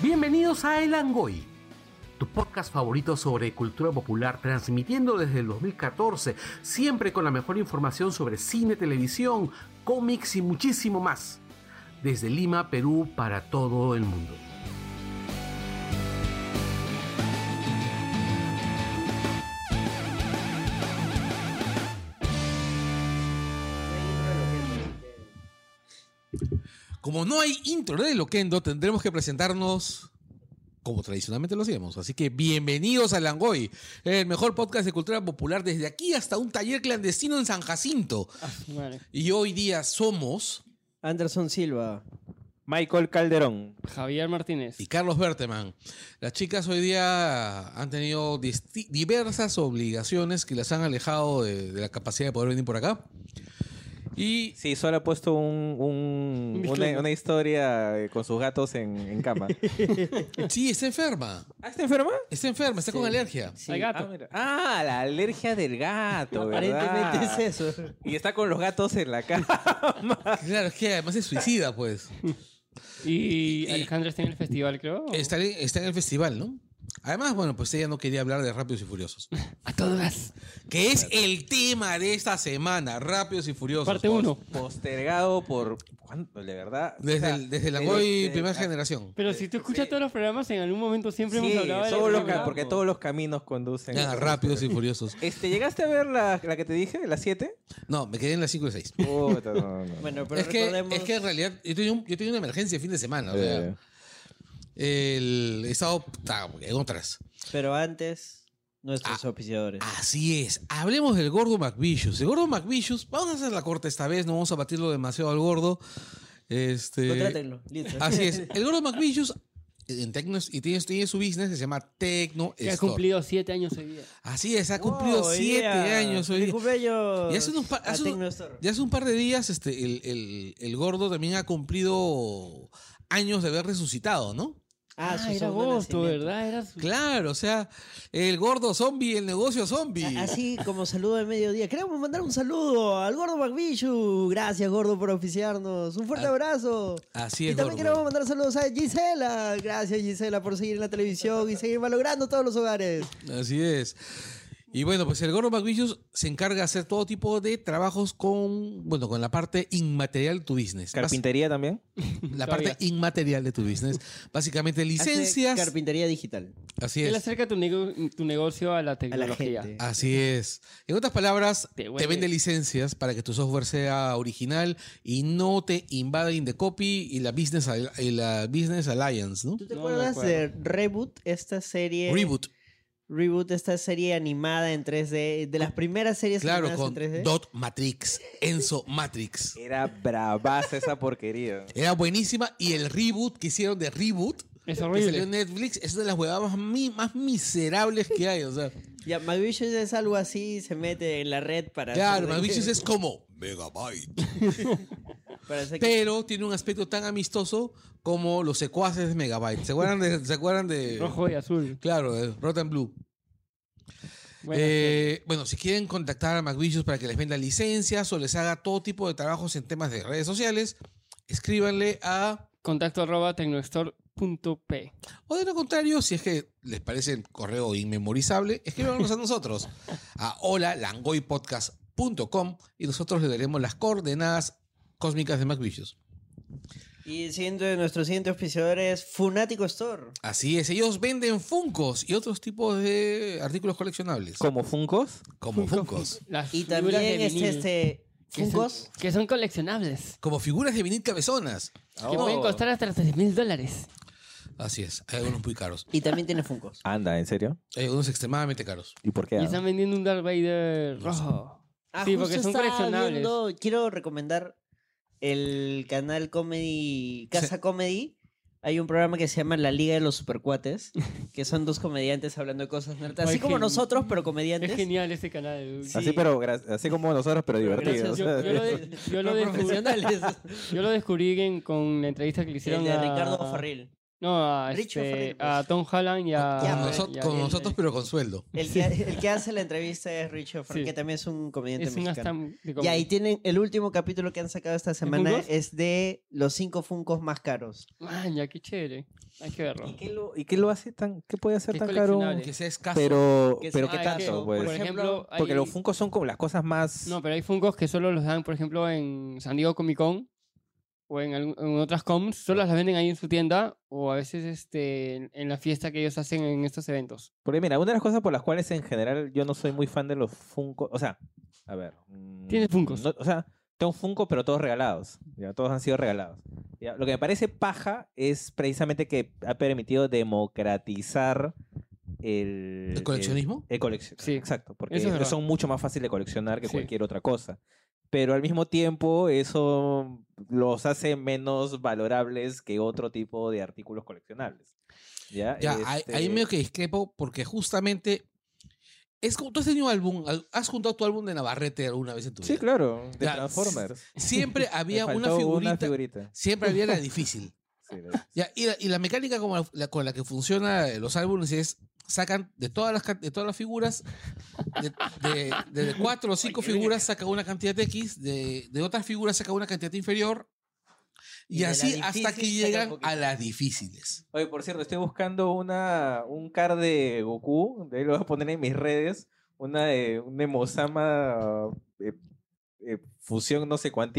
Bienvenidos a El Angoy, tu podcast favorito sobre cultura popular, transmitiendo desde el 2014, siempre con la mejor información sobre cine, televisión, cómics y muchísimo más. Desde Lima, Perú, para todo el mundo. Como no hay intro de Loquendo, tendremos que presentarnos como tradicionalmente lo hacíamos. Así que bienvenidos a Langoy, el mejor podcast de cultura popular desde aquí hasta un taller clandestino en San Jacinto. Vale. Y hoy día somos Anderson Silva. Michael Calderón. Javier Martínez. y Carlos Berteman. Las chicas hoy día han tenido disti- diversas obligaciones que las han alejado de, de la capacidad de poder venir por acá. Y Sí, solo ha puesto un, un- una, una historia eh, con sus gatos en, en cama. sí, está enferma. ¿Ah, está enferma? Está enferma, está con alergia. Hay Ah, gato. mira. Ah, la alergia del gato, ¿verdad? Aparentemente es eso. Y está con los gatos en la cama. Claro, es que además es suicida, pues. Y y- Alejandra está en el festival, creo. ¿o? Está, en- está en el festival, ¿no? Además, bueno, pues ella no quería hablar de Rápidos y Furiosos. A todas. Que es el tema de esta semana, Rápidos y Furiosos. pues. Parte 1. Postergado por. ¿Cuánto? De verdad. Desde, el- desde la este, Goy ah, primera generación. Pero si tú escuchas todos los programas, en algún momento siempre hemos hablado de la solo película. porque todos los caminos conducen. Ya, Rápidos y Furiosos. Este, ¿Llegaste a ver la, la que te dije? ¿La 7? No, me quedé en las 5 y 6. Puta, no, no, no. Bueno, pero Es que, recordemos. es que en realidad yo tenía, un- yo tenía una emergencia el fin de semana. O Eh. sea, Eh. el, he estado ta, en otras. Pero antes, nuestros Ah. auspiciadores. Así es. Hablemos del gordo McVicious. El gordo McVicious, vamos a hacer la corte esta vez, no vamos a batirlo demasiado al gordo. Este, Contrátenlo, listo. Así es. El gordo McVicious en Tecno y tiene, tiene su business que se llama Tecno Que ha Store. cumplido 7 años hoy día. Así es, ha cumplido Wow, hoy siete día. años hoy Mi día. cumpleaños Y hace unos pa- a hace un- Tecnostore. Ya hace un par de días este, el, el- el gordo también ha cumplido años de haber resucitado, ¿no? Ah, su era segundo agosto, nacimiento. ¿verdad? Era su... Claro, o sea, el gordo zombie, el negocio zombie. A- Así como saludo de mediodía. Queremos mandar un saludo al gordo Magbillu. Gracias, gordo, por oficiarnos. Un fuerte Ah, abrazo. Así es, y también gordo. queremos mandar saludos a Gisela. Gracias, Gisela, por seguir en la televisión y seguir malogrando todos los hogares. Así es. Y bueno, pues el gordo McVicious se encarga de hacer todo tipo de trabajos con, bueno, con la parte inmaterial de tu business. Bas- ¿Carpintería también? La parte Todavía. inmaterial de tu business. Básicamente Hace licencias. Carpintería digital. Así Él es. acerca tu, nego- tu negocio a la A la tecnología. gente. Así es. En otras palabras, Te te, huele. vende licencias para que tu software sea original y no te invada Indecopy y la Business, al- y la business Alliance, ¿no? ¿Tú te No me acuerdas de Reboot, esta serie? Reboot. Reboot, esta serie animada en 3D, de las primeras series Claro, animadas con en 3D. Dot Matrix, Enzo Matrix. Era bravaza esa porquería. Era buenísima y el reboot que hicieron de Reboot, Es que salió horrible. en Netflix, es una de las huevadas más, mi- más miserables que hay. O sea, Ya, McVicious es algo así, se mete en la red para... claro, hacer- Malvicious es como Megabyte. para hacer que- Pero tiene un aspecto tan amistoso como los secuaces de Megabyte. ¿Se acuerdan de.? ¿se acuerdan de Rojo y azul. Claro, de Rotten Blue. Bueno, Eh, bueno, si quieren contactar a McVicious para que les venda licencias o les haga todo tipo de trabajos en temas de redes sociales, escríbanle a Contacto arroba tecnostore.p. O de lo contrario, si es que les parece el correo inmemorizable, escríbanos a nosotros a holalangoypodcast.com y nosotros le daremos las coordenadas cósmicas de McVicious. Y siendo de nuestro siguiente auspiciador es Funatico Store. Así es, ellos venden funcos y otros tipos de artículos coleccionables, ¿Como Funcos? como funcos. Las Y figuras también de es vinil, este... que son- Funkos. Que son coleccionables. Como figuras de vinil cabezonas. Que Oh. pueden costar hasta los 3 mil dólares. Así es, hay algunos muy caros. Y también tiene Funkos. Anda, ¿en serio? Hay algunos extremadamente caros. ¿Y por qué? Y están vendiendo un Darth Vader rojo. Ah, Sí, justo porque son estaba coleccionables. viendo- quiero recomendar el canal Comedy, Casa Comedy. Hay un programa que se llama La Liga de los Supercuates, que son dos comediantes hablando de cosas nerds. Ay, Así como gen- nosotros, pero Es comediantes. genial ese canal. Sí. Así, Ah, pero, gra- así como nosotros, pero divertidos. Gracias, Yo, yo lo de- yo lo pero descubrí, profesionales. yo lo descubrí en- con la entrevista que le hicieron el de a Ricardo Farril. No, a, Richo este, Fernández. a Tom Holland y a. Ya, con pues, noso- y a- con y a- nosotros, pero con sueldo. El que, el que hace la entrevista es Richo Frank, Sí. que también es un comediante Es un mexicano. stand de Y ahí comedia. tienen el último capítulo que han sacado esta semana Funkos? es de los cinco funcos más caros. Man, ya, qué chévere. Hay que verlo. ¿Y qué lo, y qué lo hace tan, qué puede hacer Que es tan caro? coleccionable. Que sea escaso. Pero, Que pero sea qué Ah, escaso, tanto, por pues. Por ejemplo, Porque hay- los funcos son como las cosas más. No, pero hay fungos que solo los dan, por ejemplo, en San Diego Comic Con o en, algún- en otras coms. Solo las venden ahí en su tienda o a veces este, en, en la fiesta que ellos hacen en estos eventos. Porque mira, una de las cosas por las cuales en general yo no soy muy fan de los funcos. O sea, a ver. mm, Tienes Funkos. no- o sea, tengo Funko, pero todos regalados. Ya, todos han sido regalados. Ya, lo que me parece paja es precisamente que ha permitido democratizar el. ¿El coleccionismo? El, coleccionismo. Sí, Exacto. Porque eso es verdad. son mucho más fáciles de coleccionar que Sí. cualquier otra cosa. Pero al mismo tiempo, eso los hace menos valorables que otro tipo de artículos coleccionables. Ya, Ya, ahí- ahí Este, medio que discrepo porque justamente es como tú has tenido álbum, al- has juntado tu álbum de Navarrete alguna vez en tu vida. Sí, claro, de Ya, Transformers. Siempre Me había una faltó figurita, figurita. siempre había la difícil. Sí, de- Ya, y, la, y la mecánica con la, la- con la que funciona eh, los álbumes es sacan de todas las can- de todas las figuras de, de- de- de cuatro o cinco figuras saca una cantidad de x de, de otras figuras saca una cantidad inferior Y y, de la así hasta difícil que saca llegan poquito. a las difíciles Oye, por cierto, estoy buscando una, un card de Goku, de ahí lo voy a poner en mis redes, una de un Mozama fusión no sé cuantito.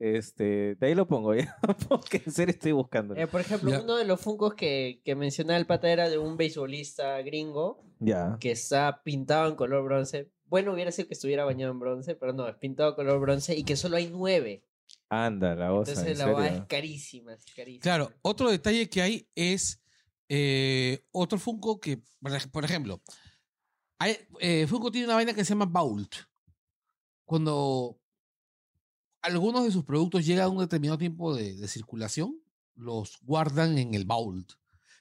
Este, de ahí lo pongo ya, porque en serio estoy buscando. Eh, por ejemplo, Ya. uno de los funcos que, que mencionaba el pata era de un beisbolista gringo Ya. que está pintado en color bronce. Bueno, hubiera sido que estuviera bañado en bronce, pero no, es pintado color bronce y que solo hay nueve. Anda, la osa, Entonces en la boda es serio. carísima, es carísima. Claro, otro detalle que hay es eh, otro Funko que, por ej- por ejemplo, hay, eh, Funko tiene una vaina que se llama Vault. Cuando algunos de sus productos llegan a un determinado tiempo de, de circulación, los guardan en el Vault,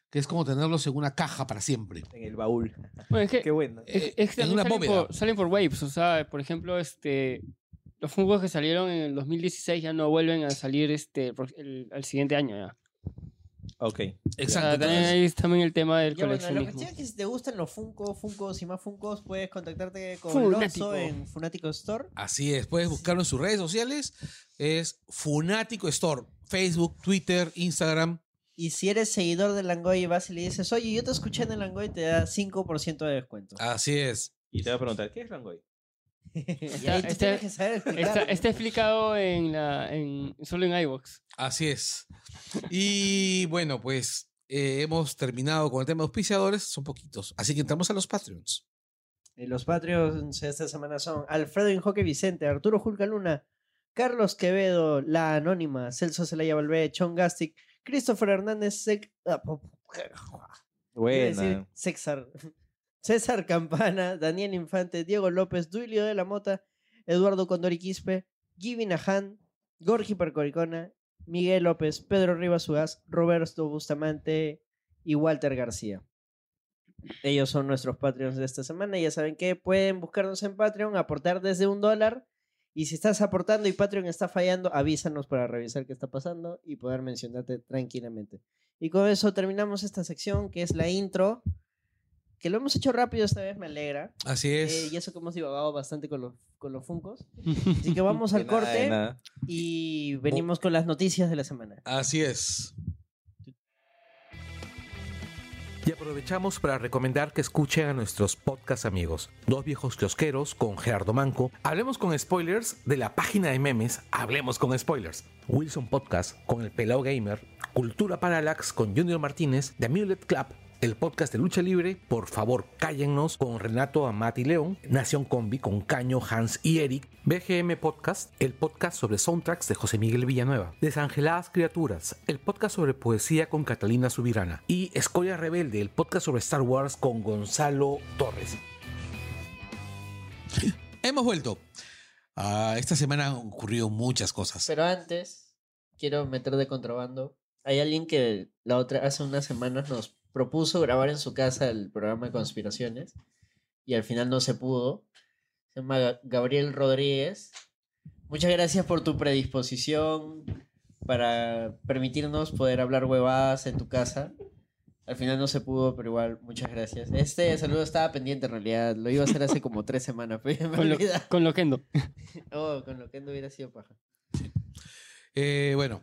que es como tenerlos en una caja para siempre. En el baúl. Bueno, es que, Qué bueno. es- eh, es que en también una salen bóveda. por, salen por waves. O sea, por ejemplo, este, los fungos que salieron en el 2016 ya no vuelven a salir este, pro- el- al siguiente año. Ya. O Ok. sea, Ah, Exacto. también entonces, ahí es también el tema del Ya, bueno, la coleccionismo. cuestión es que si te gustan los Funkos, Funkos y más Funkos, puedes contactarte con Funático. Lonzo en Funático Store. Así es, puedes buscarlo en sus redes sociales. Es Funático Store, Facebook, Twitter, Instagram. Y si eres seguidor de Langoy y vas y le dices, oye, yo te escuché en el Langoy, te da 5% de descuento. Ah, Así es. Y te voy a preguntar, ¿qué es Rangoy? y Está- ahí tú está- tienes que saber Está, explicarlo. está explicado en la, en, solo en iVoox. Así es. Y bueno, pues eh, hemos terminado con el tema de auspiciadores. Son poquitos. Así que entramos a los Patreons. Eh, Los Patreons esta semana son Alfredo Injoque Vicente, Arturo Julca Luna, Carlos Quevedo, La Anónima, Celso Celaya Valvé, Chon Gastic, Christopher Hernández, Sec... ah, po- Iba a decir Buena. César, César Campana, Daniel Infante, Diego López, Duilio de la Mota, Eduardo Condori Quispe, Givin Ahan, Gorgi Percoricona, Miguel López, Pedro Rivas Ugaz, Roberto Bustamante y Walter García. Ellos son nuestros Patreons de esta semana. Ya saben que pueden buscarnos en Patreon, aportar desde un dólar. Y si estás aportando y Patreon está fallando, avísanos para revisar qué está pasando y poder mencionarte tranquilamente. Y con eso terminamos esta sección que es la intro, que lo hemos hecho rápido esta vez, me alegra. Así es. Eh, y eso que hemos divagado bastante con los, con los funcos. Así que vamos al De nada, de corte nada. y venimos con las noticias de la semana. Así es. Y aprovechamos para recomendar que escuchen a nuestros podcast amigos, Dos Viejos Kiosqueros con Gerardo Manco, Hablemos con Spoilers de la página de memes Hablemos con Spoilers, Wilson Podcast con El Pelao Gamer, Cultura Parallax con Junior Martínez, The Amulet Club, el podcast de lucha libre, por favor cállennos con Renato Amati León, Nación Combi con Caño, Hans y Eric, BGM Podcast, el podcast sobre soundtracks de José Miguel Villanueva, Desangeladas Criaturas, el podcast sobre poesía con Catalina Subirana y Escoria Rebelde, el podcast sobre Star Wars con Gonzalo Torres. Hemos vuelto. Ah, esta semana han ocurrido muchas cosas. Pero antes, quiero meter de contrabando. Hay alguien que la otra hace unas semanas nos propuso grabar en su casa el programa de conspiraciones y al final no se pudo. Se llama Ga- Gabriel Rodríguez. Muchas gracias por tu predisposición, para permitirnos poder hablar huevadas en tu casa. Al final no se pudo, pero igual, muchas gracias. Este saludo estaba pendiente en realidad. Lo iba a hacer hace como tres semanas, pero ya me Con, lo, olvidaba. con Loquendo. Oh, con lo que no hubiera sido paja. Eh, bueno,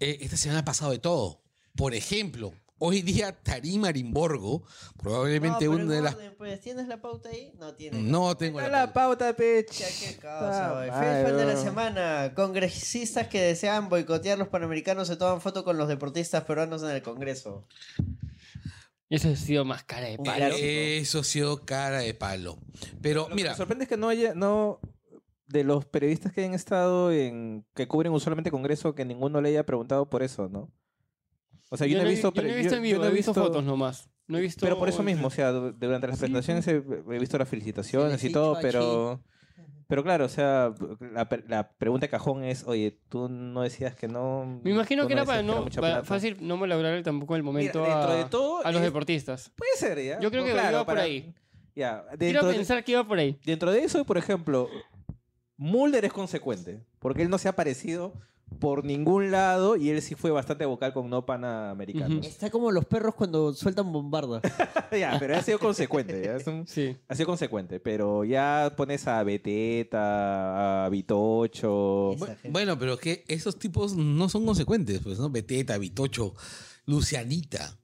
eh, esta semana ha pasado de todo. Por ejemplo, hoy día Tarim Arimborgo, probablemente No, pero una de las... orden, pues, ¿Tienes la pauta ahí? No tienes. No tengo la... la pauta. pauta, Ya, pecha. qué causa, güey. Ah, Festival ay, de la bro. semana. Congresistas que desean boicotear los panamericanos se toman foto con los deportistas peruanos en el Congreso. Y eso ha sido más cara de Un palo. clásico. Eso ha sido cara de palo. Pero Lo que mira, me sorprende es que no haya, no, de los periodistas que han estado en, que cubren usualmente Congreso, que ninguno le haya preguntado por eso, ¿no? O sea, yo, no he visto, yo no he pre- visto yo- en yo vivo, no he visto fotos nomás. No he visto... Pero por eso mismo, o sea, du- durante las presentaciones he, he visto las felicitaciones Se y les todo, hinchó pero... Pero claro, o sea, la, per- la pregunta de cajón es, oye, tú no decías que no... Me imagino tú que era decías para no... mucha para- plata. fácil no malograrle tampoco el momento Mira, dentro a, de todo a los es- deportistas. Puede ser, ¿ya? Yo creo Pues que claro, iba por para- ahí. Ya, Quiero dentro, de- pensar que iba por ahí. dentro de eso, por ejemplo, Mulder es consecuente, porque él no se ha parecido por ningún lado y él sí fue bastante vocal con no panamericanos. Está como los perros cuando sueltan bombardas. ya, pero ha sido consecuente, ya, es un- Sí. Ha sido consecuente, pero ya pones a Beteta, a Vitocho. Esa gente. bueno, pero es que esos tipos no son consecuentes, pues, ¿no? Beteta, Vitocho, Lucianita.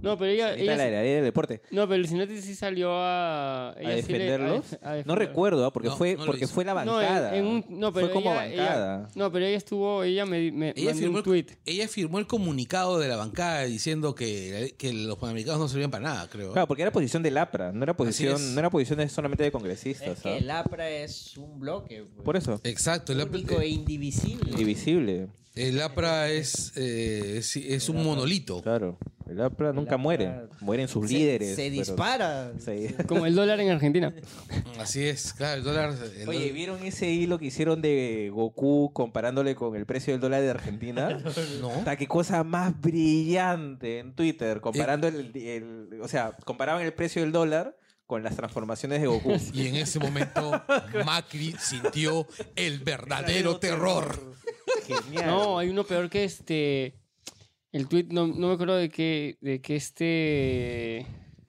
No, pero ella... Ahorita ella la sí- área del deporte. no, pero Lucinati sí salió a... ella sí le- a defenderlos? def- a defender. No recuerdo, ¿ah? porque No, fue no lo porque hizo. fue la No, en- bancada. en un- no, pero fue como ella- ella- bancada. No, pero ella estuvo... Ella me, me Ella mandó firmó, un tweet. ella firmó el comunicado de la bancada diciendo que, que los panamericanos no servían para nada, creo. Claro, porque era posición del APRA, no era es. posición, no era posición de- solamente de es congresistas. que ¿ah? el APRA es un bloque. pues. Por eso, Exacto, el, Único e APRA, indivisible. indivisible. el APRA es, eh, es, es un monolito. Claro, el APRA nunca APRA- muere, mueren sus Se- líderes. Se pero- dispara. Sí. Como el dólar en Argentina. Así es, claro, el dólar. el Oye, dólar- ¿vieron ese hilo que hicieron de Goku comparándole con el precio del dólar de Argentina? no. Puta, qué cosa más brillante en Twitter, comparando el, el- O sea, comparaban el precio del dólar con las transformaciones de Goku. Y en ese momento Macri sintió el verdadero terror. Genial. No, hay uno peor que este. El tweet, no, no me acuerdo de qué, de qué este.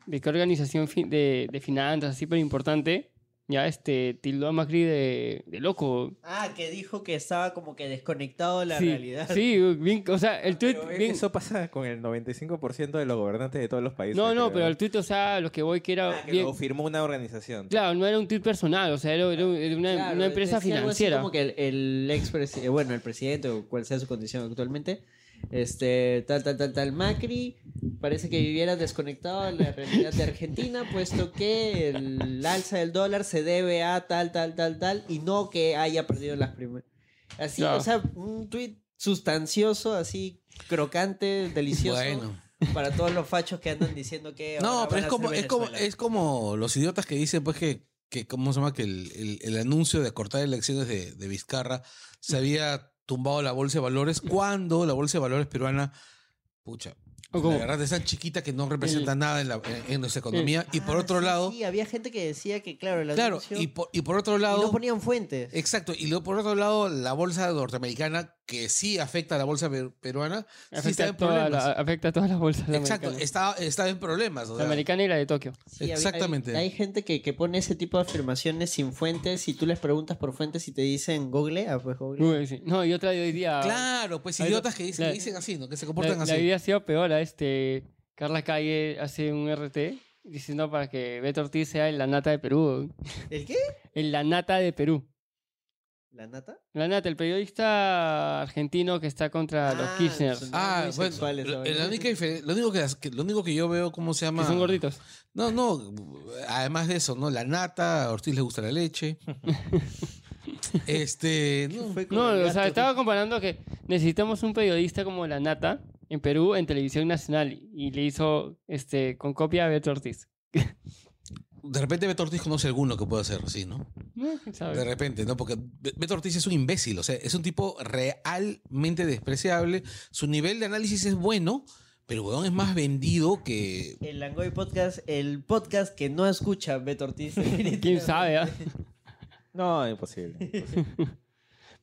de qué organización fi- de, de finanzas así, pero importante. Ya este tildó a Macri de, de loco. Ah, que dijo que estaba como que desconectado de la sí, realidad. sí, bien, o sea, el tweet. Pero bien- Eso pasa con el 95% de los gobernantes de todos los países. no, no, creo. pero el tweet, o sea, lo que voy que era. Ah, que bien- lo firmó una organización. claro, no era un tweet personal, o sea, era, era una, Claro, una em- empresa decía algo así financiera. Como que el, el expresi- eh, bueno, el presidente o cual sea su condición actualmente, este, tal, tal, tal, tal, Macri, parece que viviera desconectado de la realidad de Argentina, puesto que el alza del dólar se debe a tal, tal, tal, tal, y no que haya perdido las primeras. Así, Ya. o sea, un tuit sustancioso, así, crocante, delicioso. Bueno. Para todos los fachos que andan diciendo que. No, ahora pero van es a como, ser es como, Venezuela. es como los idiotas que dicen, pues, que, que ¿cómo se llama? Que el, el- el anuncio de cortar elecciones de, de Vizcarra se había tumbado la bolsa de valores cuando la bolsa de valores peruana, pucha, O como- la verdad es tan chiquita que no representa nada en, la- en- en nuestra economía. Y por Ah, otro sí, lado, Sí, había gente que decía que, claro, la claro, deducción- y por, y por otro Y lado... no ponían fuentes. Exacto, y luego por otro lado, la bolsa norteamericana, que sí afecta a la bolsa per- peruana, sí está afecta, en a toda problemas. la- afecta a todas las bolsas. Exacto, americanas. está, está en problemas. o La sea, americana y la de Tokio. Sí, hay- exactamente. Hay, hay gente que, que pone ese tipo de afirmaciones sin fuentes y tú les preguntas por fuentes y te dicen googlea, pues Mm. googlea. Uy, sí. No, y otra de hoy día. Claro, pues Hay idiotas lo- que dicen, la- que dicen así, ¿no? Que se La, comportan la así. idea ha sido peor a este. Carla Calle hace un RT diciendo para que Beto Ortiz sea el la nata de Perú. ¿El qué? El la nata de Perú. ¿La nata? La nata, el periodista argentino que está contra los Kirchner. son Ah, muy bueno, sexuales, lo, la la única diferen- lo, único que, las- que- lo único que yo veo, ¿cómo se Que llama? son gorditos. No, no, además de eso, ¿no? La nata, a Ortiz le gusta la leche. este, no, Fue con No, el o sea, gato. estaba comparando que necesitamos un periodista como la nata en Perú en televisión nacional y le hizo este con copia a Beto Ortiz. de repente Beto Ortiz conoce alguno que pueda hacer así, ¿no? Eh, quién sabe. De repente, ¿no? Porque Be- Beto Ortiz es un imbécil, o sea, es un tipo realmente despreciable. Su nivel de análisis es bueno, pero weón es más vendido que. El Langoy Podcast, el podcast que no escucha Beto Ortiz. ¿Quién sabe? ah? No, imposible.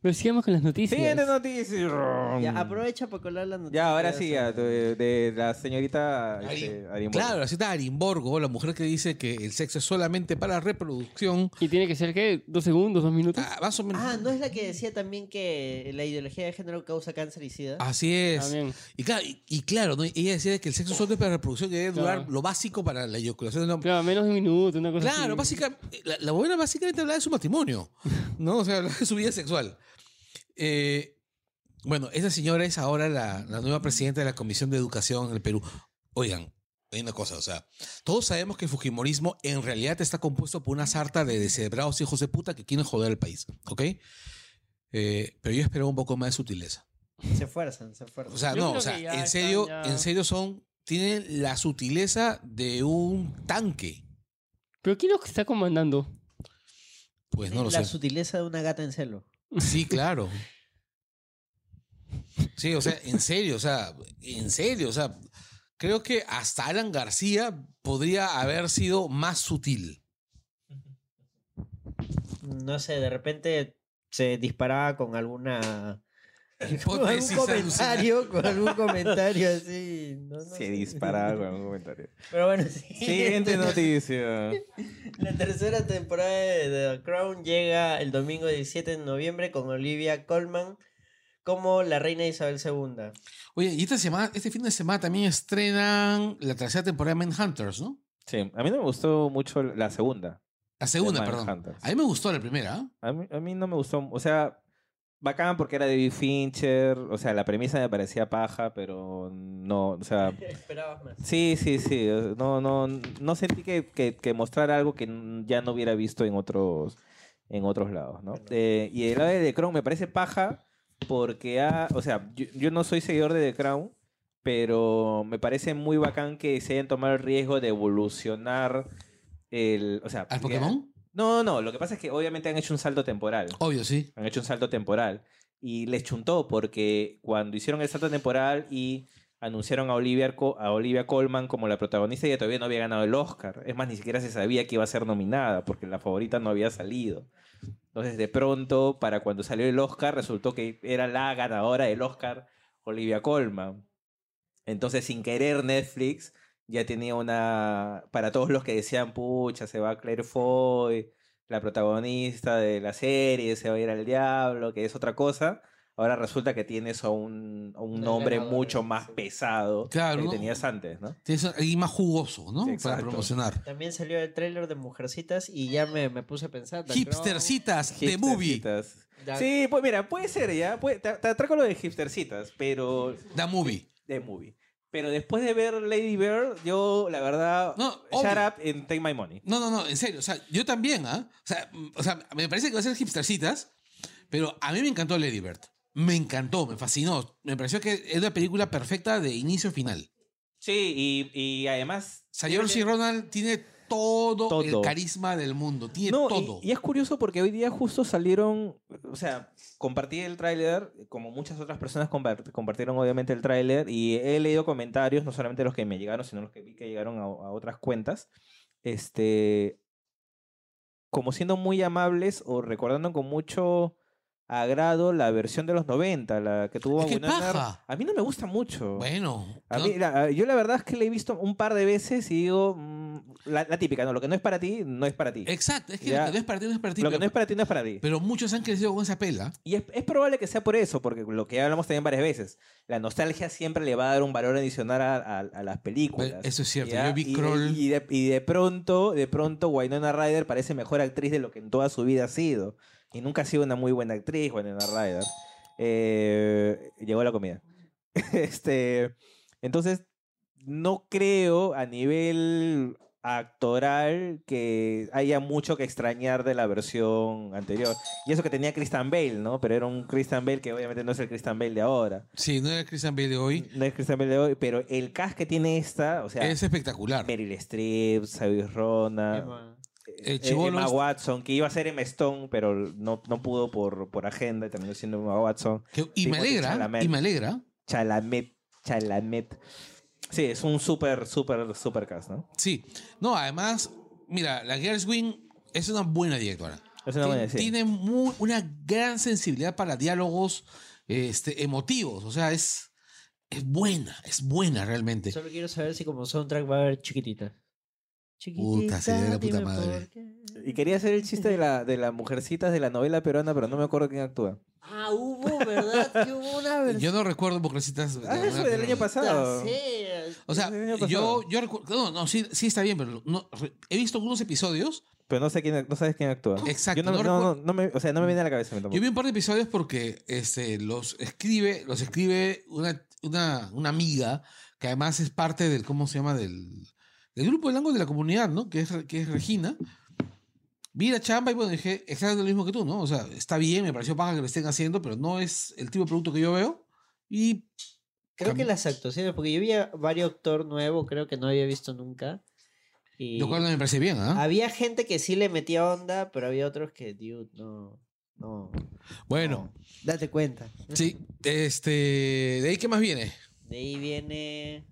Pero sigamos con las noticias. Siguiente noticia. Ya, aprovecha para colar la noticia. Ya, ahora sí, ya, de, de la señorita Ari- este, Arimbo. Claro, la cita Arimborgo, la mujer que dice que el sexo es solamente para reproducción. Y tiene que ser, ¿qué? ¿Dos segundos? ¿Dos minutos? Ah, más o menos. Ah, ¿no es la que decía también que la ideología de género causa cáncer y sida? Así es. También. Y claro, y, y claro ¿no? ella decía que el sexo solo es para reproducción, que debe durar Claro. lo básico para la eyaculación del hombre. Claro, menos de un minuto, una cosa Claro, así. básicamente, la, la bobera básicamente hablaba de su matrimonio, ¿no? O sea, hablaba de su vida sexual. Eh, bueno, esa señora es ahora la, la nueva presidenta de la Comisión de Educación en el Perú. Oigan, hay una cosa, o sea, todos sabemos que el fujimorismo en realidad está compuesto por una sarta de descebrados hijos de puta que quieren joder el país, ¿ok? Eh, pero yo esperaba un poco más de sutileza. Se fuerzan, se fuerzan. O sea, Yo no, creo o sea, que ya en están serio, ya- en serio son, tienen la sutileza de un tanque. ¿Pero quién lo está comandando? Pues no lo la sé. sutileza de una gata en celo. Sí, claro. Sí, o sea, en serio, o sea, en serio, o sea, creo que hasta Alan García podría haber sido más sutil. No sé, de repente se disparaba con alguna... Con algún Hipótesis alucinante. comentario, con algún comentario así. no, no Se sé. disparaba con un comentario. Pero bueno, Siguiente noticia. La tercera temporada de The Crown llega el domingo 17 de noviembre con Olivia Colman como la reina Isabel II. Oye, y esta semana, este fin de semana también estrenan la tercera temporada de Manhunters, ¿no? Sí, a mí no me gustó mucho la segunda. La segunda, De perdón. Manhunters. A mí me gustó la primera. ¿ah? A mí, a mí no me gustó. O sea, bacán porque era David Fincher. O sea, la premisa me parecía paja, pero no. O sea, Esperabas más. sí, sí, sí. o sea, No, no, no sentí que, que, que mostrara algo que n- ya no hubiera visto en otros, en otros lados, ¿no? Eh, y el lado de The Crown me parece paja porque, ha- o sea, yo, yo no soy seguidor de The Crown, pero me parece muy bacán que se hayan tomado el riesgo de evolucionar el, o sea, ¿Al que- Pokémon? No, no, lo que pasa es que obviamente han hecho un salto temporal Obvio, sí. han hecho un salto temporal. Y les chuntó porque cuando hicieron el salto temporal y anunciaron a Olivia, Co- a Olivia Colman como la protagonista, ella todavía no había ganado el Oscar. Es más, ni siquiera se sabía que iba a ser nominada porque la favorita no había salido. Entonces, de pronto, para cuando salió el Oscar, resultó que era la ganadora del Oscar, Olivia Colman. Entonces, sin querer, Netflix ya tenía una... Para todos los que decían, pucha, se va Claire Foy, la protagonista de la serie se va a ir al diablo, que es otra cosa. Ahora resulta que tienes a un, a un Una nombre ganadora, mucho más sí. pesado Claro, que ¿no? tenías antes, ¿no? Tienes alguien más jugoso, ¿no? Sí, Para exacto. promocionar. También salió el tráiler de Mujercitas y ya me, me puse a pensar. The Hipstercitas de movie. Hipstercitas. Crown- Da- Sí, pues mira, puede ser ya. puede- te, te atraco lo de hipstercitas, pero... Da movie. De movie. Pero después de ver Lady Bird, yo, la verdad... No, shut obvio. up and take my money. No, no, no, en serio. O sea, yo también, ¿ah? O, sea, mm, o sea, me parece que va a ser hipstercitas, pero a mí me encantó Lady Bird. Me encantó, me fascinó. Me pareció que es una película perfecta de inicio a final. Sí, y, y además... O sea, George Ronald tiene todo, el Todo. carisma del mundo. Tiene No, y- todo. Y, es curioso porque hoy día justo salieron, o sea, compartí el tráiler, como muchas otras personas compar- compartieron obviamente el tráiler y he leído comentarios, no solamente los que me llegaron, sino los que vi que llegaron a, a otras cuentas, este, como siendo muy amables o recordando con mucho agrado la versión de los 90, la que tuvo Es que Winona Earp. paja. A mí no me gusta mucho. Bueno. A ¿no? mí, la- yo la verdad es que la he visto un par de veces y digo, mm, la, la típica, no, lo que no es para ti, no es para ti. Exacto, es que lo Ya. que no es para ti no es para ti. Lo que pero, no es para ti, no es para ti. pero muchos han crecido con esa pela. Y es, es probable que sea por eso, porque lo que ya hablamos también varias veces, la nostalgia siempre le va a dar un valor adicional a, a- a las películas. Eso es cierto. ¿ya? Yo vi y, Kroll. y de, y de pronto, de pronto, Winona Ryder parece mejor actriz de lo que en toda su vida ha sido. Y nunca ha sido una muy buena actriz, Winona Ryder. Eh, llegó la comida. este, entonces, no creo a nivel actoral que haya mucho que extrañar de la versión anterior. Y eso que tenía Christian Bale, ¿no? Pero era un Christian Bale que obviamente no es el Christian Bale de ahora. Sí, no era Christian Bale de hoy. No es Christian Bale de hoy, pero el cast que tiene esta, o sea, Es espectacular. Meryl Streep, Saoirse Ronan, Emma. El eh, chibolo Emma es- Watson, que iba a ser Emma Stone, pero no, no pudo por, por agenda y terminó siendo Emma Watson. Que- y me Timothée alegra, Chalamet. y me alegra. Chalamet, Chalamet. Sí, es un súper, súper, súper cast, ¿no? Sí. No, además, mira, la Gershwin es una buena directora. Eso no Tien- voy a decir. tiene muy- una gran sensibilidad para diálogos este, emotivos. O sea, es, es buena, es buena realmente. Solo quiero saber si como soundtrack va a haber chiquitita. Puta, sería de la puta dime madre. por qué. Y quería hacer el chiste de la de las mujercitas de la novela peruana, pero no me acuerdo quién actúa. Ah, hubo, ¿verdad? Que hubo una versión. Yo no recuerdo Mujercitas. de Ah, eso verdad, del año pero- pasado. O sea, del año pasado. yo, yo recuerdo. No, no, sí, sí está bien, pero no- re- he visto algunos episodios. Pero no sé quién, no sabes quién actúa. Exacto, Yo no no, no, recuerdo. no, no me, o sea, no me viene a la cabeza. tampoco. Yo vi un par de episodios porque este, los escribe, los escribe una, una, una amiga que además es parte del, ¿cómo se llama? Del, del grupo de Lango de la comunidad, ¿no? Que es, Re- que es Regina. Vi la chamba y bueno, dije, está haciendo lo mismo que tú, ¿no? O sea, está bien, me pareció paja que lo estén haciendo, pero no es el tipo de producto que yo veo. Y Creo que las actuaciones, porque yo vi a varios actor nuevo, creo que no había visto nunca. Y lo cual no me parece bien, ¿ah? había gente que sí le metía onda, pero había otros que, dude, no. No. Bueno, no. Date cuenta. sí, este, ¿de ahí qué más viene? De ahí viene.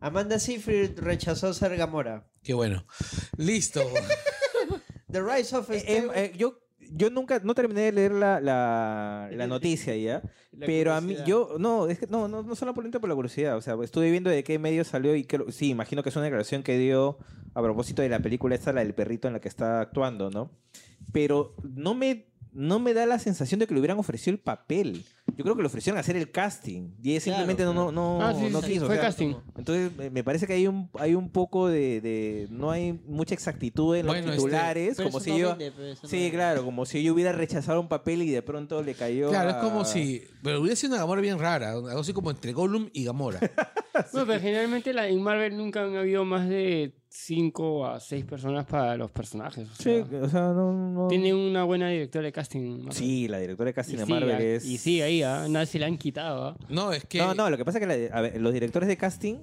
Amanda Seyfried rechazó ser Gamora. Qué bueno. Listo. The Rise of Eh, em, Skywalker- eh, yo, yo nunca, no terminé de leer la, la, la noticia ya. La pero a mí, curiosidad. yo, no, es que no, no, no solo por por la curiosidad. O sea, estuve viendo de qué medio salió y creo, sí, imagino que es una declaración que dio a propósito de la película esta, la del perrito en la que está actuando, ¿no? Pero no me, no me da la sensación de que le hubieran ofrecido el papel. Yo creo que le ofrecieron hacer el casting y él simplemente Claro, no, no, no, Ah, sí, no sí, quiso. o fue sea, casting. entonces, me- me parece que hay un, hay un poco de, de- No hay mucha exactitud en Bueno, los este, titulares. Pero como eso si no yo. vende, pero eso no Sí, vende. claro, como si yo hubiera rechazado un papel y de pronto le cayó. Claro, es a- como si. Pero hubiera sido una Gamora bien rara, algo así como entre Gollum y Gamora. No, pero generalmente la- en Marvel nunca han habido más de 5 a 6 personas para los personajes. o Sí, sea, o sea, no. no- Tienen una buena directora de casting. Marvel. Sí, la directora de casting y de sí, Marvel ah, es. Y sí, ahí, ah, nada, se la han quitado. ah. No, es que. No, no, lo que pasa es que la- a ver, los directores de casting,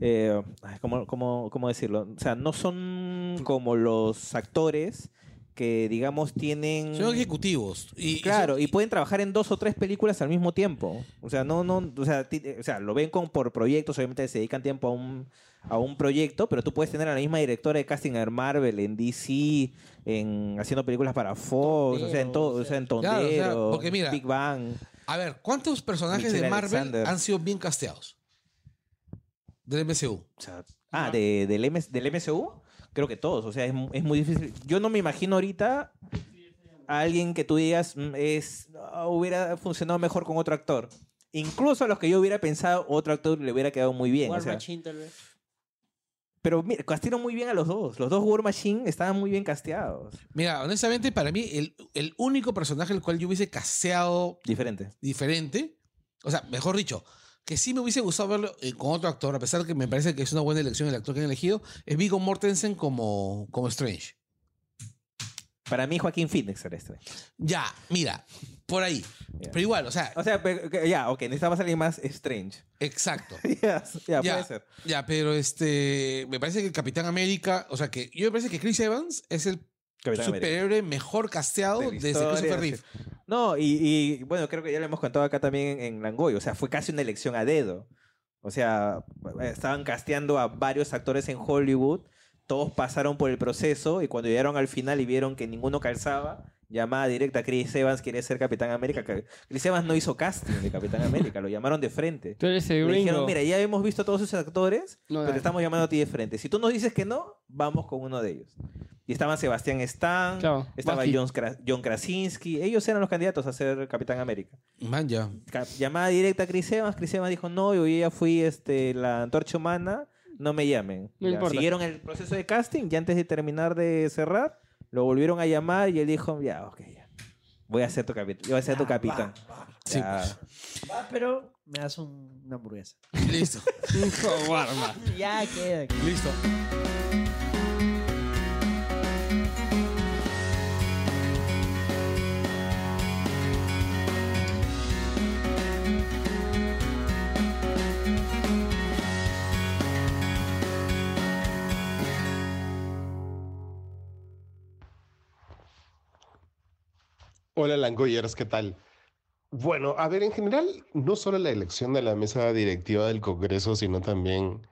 eh, ay, ¿cómo, cómo, cómo decirlo? O sea, no son como los actores que, digamos, tienen... Son ejecutivos. Y, mm, Claro, y y pueden trabajar en dos o tres películas al mismo tiempo. O sea, no, no, o sea, ti- eh, o sea, lo ven con por proyectos, obviamente se dedican tiempo a un, a un proyecto, pero tú puedes tener a la misma directora de casting en Marvel, en DC, en haciendo películas para Fox, o sea, en todo, o sea, en Tondero, Claro, o sea, porque mira, Big Bang. son- a ver, ¿cuántos personajes de Michelle Marvel Alexander. han sido bien casteados? Del MCU. O sea, ah, de, del, MS del MCU, creo que todos. O sea, es, mu- es muy difícil. Yo no me imagino ahorita a alguien que tú digas mm, es, ah, hubiera funcionado mejor con otro actor. Incluso a los que yo hubiera pensado, otro actor le hubiera quedado muy bien. o War sea. Machine, tal vez. pero mira, castearon muy bien a los dos. Los dos War Machine estaban muy bien casteados. Mira, honestamente, para mí, el, el único personaje al cual yo hubiese casteado Diferente. diferente, o sea, mejor dicho, que sí me hubiese gustado verlo eh, con otro actor, a pesar que me parece que es una buena elección el actor que han elegido, es Vigo Mortensen como, como Strange. Para mí, Joaquín Phoenix era este. Ya, mira, por ahí. Ya. Pero igual, o sea, O sea, pe- que- ya, ok, necesitaba alguien más Strange. exacto. ya, ya, puede ser. ya, pero este, me parece que el Capitán América, o sea, que yo me parece que Chris Evans es el Capitán América. superhéroe mejor casteado de la desde historia, Christopher sí. Reeve. No, y, y, bueno, creo que ya lo hemos contado acá también en, en Langoy. O sea, fue casi una elección a dedo. O sea, estaban casteando a varios actores en Hollywood. Todos pasaron por el proceso y cuando llegaron al final y vieron que ninguno calzaba, llamada directa, Chris Evans quiere ser Capitán América. Ca- Chris Evans no hizo casting de Capitán América, lo llamaron de frente. Tú eres el Le gringo. dijeron, mira, ya hemos visto a todos esos actores, No, pero dale. te estamos llamando a ti de frente. Si tú nos dices que no, vamos con uno de ellos. Y estaban Sebastián Stan, Claro, estaba Bucky. John, Kra- John Krasinski, ellos eran los candidatos a ser Capitán América. Man, ya. Ca- Llamada directa a Chris Evans, Chris Evans dijo, no, yo ya fui este, la antorcha humana, no me llamen. No Ya, importa. Siguieron el proceso de casting y antes de terminar de cerrar, lo volvieron a llamar y él dijo, ya, ok, ya. Voy a ser tu, capit- yo voy a Ah, ser tu capitán. Sí, Ya. Va, pero me das un- una hamburguesa. Listo. ya queda. Listo. Hola Langoyeros, ¿qué tal? Bueno, a ver, en general, no solo la elección de la mesa directiva del Congreso, sino también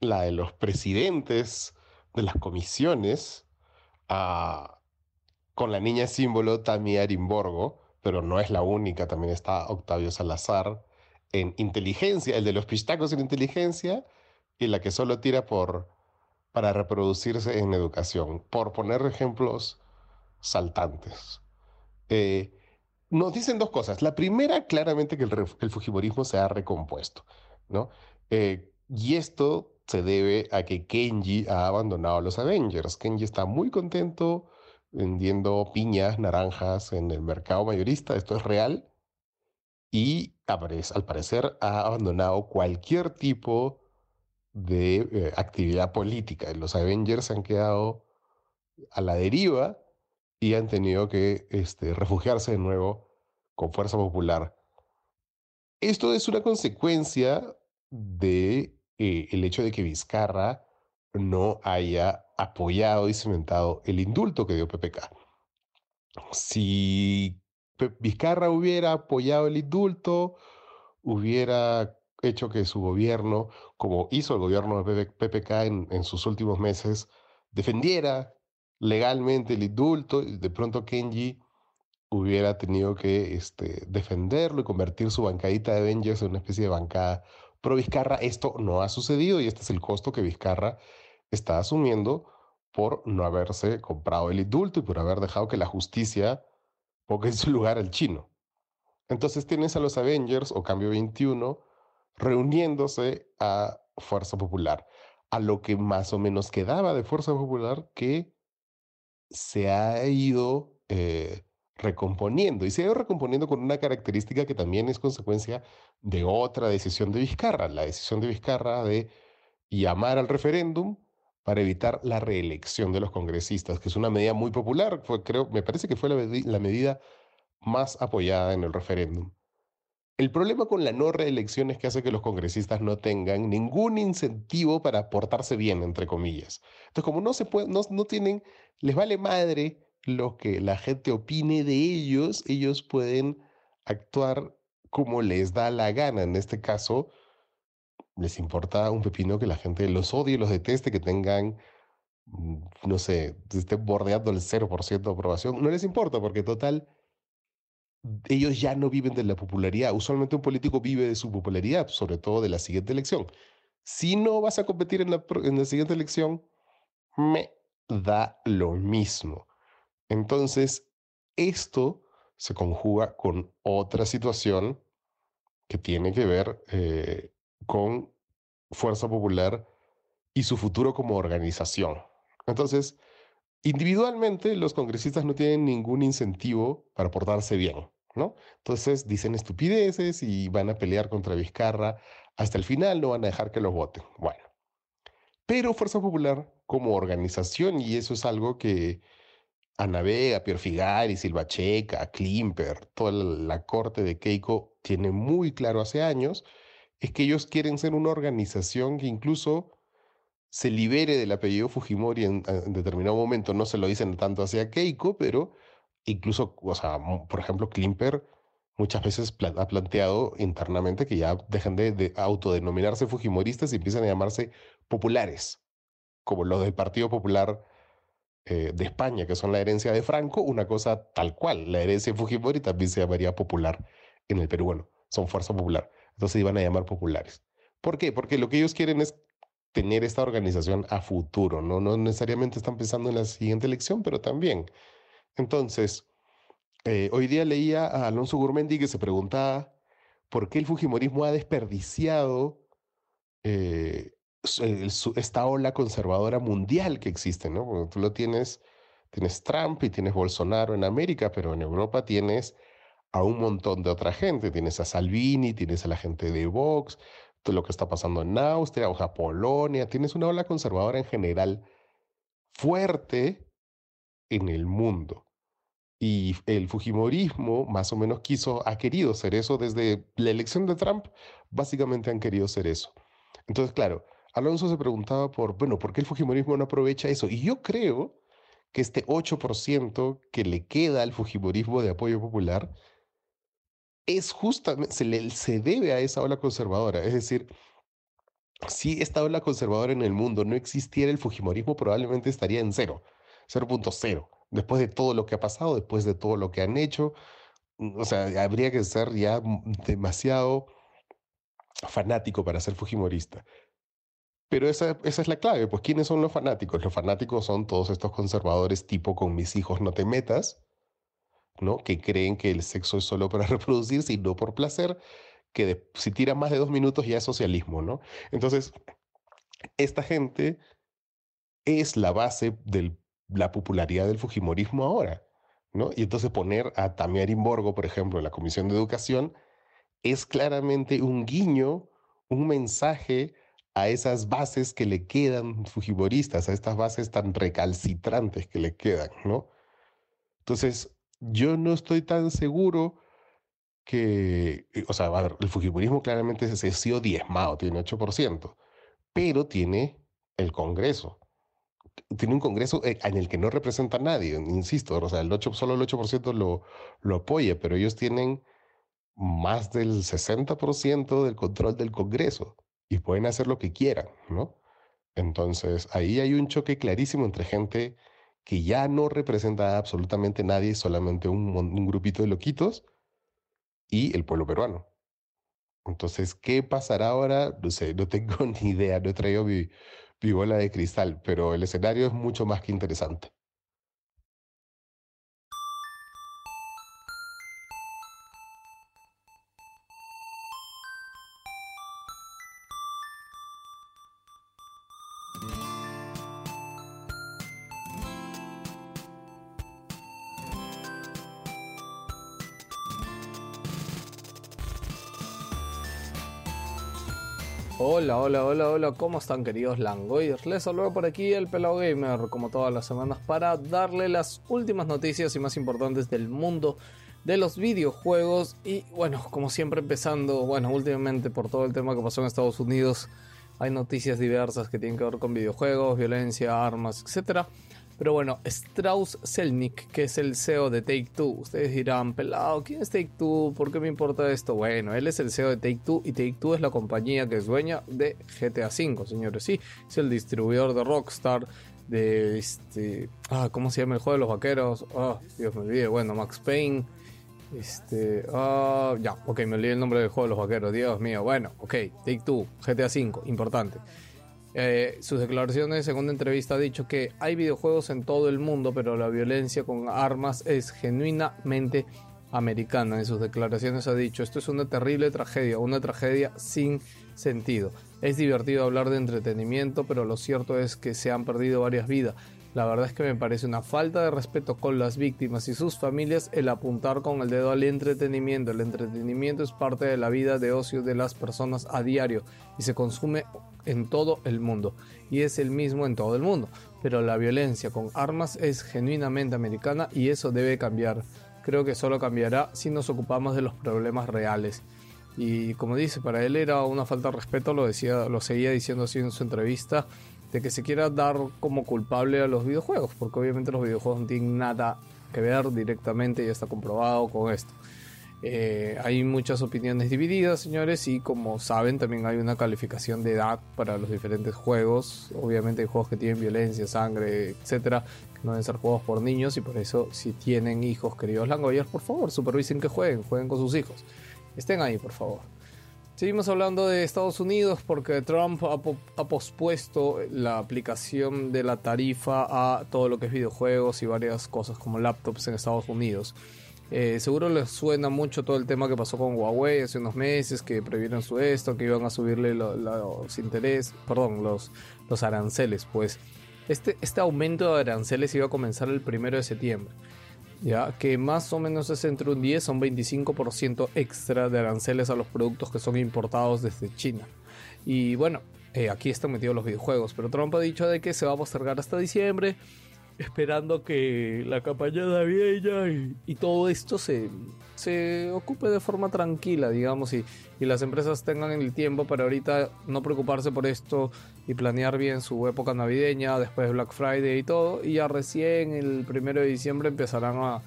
la de los presidentes de las comisiones, ah, con la niña símbolo Tami Arimborgo, pero no es la única, también está Octavio Salazar en inteligencia, el de los pistacos en inteligencia y la que solo tira por para reproducirse en educación, por poner ejemplos saltantes. Eh, nos dicen dos cosas. La primera, claramente, que el, ref- el fujimorismo se ha recompuesto, ¿no? Eh, y esto se debe a que Kenji ha abandonado a los Avengers. Kenji está muy contento vendiendo piñas, naranjas en el mercado mayorista, esto es real, y apare- al parecer ha abandonado cualquier tipo de eh, actividad política. Los Avengers se han quedado a la deriva y han tenido que este, refugiarse de nuevo con fuerza popular. Esto es una consecuencia de eh, el hecho de que Vizcarra no haya apoyado y cimentado el indulto que dio PPK. Si Pe- Vizcarra hubiera apoyado el indulto, hubiera hecho que su gobierno, como hizo el gobierno de PP PPK en, en sus últimos meses, defendiera legalmente el indulto, y de pronto Kenji hubiera tenido que este, defenderlo y convertir su bancadita de Avengers en una especie de bancada pro Vizcarra. Esto no ha sucedido y este es el costo que Vizcarra está asumiendo por no haberse comprado el indulto y por haber dejado que la justicia ponga en su lugar al chino. Entonces tienes a los Avengers o Cambio 21 reuniéndose a Fuerza Popular, a lo que más o menos quedaba de Fuerza Popular que se ha ido eh, recomponiendo y se ha ido recomponiendo con una característica que también es consecuencia de otra decisión de Vizcarra, la decisión de Vizcarra de llamar al referéndum para evitar la reelección de los congresistas, que es una medida muy popular, fue, creo, me parece que fue la, medi- la medida más apoyada en el referéndum. El problema con la no reelección es que hace que los congresistas no tengan ningún incentivo para portarse bien, entre comillas. Entonces, como no se puede, no, no tienen, les vale madre lo que la gente opine de ellos, ellos pueden actuar como les da la gana. En este caso, les importa un pepino que la gente los odie, los deteste, que tengan, mm, no sé, estén bordeando el 0% de aprobación. No les importa porque total, ellos ya no viven de la popularidad. Usualmente un político vive de su popularidad, sobre todo de la siguiente elección. Si no vas a competir en la, pro- en la siguiente elección, me da lo mismo. Entonces, esto se conjuga con otra situación que tiene que ver eh, con Fuerza Popular y su futuro como organización. Entonces, individualmente los congresistas no tienen ningún incentivo para portarse bien, ¿no? Entonces dicen estupideces y van a pelear contra Vizcarra hasta el final, no van a dejar que los voten. Bueno, pero Fuerza Popular como organización, y eso es algo que Ana Vega, Pierfigar y Silva Checa, Klimper, toda la la corte de Keiko tiene muy claro hace años, es que ellos quieren ser una organización que incluso se libere del apellido Fujimori en, en determinado momento. No se lo dicen tanto hacia Keiko, pero incluso, o sea, mu- por ejemplo, Klimper muchas veces pla- ha planteado internamente que ya dejen de, de autodenominarse Fujimoristas y empiezan a llamarse populares, como los del Partido Popular eh, de España, que son la herencia de Franco, una cosa tal cual. La herencia de Fujimori también se llamaría popular en el Perú. Bueno, son fuerza popular. Entonces iban a llamar populares. ¿Por qué? Porque lo que ellos quieren es tener esta organización a futuro, ¿no? No necesariamente están pensando en la siguiente elección, pero también. Entonces, eh, hoy día leía a Alonso Gurmendi que se preguntaba por qué el Fujimorismo ha desperdiciado eh, su- el- su- esta ola conservadora mundial que existe, ¿no? Porque tú lo tienes, tienes Trump y tienes Bolsonaro en América, pero en Europa tienes a un montón de otra gente. Tienes a Salvini, tienes a la gente de Vox, todo lo que está pasando en Austria, o sea, Polonia. Tienes una ola conservadora en general fuerte en el mundo. Y el Fujimorismo más o menos quiso, ha querido ser eso desde la elección de Trump, básicamente han querido ser eso. Entonces, claro, Alonso se preguntaba por, bueno, ¿por qué el Fujimorismo no aprovecha eso? Y yo creo que este 8% que le queda al Fujimorismo de apoyo popular es justamente, se, le- se debe a esa ola conservadora. Es decir, si esta ola conservadora en el mundo no existiera, el Fujimorismo probablemente estaría en cero, 0.0, después de todo lo que ha pasado, después de todo lo que han hecho. Mm, O sea, habría que ser ya mm, demasiado fanático para ser fujimorista. Pero esa, esa es la clave, pues ¿quiénes son los fanáticos? Los fanáticos son todos estos conservadores tipo con mis hijos no te metas, ¿no? Que creen que el sexo es solo para reproducirse y no por placer, que de, si tira más de dos minutos ya es socialismo, ¿no? Entonces, esta gente es la base de la popularidad del Fujimorismo ahora, ¿no? Y entonces poner a Tamia Borgo, por ejemplo, en la Comisión de Educación, es claramente un guiño, un mensaje a esas bases que le quedan fujimoristas, a estas bases tan recalcitrantes que le quedan, ¿no? Entonces, yo no estoy tan seguro que, eh, o sea, a ver, el fujimorismo claramente se ha sido diezmado, tiene 8%, pero tiene el Congreso. Tiene un Congreso eh, en el que no representa a nadie, insisto, o sea, el 8, solo el 8% lo, lo apoya, pero ellos tienen más del 60% del control del Congreso y pueden hacer lo que quieran, ¿no? Entonces, ahí hay un choque clarísimo entre gente que ya no representa a absolutamente nadie, solamente un, un, grupito de loquitos, y el pueblo peruano. Entonces, ¿qué pasará ahora? No sé, no tengo ni idea, no he traído mi, mi bola de cristal, pero el escenario es mucho más que interesante. Hola, hola, hola, hola, ¿cómo están queridos langoyers? Les saludo por aquí el Pelao Gamer, como todas las semanas, para darle las últimas noticias y más importantes del mundo de los videojuegos. Y bueno, como siempre empezando, bueno, últimamente por todo el tema que pasó en Estados Unidos, hay noticias diversas que tienen que ver con videojuegos, violencia, armas, etc. Pero bueno, Strauss Selnick, que es el CEO de Take Two, ustedes dirán, pelado, ¿quién es Take Two? ¿Por qué me importa esto? Bueno, él es el CEO de Take Two y Take Two es la compañía que es dueña de GTA V, señores. Sí, es el distribuidor de Rockstar, de este. Ah, ¿cómo se llama el juego de los vaqueros? Ah, oh, Dios me olvidé. Bueno, Max Payne. Este. Ah, ya, ok, me olvidé el nombre del juego de los vaqueros, Dios mío. Bueno, ok, Take Two, GTA V, importante. Eh, sus declaraciones en una entrevista ha dicho que hay videojuegos en todo el mundo, pero la violencia con armas es genuinamente americana. En sus declaraciones ha dicho, esto es una terrible tragedia, una tragedia sin sentido. Es divertido hablar de entretenimiento, pero lo cierto es que se han perdido varias vidas. La verdad es que me parece una falta de respeto con las víctimas y sus familias el apuntar con el dedo al entretenimiento. El entretenimiento es parte de la vida de ocio de las personas a diario y se consume en todo el mundo y es el mismo en todo el mundo. Pero la violencia con armas es genuinamente americana y eso debe cambiar. Creo que solo cambiará si nos ocupamos de los problemas reales. Y como dice, para él era una falta de respeto, lo, decía, lo seguía diciendo así en su entrevista de que se quiera dar como culpable a los videojuegos, porque obviamente los videojuegos no tienen nada que ver directamente, ya está comprobado con esto. Eh, hay muchas opiniones divididas, señores, y como saben, también hay una calificación de edad para los diferentes juegos. Obviamente hay juegos que tienen violencia, sangre, etcétera, que no deben ser juegos por niños, y por eso, si tienen hijos, queridos langoyers, por favor, supervisen que jueguen, jueguen con sus hijos. Estén ahí, por favor. Seguimos hablando de Estados Unidos porque Trump ha, po ha, pospuesto la aplicación de la tarifa a todo lo que es videojuegos y varias cosas como laptops en Estados Unidos. Eh, seguro les suena mucho todo el tema que pasó con Huawei hace unos meses, que prohibieron su esto, que iban a subirle lo, lo, los intereses, perdón, los, los aranceles. Pues este, este aumento de aranceles iba a comenzar el primero de septiembre. ¿ya? que más o menos es entre un 10 a un 25% extra de aranceles a los productos que son importados desde China. Y bueno, eh, aquí están metidos los videojuegos, pero Trump ha dicho de que se va a postergar hasta diciembre, esperando que la campaña navideña y, y todo esto se, se ocupe de forma tranquila, digamos, y, y las empresas tengan el tiempo para ahorita no preocuparse por esto y planear bien su época navideña, después Black Friday y todo, y ya recién el primero de diciembre empezarán a,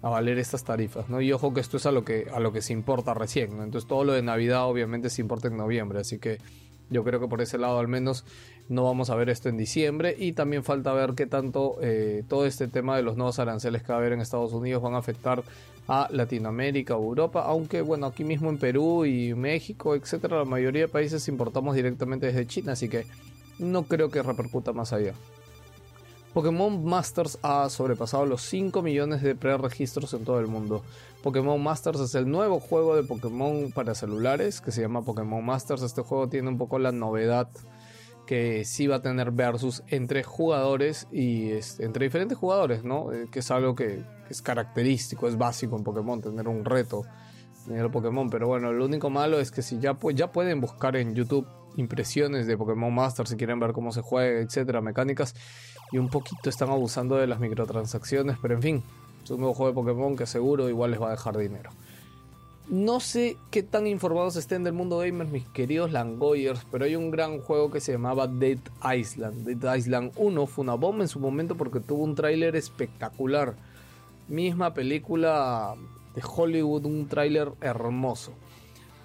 a, valer estas tarifas, ¿no? Y ojo que esto es a lo que, a lo que se importa recién, ¿no? Entonces todo lo de Navidad obviamente se importa en noviembre, así que Yo creo que por ese lado al menos no vamos a ver esto en diciembre y también falta ver qué tanto eh, todo este tema de los nuevos aranceles que va a haber en Estados Unidos van a afectar a Latinoamérica o Europa, aunque bueno, aquí mismo en Perú y México, etcétera, la mayoría de países importamos directamente desde China, así que no creo que repercuta más allá. Pokémon Masters ha sobrepasado los 5 millones de preregistros en todo el mundo. Pokémon Masters es el nuevo juego de Pokémon para celulares que se llama Pokémon Masters. Este juego tiene un poco la novedad que sí va a tener versus entre jugadores y este, entre diferentes jugadores, ¿no? Eh, que es algo que, que es característico, es básico en Pokémon, tener un reto en el Pokémon. Pero bueno, lo único malo es que si ya, pu- ya pueden buscar en YouTube impresiones de Pokémon Master si quieren ver cómo se juega, etcétera, mecánicas. Y un poquito están abusando de las microtransacciones, pero en fin, es un nuevo juego de Pokémon que seguro igual les va a dejar dinero. No sé qué tan informados estén del mundo gamer mis queridos Langoyers, pero hay un gran juego que se llamaba Dead Island. Dead Island 1 fue una bomba en su momento porque tuvo un tráiler espectacular. Misma película de Hollywood, un tráiler hermoso.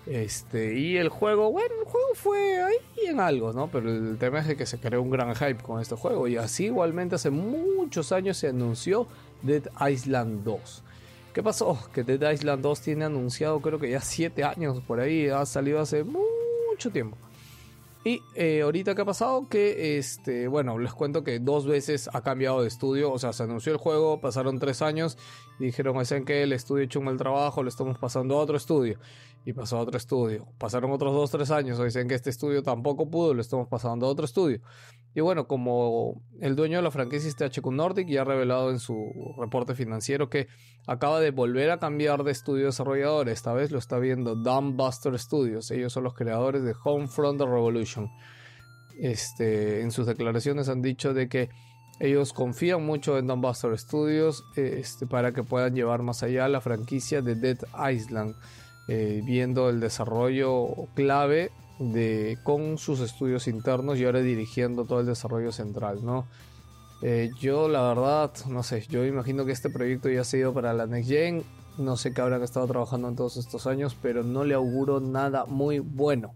Este, y el juego, bueno, el juego fue ahí en algo, ¿no? Pero el tema es de que se creó un gran hype con este juego. Y así igualmente hace muchos años se anunció Dead Island 2. ¿Qué pasó? Que Dead Island 2 tiene anunciado creo que ya 7 años por ahí. Ha salido hace mucho tiempo. Y eh, ahorita que ha pasado que, este, bueno, les cuento que dos veces ha cambiado de estudio, o sea, se anunció el juego, pasaron tres años, y dijeron, en que el estudio ha hecho un mal trabajo, lo estamos pasando a otro estudio, y pasó a otro estudio, pasaron otros dos, tres años, o dicen que este estudio tampoco pudo, lo estamos pasando a otro estudio. Y bueno, como el dueño de la franquicia es THQ Nordic ya ha revelado en su reporte financiero que acaba de volver a cambiar de estudio desarrollador. Esta vez lo está viendo Dumbbuster Studios. Ellos son los creadores de Homefront The Revolution. Este, en sus declaraciones han dicho de que ellos confían mucho en Dumbbuster Studios eh, este, para que puedan llevar más allá la franquicia de Dead Island, eh, viendo el desarrollo clave de, con sus estudios internos y ahora dirigiendo todo el desarrollo central, ¿no? Eh, yo, la verdad, no sé, yo imagino que este proyecto ya se ha ido para la Next Gen. No sé qué habrán estado trabajando en todos estos años, pero no le auguro nada muy bueno.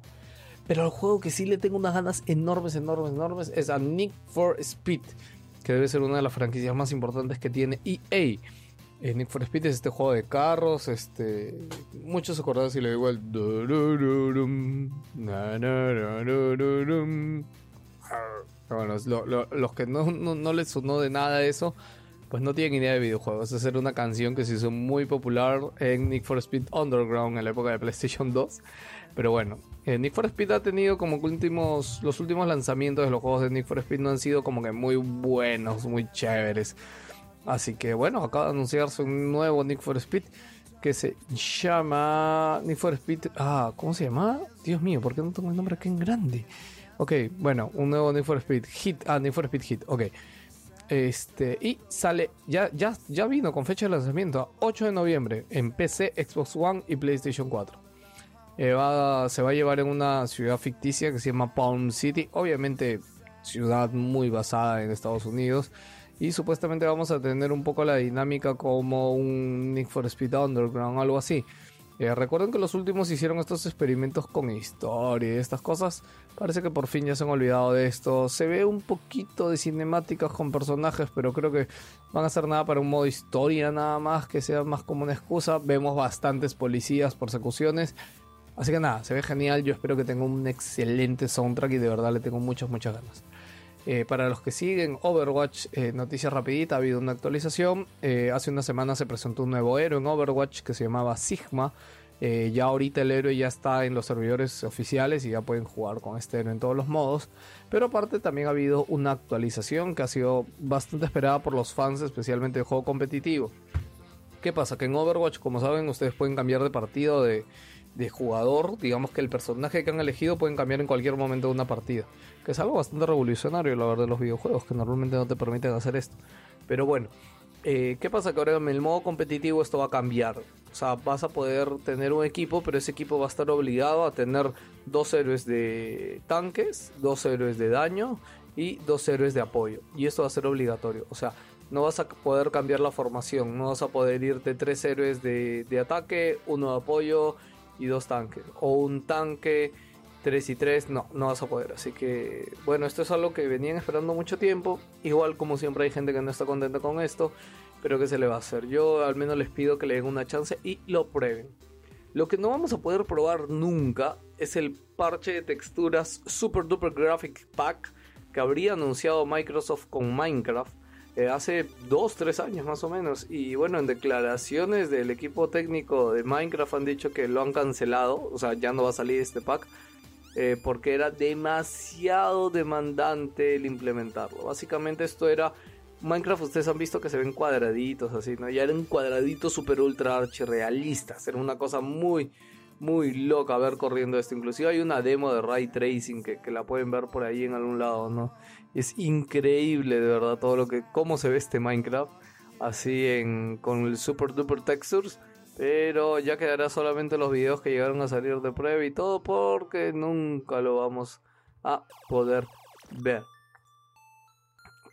Pero al juego que sí le tengo unas ganas enormes, enormes, enormes es a Nick for Speed, que debe ser una de las franquicias más importantes que tiene EA. Eh, Need for Speed es este juego de carros, este... Muchos se acordarán si le digo el... durururum, na, na, na, durururum. Arr. Pero bueno, lo- lo- los que no, no, no les sonó de nada eso, pues no tienen idea de videojuegos. Esa era una canción que se hizo muy popular en Need for Speed Underground en la época de PlayStation 2. Pero bueno, eh, Need for Speed ha tenido como que últimos, los últimos lanzamientos de los juegos de Need for Speed no han sido como que muy buenos, muy chéveres. Así que bueno, acaba de anunciarse un nuevo Need for Speed que se llama Need for Speed. Ah, ¿cómo se llama? Dios mío, ¿por qué no tengo el nombre aquí en grande? Ok, bueno, un nuevo Need for Speed Hit. Ah, Need for Speed Hit, ok. Este, y sale, ya, ya, ya vino con fecha de lanzamiento, ah, 8 de noviembre, en PC, Xbox One y PlayStation 4. Eh, va- se va a llevar en una ciudad ficticia que se llama Palm City, obviamente ciudad muy basada en Estados Unidos. Y supuestamente vamos a tener un poco la dinámica como un Need for Speed Underground, algo así. Eh, recuerden que los últimos hicieron estos experimentos con historia y estas cosas. Parece que por fin ya se han olvidado de esto. Se ve un poquito de cinemáticas con personajes, pero creo que van a hacer nada para un modo historia nada más, que sea más como una excusa. Vemos bastantes policías, persecuciones. Así que nada, se ve genial. Yo espero que tenga un excelente soundtrack y de verdad le tengo muchas, muchas ganas. Eh, para los que siguen Overwatch, eh, noticia rapidita, ha habido una actualización. Eh, hace una semana se presentó un nuevo héroe en Overwatch que se llamaba Sigma. Eh, ya ahorita el héroe ya está en los servidores oficiales y ya pueden jugar con este héroe en todos los modos. Pero aparte también ha habido una actualización que ha sido bastante esperada por los fans, especialmente del juego competitivo. ¿Qué pasa? Que en Overwatch, como saben, ustedes pueden cambiar de partido de, de jugador. Digamos que el personaje que han elegido pueden cambiar en cualquier momento de una partida. Que es algo bastante revolucionario, la verdad, de los videojuegos, que normalmente no te permiten hacer esto. Pero bueno, eh, ¿qué pasa? Que ahora en el modo competitivo esto va a cambiar. O sea, vas a poder tener un equipo, pero ese equipo va a estar obligado a tener dos héroes de tanques, dos héroes de daño y dos héroes de apoyo. Y esto va a ser obligatorio. O sea, no vas a poder cambiar la formación. No vas a poder irte tres héroes de, de ataque, uno de apoyo y dos tanques. O un tanque, 3 y 3, no, no vas a poder. Así que, bueno, esto es algo que venían esperando mucho tiempo. Igual, como siempre, hay gente que no está contenta con esto, pero ¿qué se le va a hacer? Yo al menos les pido que le den una chance y lo prueben. Lo que no vamos a poder probar nunca es el parche de texturas Super Duper Graphic Pack que habría anunciado Microsoft con Minecraft eh, hace 2-3 años más o menos. Y bueno, en declaraciones del equipo técnico de Minecraft han dicho que lo han cancelado, o sea, ya no va a salir este pack. eh, porque era demasiado demandante el implementarlo. Básicamente esto era Minecraft ustedes han visto que se ven cuadraditos así, ¿no? Ya eran cuadraditos super ultra archirrealistas. Era una cosa muy, muy loca ver corriendo esto. Inclusive hay una demo de Ray Tracing que, que la pueden ver por ahí en algún lado, ¿no? Es increíble de verdad todo lo que... cómo se ve este Minecraft así en, con el super duper textures. Pero ya quedará solamente los videos que llegaron a salir de prueba y todo porque nunca lo vamos a poder ver.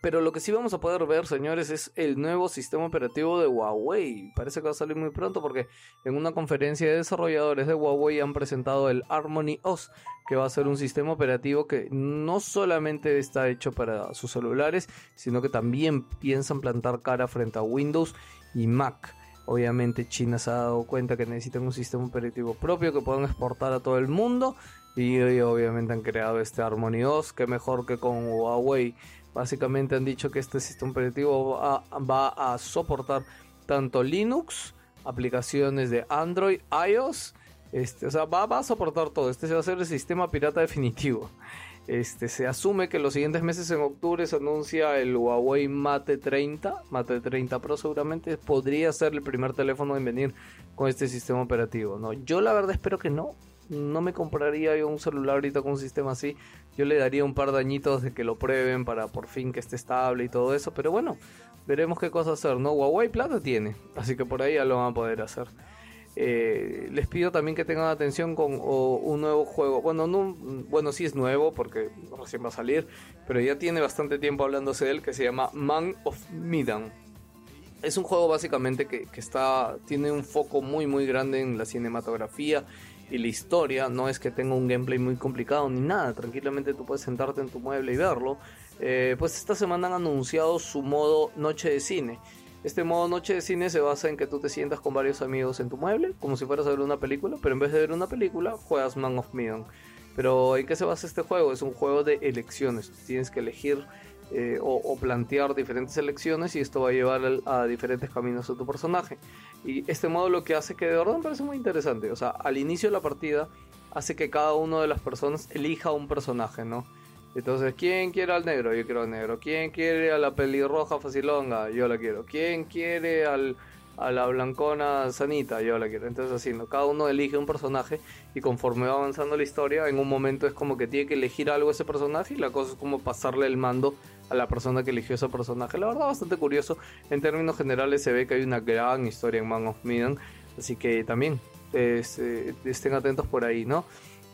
Pero lo que sí vamos a poder ver, señores, es el nuevo sistema operativo de Huawei. Parece que va a salir muy pronto porque en una conferencia de desarrolladores de Huawei han presentado el Harmony OS, que va a ser un sistema operativo que no solamente está hecho para sus celulares, sino que también piensan plantar cara frente a Windows y Mac. Obviamente China se ha dado cuenta que necesitan un sistema operativo propio que puedan exportar a todo el mundo y, y obviamente han creado este Harmony OS, que mejor que con Huawei Básicamente han dicho que este sistema operativo va a, va a soportar tanto Linux, aplicaciones de Android, iOS, este, o sea, va, va a soportar todo. Este va a ser el sistema pirata definitivo. Este, se asume que los siguientes meses en octubre se anuncia el Huawei Mate 30, Mate 30 Pro seguramente podría ser el primer teléfono en venir con este sistema operativo. No, yo la verdad espero que no. No me compraría yo un celular ahorita con un sistema así. Yo le daría un par de añitos de que lo prueben para por fin que esté estable y todo eso. Pero bueno, veremos qué cosa hacer, ¿no? Huawei plata tiene, así que por ahí ya lo van a poder hacer. Eh, les pido también que tengan atención con o, un nuevo juego. Bueno, no, bueno, sí es nuevo porque recién va a salir, pero ya tiene bastante tiempo hablándose de él que se llama Man of Midan. Es un juego básicamente que, que está, tiene un foco muy muy grande en la cinematografía y la historia. No es que tenga un gameplay muy complicado ni nada. Tranquilamente tú puedes sentarte en tu mueble y verlo. Eh, pues esta semana han anunciado su modo noche de cine. Este modo noche de cine se basa en que tú te sientas con varios amigos en tu mueble, como si fueras a ver una película, pero en vez de ver una película, juegas Man of Medan. Pero ¿en qué se basa este juego? Es un juego de elecciones. Tienes que elegir eh, o, o plantear diferentes elecciones y esto va a llevar al- a diferentes caminos a tu personaje. Y este modo lo que hace que de verdad me parece muy interesante. O sea, al inicio de la partida hace que cada una de las personas elija un personaje, ¿no? Entonces, ¿quién quiere al negro? Yo quiero al negro. ¿Quién quiere a la pelirroja facilonga? Yo la quiero. ¿Quién quiere al, a la blancona sanita? Yo la quiero. Entonces, así, ¿no? Cada uno elige un personaje y conforme va avanzando la historia, en un momento es como que tiene que elegir algo ese personaje y la cosa es como pasarle el mando a la persona que eligió ese personaje. La verdad, bastante curioso. En términos generales, se ve que hay una gran historia en Man of Medan. Así que también es, eh, estén atentos por ahí, ¿no?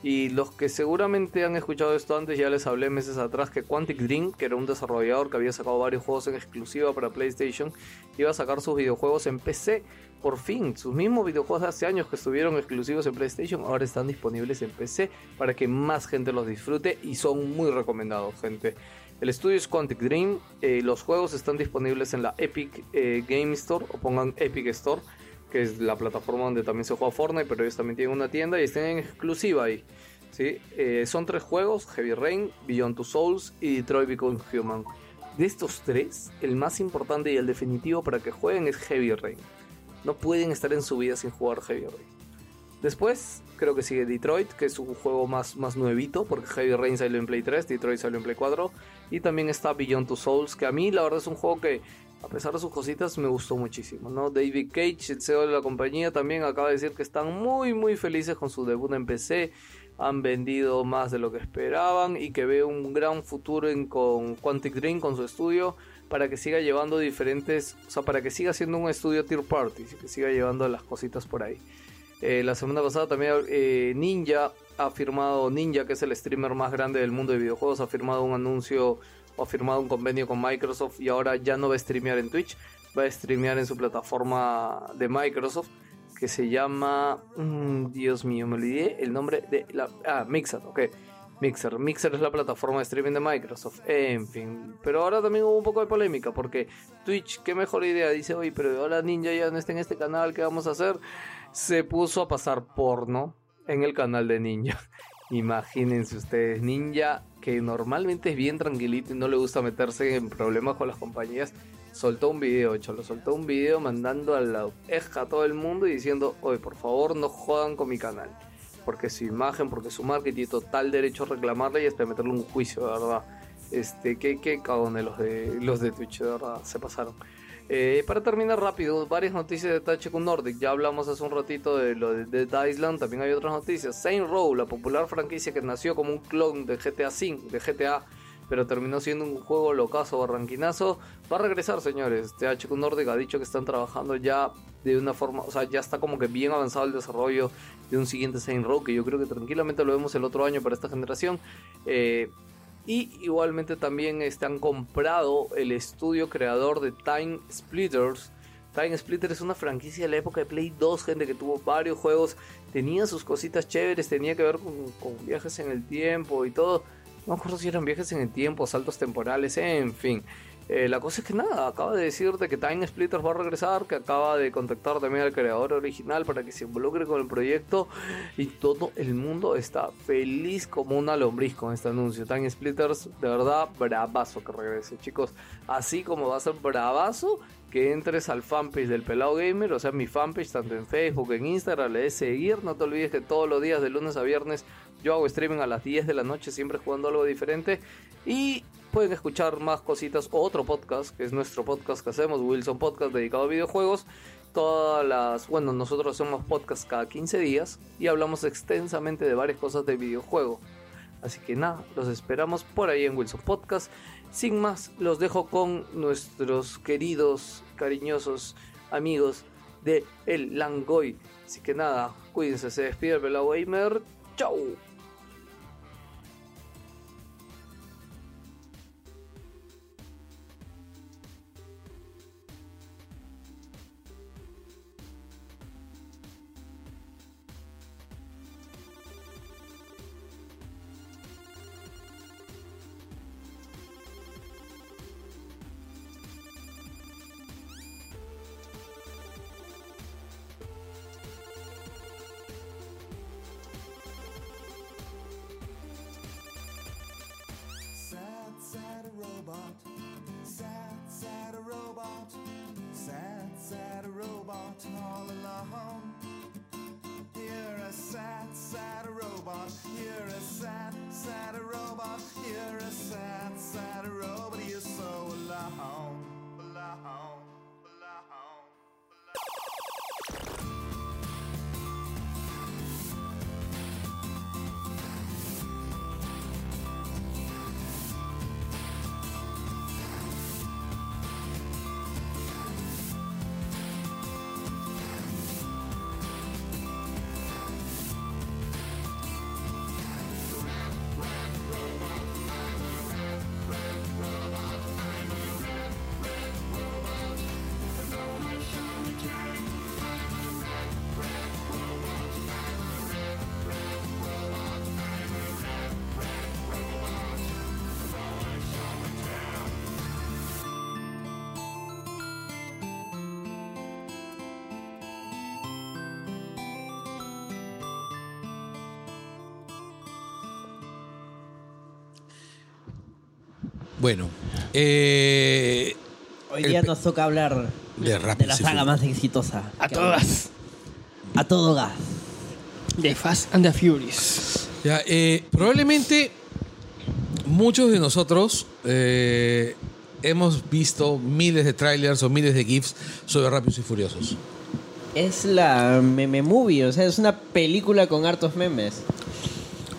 Y los que seguramente han escuchado esto antes, ya les hablé meses atrás que Quantic Dream, que era un desarrollador que había sacado varios juegos en exclusiva para PlayStation, iba a sacar sus videojuegos en PC. Por fin, sus mismos videojuegos de hace años que estuvieron exclusivos en PlayStation, ahora están disponibles en PC para que más gente los disfrute y son muy recomendados, gente. El estudio es Quantic Dream, eh, los juegos están disponibles en la Epic eh, Game Store, o pongan Epic Store, que es la plataforma donde también se juega Fortnite, pero ellos también tienen una tienda y están en exclusiva ahí. ¿sí? Eh, son tres juegos, Heavy Rain, Beyond Two Souls y Detroit Become Human. De estos tres, el más importante y el definitivo para que jueguen es Heavy Rain. No pueden estar en su vida sin jugar Heavy Rain. Después, creo que sigue Detroit, que es un juego más, más nuevito, porque Heavy Rain salió en Play 3, Detroit salió en Play 4, y también está Beyond Two Souls, que a mí la verdad es un juego que a pesar de sus cositas, me gustó muchísimo, ¿no? David Cage, el CEO de la compañía, también acaba de decir que están muy, muy felices con su debut en PC. Han vendido más de lo que esperaban y que ve un gran futuro en, con Quantic Dream, con su estudio, para que siga llevando diferentes, o sea, para que siga siendo un estudio tier party, que siga llevando las cositas por ahí. Eh, la semana pasada también eh, Ninja ha firmado, Ninja, que es el streamer más grande del mundo de videojuegos, ha firmado un anuncio o ha firmado un convenio con Microsoft y ahora ya no va a streamear en Twitch, va a streamear en su plataforma de Microsoft, que se llama. mm, Dios mío, me olvidé el nombre de la. Ah, Mixer, ok. Mixer. Mixer es la plataforma de streaming de Microsoft. En fin. Pero ahora también hubo un poco de polémica porque Twitch, qué mejor idea, dice, oye, pero ahora Ninja ya no está en este canal, ¿qué vamos a hacer? Se puso a pasar porno en el canal de Ninja. Imagínense ustedes, Ninja, que normalmente es bien tranquilito y no le gusta meterse en problemas con las compañías, soltó un video, Cholo, soltó un video mandando a la eja a todo el mundo y diciendo, oye, por favor no jodan con mi canal. Porque su imagen, porque su marca y tiene total derecho a reclamarle y hasta meterle un juicio, de verdad. Este, qué, qué cagones los de, los de Twitch, de verdad, se pasaron. Eh, para terminar rápido, varias noticias de THQ Nordic. Ya hablamos hace un ratito de lo de Dead Island, también hay otras noticias. Saint Row, la popular franquicia que nació como un clon de GTA V, de GTA, pero terminó siendo un juego locazo barranquinazo, va a regresar, señores. THQ Nordic ha dicho que están trabajando ya de una forma, o sea, ya está como que bien avanzado el desarrollo de un siguiente Saint Row, que yo creo que tranquilamente lo vemos el otro año para esta generación. Eh, y igualmente también este, han comprado el estudio creador de Time Splitters. Time Splitters es una franquicia de la época de Play 2, gente que tuvo varios juegos, tenía sus cositas chéveres, tenía que ver con, con viajes en el tiempo y todo. No me acuerdo si eran viajes en el tiempo, saltos temporales, en fin. Eh, la cosa es que nada, acaba de decirte que Time Splitters va a regresar, que acaba de contactar también al creador original para que se involucre con el proyecto y todo el mundo está feliz como una lombriz con este anuncio. Time Splitters, de verdad, bravazo que regrese, chicos. Así como va a ser bravazo que entres al fanpage del Pelado Gamer, o sea, mi fanpage tanto en Facebook, en Instagram, le des seguir. No te olvides que todos los días, de lunes a viernes, yo hago streaming a las 10 de la noche, siempre jugando algo diferente. Y pueden escuchar más cositas o otro podcast, que es nuestro podcast que hacemos, Wilson Podcast, dedicado a videojuegos. Todas las, bueno, nosotros hacemos podcast cada 15 días y hablamos extensamente de varias cosas de videojuego. Así que nada, los esperamos por ahí en Wilson Podcast. Sin más, los dejo con nuestros queridos, cariñosos amigos de El Langoy. Así que nada, cuídense, se despide el Pelado Gamer. ¡Chau! Sad, sad robot. Sad, sad robot. Sad, sad robot all alone. You're a sad, sad robot. You're a sad, sad robot. You're a sad, sad robot. You're so alone. Alone. Alone. Bueno, eh, Hoy El día pe- nos toca hablar de de Rápido pues. la y saga Furioso. más exitosa. A Que- todas. A todo gas. The Fast and the Furious. Ya, eh, probablemente muchos de nosotros eh, hemos visto miles de trailers o miles de GIFs sobre Rápidos y Furiosos. Es la meme movie, o sea, es una película con hartos memes.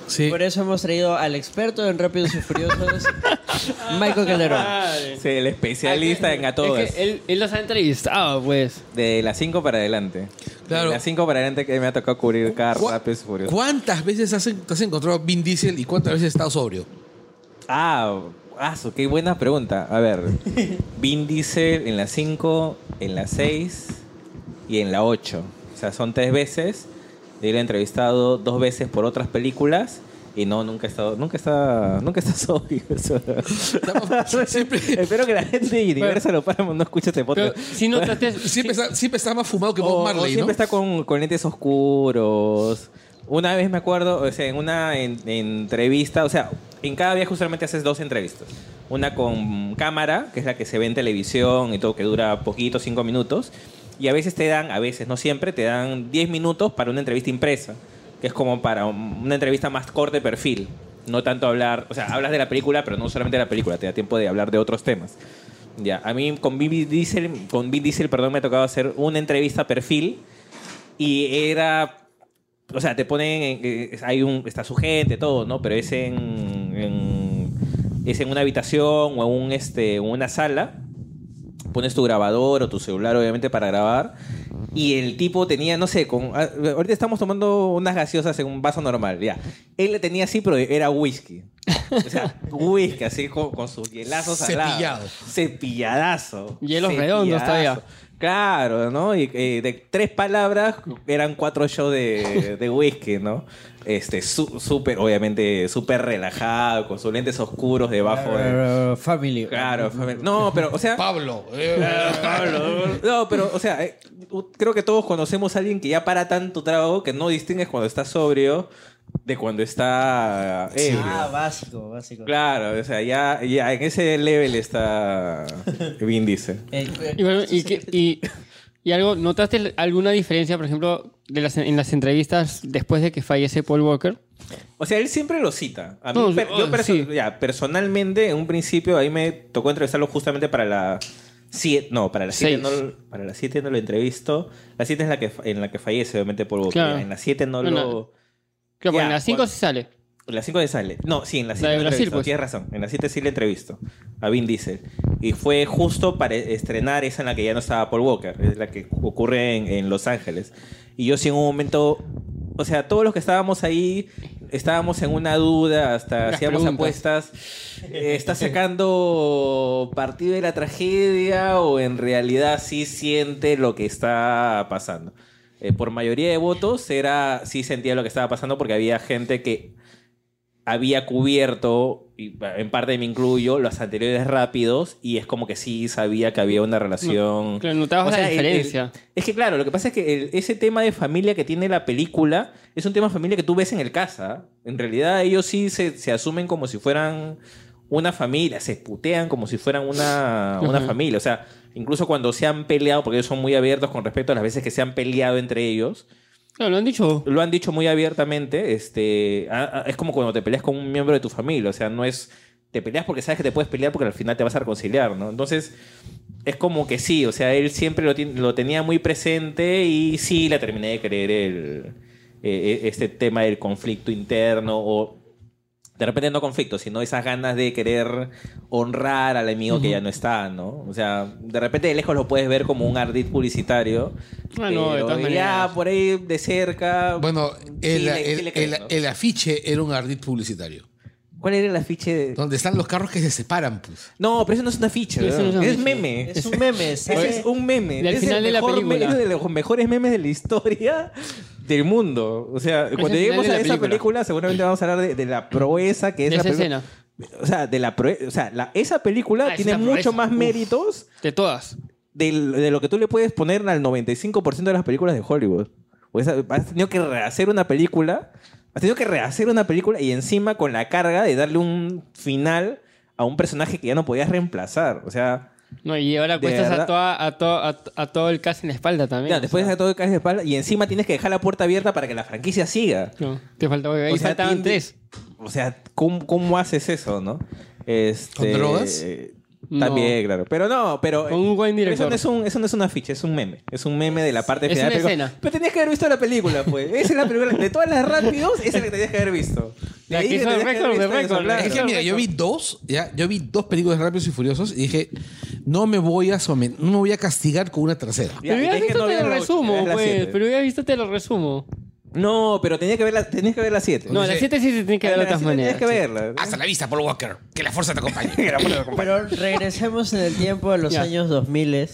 Sí. Por eso hemos traído al experto en Rápidos y Furiosos, Michael Ah, Calderón. Madre. Sí, el especialista en a todos. Ah, Es que él, él los ha entrevistado, pues. De las 5 para adelante. Claro. De las 5 para adelante que me ha tocado cubrir cada ¿Cu- rápido y furioso. ¿Cuántas veces has, en- te has encontrado Vin Diesel y cuántas veces has estado sobrio? Ah, aso, qué buena pregunta. A ver, Vin Diesel en la 5, en la 6 y en la 8. sea, son tres veces. Y lo he entrevistado dos veces por otras películas. Y no, nunca he estado, nunca está, nunca está sobrio. Estamos- siempre, Espero que la gente de Universal o Paramount no escuche este Pero podcast. si notaste... pues. siempre, está, siempre está más fumado que O- Bob o Marley, ¿no? siempre está con, con lentes oscuros. Una vez me acuerdo, o sea, en una en- entrevista, o sea, en cada viaje usualmente haces dos entrevistas. Una con cámara, que es la que se ve en televisión y todo, que dura poquito, cinco minutos. Y a veces te dan, a veces, no siempre, te dan 10 minutos para una entrevista impresa, que es como para un- una entrevista más corta de perfil. No tanto hablar, o sea, hablas de la película, pero no solamente de la película, te da tiempo de hablar de otros temas. Ya, a mí con Vin Diesel, con Vin Diesel, perdón, me ha tocado hacer una entrevista perfil y era o sea, te ponen en- eh, hay un está su gente, todo, ¿no? Pero es en, en- es en una habitación o en un este en una sala. Pones tu grabador o tu celular obviamente para grabar y el tipo tenía no sé, con ah, ahorita estamos tomando unas gaseosas en un vaso normal, ya. Él le tenía así, pero era whisky. O sea, whisky así con, con sus hielazos al lado. Cepillado. Cepilladazo. Hielos redondos todavía. Cepilladazo. Claro, ¿no? Y eh, de tres palabras eran cuatro shows de, de whisky, ¿no? Este, su- súper, obviamente, súper relajado, con sus lentes oscuros debajo de. Ah, Family. Claro, fue- no, pero, o sea. Pablo. eh, Pablo. No, pero, o sea, eh, creo que todos conocemos a alguien que ya para tanto trago que no distingues cuando está sobrio de cuando está ebrio. Ah, básico, básico. Claro, o sea, ya, ya en ese level está Vin Diesel. Eh, eh, Y, bueno, y, que- y- y algo, ¿notaste alguna diferencia, por ejemplo, de las, en las entrevistas después de que fallece Paul Walker? O sea, él siempre lo cita. A mí, No, per- sí, yo oh, perso- sí. ya, personalmente, en un principio, ahí me tocó entrevistarlo justamente para la 7. No, para la 7 Seis. no, lo- para la siete no lo entrevisto. La 7 es la que, fa- en la que fallece, obviamente, por Boca. Claro. En la 7 no, No, lo. no. Creo que Ya, en las 5 cuando- se sale. La 5 de sale. No, sí, en la 7 de lo Brasil, entrevisto. pues. Tienes razón. En la 7 sí le entrevisto a Vin Diesel. Y fue justo para estrenar esa en la que ya no estaba Paul Walker. Es la que ocurre en, en Los Ángeles. Y yo sí en un momento... O sea, todos los que estábamos ahí estábamos en una duda, hasta Unas hacíamos preguntas. apuestas. Eh, ¿Está sacando partido de la tragedia o en realidad sí siente lo que está pasando? Eh, por mayoría de votos era sí sentía lo que estaba pasando porque había gente que había cubierto, y en parte me incluyo, los anteriores rápidos y es como que sí sabía que había una relación. Claro, notabas Mm. O sea, la el- el- diferencia. es que claro, lo que pasa es que el- ese tema de familia que tiene la película es un tema de familia que tú ves en el casa. En realidad ellos sí se, se asumen como si fueran una familia, se putean como si fueran una, una Ujú. familia. O sea, incluso cuando se han peleado, porque ellos son muy abiertos con respecto a las veces que se han peleado entre ellos, Claro, lo han dicho. lo han dicho muy abiertamente, este, a- a- es como cuando te peleas con un miembro de tu familia, o sea, no es, te peleas porque sabes que te puedes pelear porque al final te vas a reconciliar, ¿no? Entonces, es como que sí, o sea, él siempre lo, tien- lo tenía muy presente y sí, la terminé de creer el, eh, eh, este tema del conflicto interno o... De repente no conflicto, sino esas ganas de querer honrar al amigo que ya no está, ¿no? O sea, de repente de lejos lo puedes ver como un ardid publicitario. Bueno, Ah, de pero todas ya maneras. por ahí de cerca. Bueno, el, eh, Sí le- sí el- le creen, el- ¿no? el afiche era un ardid publicitario. ¿Cuál era el afiche? De... Donde están los carros que se separan, pues. No, pero eso no es un afiche. Sí, eso no es ¿verdad? un es, afiche. meme. Es un meme. Ese ¿sabes? es un meme. Y al es el final de la mejor película. meme- es de los mejores memes de la historia del mundo. O sea, el cuando final lleguemos de a la esa película. película, seguramente vamos a hablar de, de la proeza que es De la esa película. escena. O sea, de la proe- o sea, la- esa película Ah, es tiene una mucho proeza. más Uf. méritos De todas. del- de lo que tú le puedes poner al 95% de las películas de Hollywood. O sea, has tenido que rehacer una película, has tenido que rehacer una película y encima con la carga de darle un final a un personaje que ya no podías reemplazar. O sea, No, y ahora De cuestas a, verdad. toda, a, to- a, to- a todo el cast en la espalda también. ya, o después sea. de todo el caes de espalda y encima tienes que dejar la puerta abierta para que la franquicia siga. No, te faltaba. Ahí O sea, faltaban tiende- tres. O sea, ¿cómo, cómo haces eso, no? ¿Con Este, eh, drogas? También, claro. Pero no, pero... Con un buen Pero Eso director. no, es un, eso no es un afiche, es un meme. Es un meme de la parte Es final. de una la película. escena. Pero tenías que haber visto la película, pues. Esa es la película. De todas las rápidos, esa es la que tenías que haber visto. De La ahí que hizo tenías haber récord de visto eso, récord, la claro. que Es que mira, yo vi dos, ya, yo vi dos películas de Rápidos y Furiosos y dije, no me voy a somet- no me voy a castigar con una tercera. pero Ya, y hubieras tenés que visto no te ver lo la ocho, resumo, tenés la pues. siete. Pero hubieras visto te lo resumo. No, pero tenías que ver la, tenías que ver las 7. No, Dice- las 7 sí se tiene "Ah, que ver de otras maneras. Tenías que sí. verla. Hasta la vista, Paul Walker. Que la fuerza te acompañe. Pero regresemos en el tiempo a los Ya. años 2000.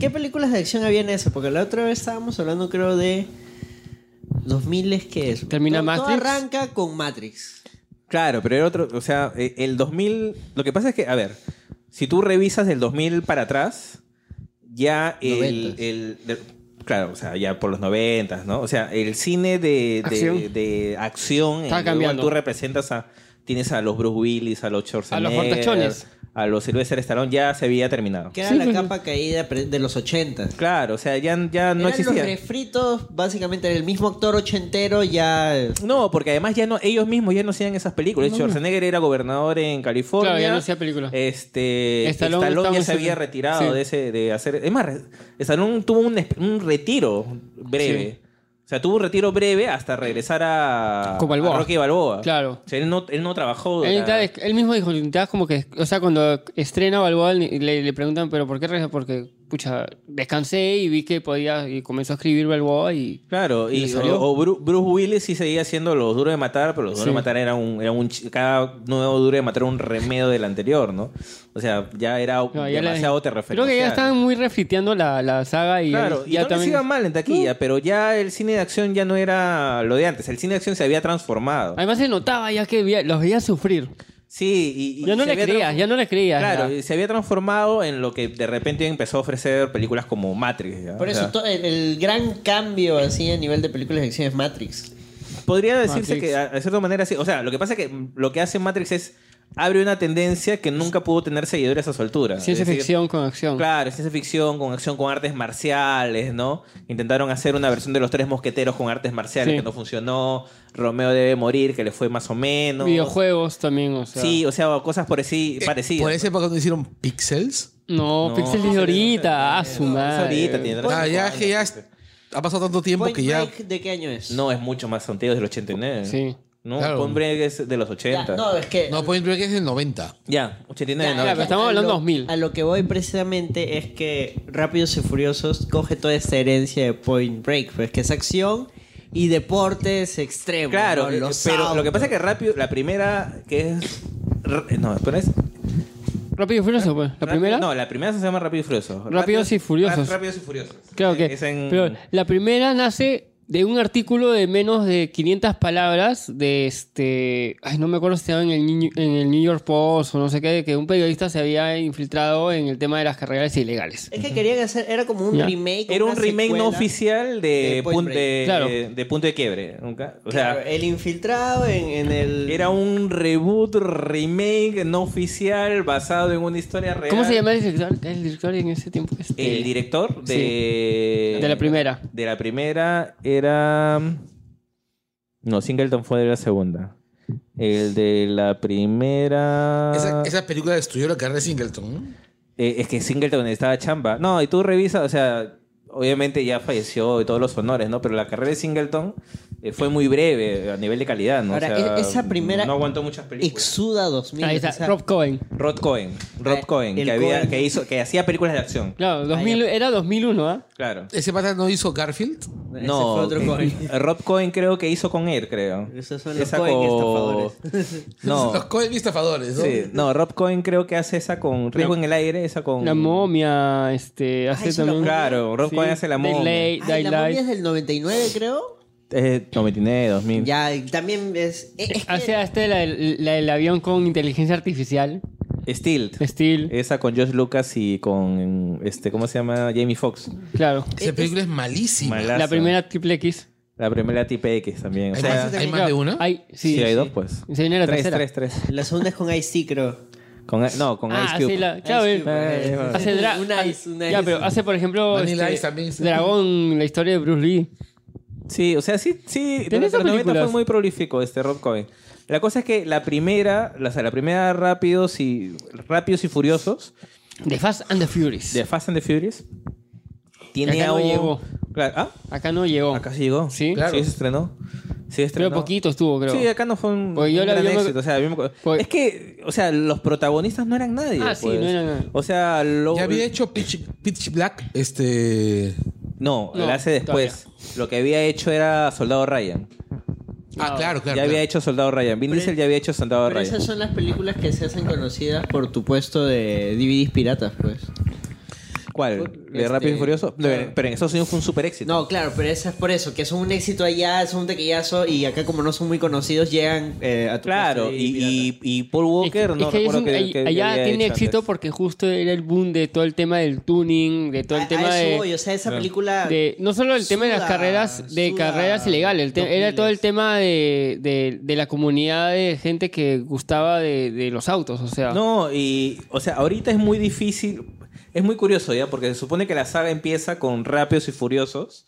¿Qué películas de acción había en eso? Porque la otra vez estábamos hablando, creo, de 2000 que es. Termina Todo- Matrix. Todo arranca con Matrix. Claro, pero era otro. O sea, eh, el 2000. Lo que pasa es que, a ver, si tú revisas del 2000 para atrás, ya el. Noventas. el- de- claro, o sea, ya por los 90, ¿no? O sea, el cine de, de- Acción. de acción. Está en el cual cambiando. Tú representas a. Tienes a los Bruce Willis, a los Schwarzenegger. fortachones. A los Sylvester Stallone, ya se había terminado. Que era Sí, la sí, sí. capa caída pre- de los 80. Claro, o sea, ya, ya no Eran existía. los refritos, básicamente era el mismo actor ochentero ya. eh, No, porque además ya no, ellos mismos ya no hacían esas películas. Schwarzenegger era gobernador en California. Claro, ya no hacía películas. Este, Stallone Stallone, estaba ya en se su- había retirado sí. de ese, de hacer. Es más, re- Stallone tuvo un, esp- un retiro breve. O sea, tuvo un retiro breve hasta regresar a, Con Balboa. a Rocky Balboa. Claro. O sea, él no, él no trabajó. Él, la- necesitaba des- él mismo dijo, necesitabas como que, o sea, cuando estrena Balboa le, le- le preguntan, pero ¿por qué regresas? Porque, pucha, descansé y vi que podía, y comenzó a escribir Balboa y... Claro, ¿Y le y, salió? o, o Bru- Bruce Willis sí seguía haciendo los duros de matar, pero los duros Sí. de matar era un, era un ch- cada nuevo duro de matar era un remedio del anterior, ¿no? O sea, ya era no, ya la- demasiado te Creo que ya estaban muy refriteando la, la saga y Claro, él y ya no les iba mal en taquilla, pero ya el cine de acción ya no era lo de antes. El cine de acción se había transformado. Además se notaba ya que veía- los veía sufrir. Sí, y, y Ya no se le había creías, transfor- ya no le creías. Claro, ya. y se había transformado en lo que de repente empezó a ofrecer películas como Matrix. ¿ya? Por O eso sea, to- el, el gran cambio así a nivel de películas de acción es Matrix. podría decirse Matrix. que a- de cierta manera sí. O sea, lo que pasa es que mm, lo que hace Matrix es abre una tendencia que nunca pudo tener seguidores a su altura. Ciencia Es decir, ficción con acción. Claro, ciencia ficción con acción con artes marciales, ¿no? Intentaron hacer una versión de los tres mosqueteros con artes marciales Sí. que no funcionó. Romeo debe morir, que le fue más o menos. Videojuegos también, o sea. Sí, o sea, cosas por así, Eh, parecidas. Por esa época no hicieron Pixels. No, No, Pixel no, de no, ahorita, no, ah, su no, es madre. ahorita, tiene razón. Ah, ya, que ya es- ha pasado tanto tiempo Point que ya. Break, ¿De qué año es? No, es mucho más antiguo, es del 89. Sí. No, Claro. Point Break es de los Ya, 80. Ya, no, es que. No, Point Break es del 90. ya 89, Ya, no, ya, pero estamos a hablando lo- 2000. A lo que voy precisamente es que Rápidos y Furiosos coge toda esta herencia de Point Break, pues que es acción y deportes extremos. Claro, ¿no? eh, Los pero lo autos. que pasa es que rápido, la primera que es. r- eh, No, pero es. Rápido y Furioso, pues. ¿La Rápido- primera? No, la primera se llama Rápido y Furioso. Rápidos y Furiosos. Rá- Rápidos y Furiosos. Claro que. Es en- Pero la primera nace de un artículo de menos de 500 palabras de este. Ay, no me acuerdo si estaba en el, Ni- en el New York Post o no sé qué, que un periodista se había infiltrado en el tema de las carreras ilegales. Es que querían hacer. Era como un Ya. remake. Era una un remake no secuela. oficial de de, Point pun- Break. de- Claro. de- de punto de quiebre. nunca. O sea, Claro, el infiltrado en, en el. era un reboot, remake no oficial basado en una historia real. ¿Cómo se llama el director, el director en ese tiempo? Este, El director de. De la primera. De la primera era. mm, No, Singleton fue de la segunda. El de la primera. Esa, esa película destruyó la carrera de Singleton. ¿no? Eh, es que Singleton necesitaba chamba. No, y tú revisas, o sea, obviamente ya falleció y todos los honores, ¿no? Pero la carrera de Singleton eh, fue muy breve a nivel de calidad, ¿no? O Ahora, sea, e- esa primera No aguantó muchas películas. Exuda 2000. Ahí está, o sea, Rob Cohen. Rod Cohen. Rod Eh, Cohen, el que, había- Cohen. que hizo, que hacía películas de acción. Claro, 2000, era 2001, ¿ah? Claro. Ese pata no hizo Garfield. ese No, fue otro eh, Cohen. Rob Cohen creo que hizo con él, creo. Esos son los Esa Cohen con- estafadores. No, Los Cohen y estafadores, ¿no? sí, no, Rob Cohen creo que hace esa con Riesgo en el Aire, esa con... La momia, este, hace hizo la también. momia. Claro, Rob Cohen hace la Daylight- momia. Ay, la momia Daylight. es del 99, creo. Eh, 99, 2000. Ya, y también es. es- es que- Hace este la, del- la del avión con inteligencia artificial. Stilt. Steel. Esa con Josh Lucas y con este, ¿cómo se llama? Jamie Foxx. claro. Esa película es malísima. Malaza. La primera triple X. La primera tipa X también. O Hay sea, más- ¿Hay más de una? Hay, sí, sí, hay sí. dos, pues. Se viene la tres, tercera. tres, tres. La segunda es con Ice-T, creo. Con, no, con Ah, Ice sí, Cube. la, claro, Ice él- ah. Cube, eh, hace dra- un Ice, un Ice. Ya, pero hace, por ejemplo, Vanilla este, Ice también, sí. Dragón, la historia de Bruce Lee. Sí, o sea, sí, sí. Tenía durante esas los 90 películas. fue muy prolífico este Rob Cohen. La cosa es que la primera, la, o sea, la primera Rápidos y, Rápidos y Furiosos, The Fast and the Furious. de Fast and the Furious, tiene Acá no a un... llegó. Claro, ah, Acá no llegó. acá sí llegó. Sí. Claro. Sí, se estrenó. Sí, se pero estrenó. poquito estuvo, creo. Sí, acá no fue un, Porque yo un la- gran yo me- éxito. O sea, a mí me acuerdo- Porque- Es que, o sea, los protagonistas no eran nadie. Ah, sí, pues. no eran nadie. O sea, lo... Ya había hecho Pitch, Pitch Black, este. No, No, la hace después. Lo que había hecho era Soldado Ryan. Ah, No, claro, claro. ya claro. había hecho Soldado Ryan. Vin Pero- Diesel ya había hecho Soldado Pero Ryan. esas son las películas que se hacen conocidas por tu puesto de DVDs piratas, pues. ¿Cuál? ¿De Este, Rápido y Furioso? No, claro. Pero en Estados Unidos fue un super éxito. No, claro, pero eso es por eso, que son un éxito allá, son un tequillazo y acá como no son muy conocidos llegan eh, a tu Claro, puesto de y, pirata. y, y Paul Walker es que- no es que ellos recuerdo son- que, que- que allá había tiene hecho éxito antes. porque justo era el boom de todo el tema del tuning, de todo A- el a tema eso de, voy, o sea, esa película de- no solo el tema de las suda- carreras de suda carreras ilegales el te- era 2000s. todo el tema de, de, de la comunidad de gente que gustaba de, de los autos o sea No, y o sea, ahorita es muy difícil, es muy curioso ya, porque se supone que la saga empieza con Rápidos y Furiosos,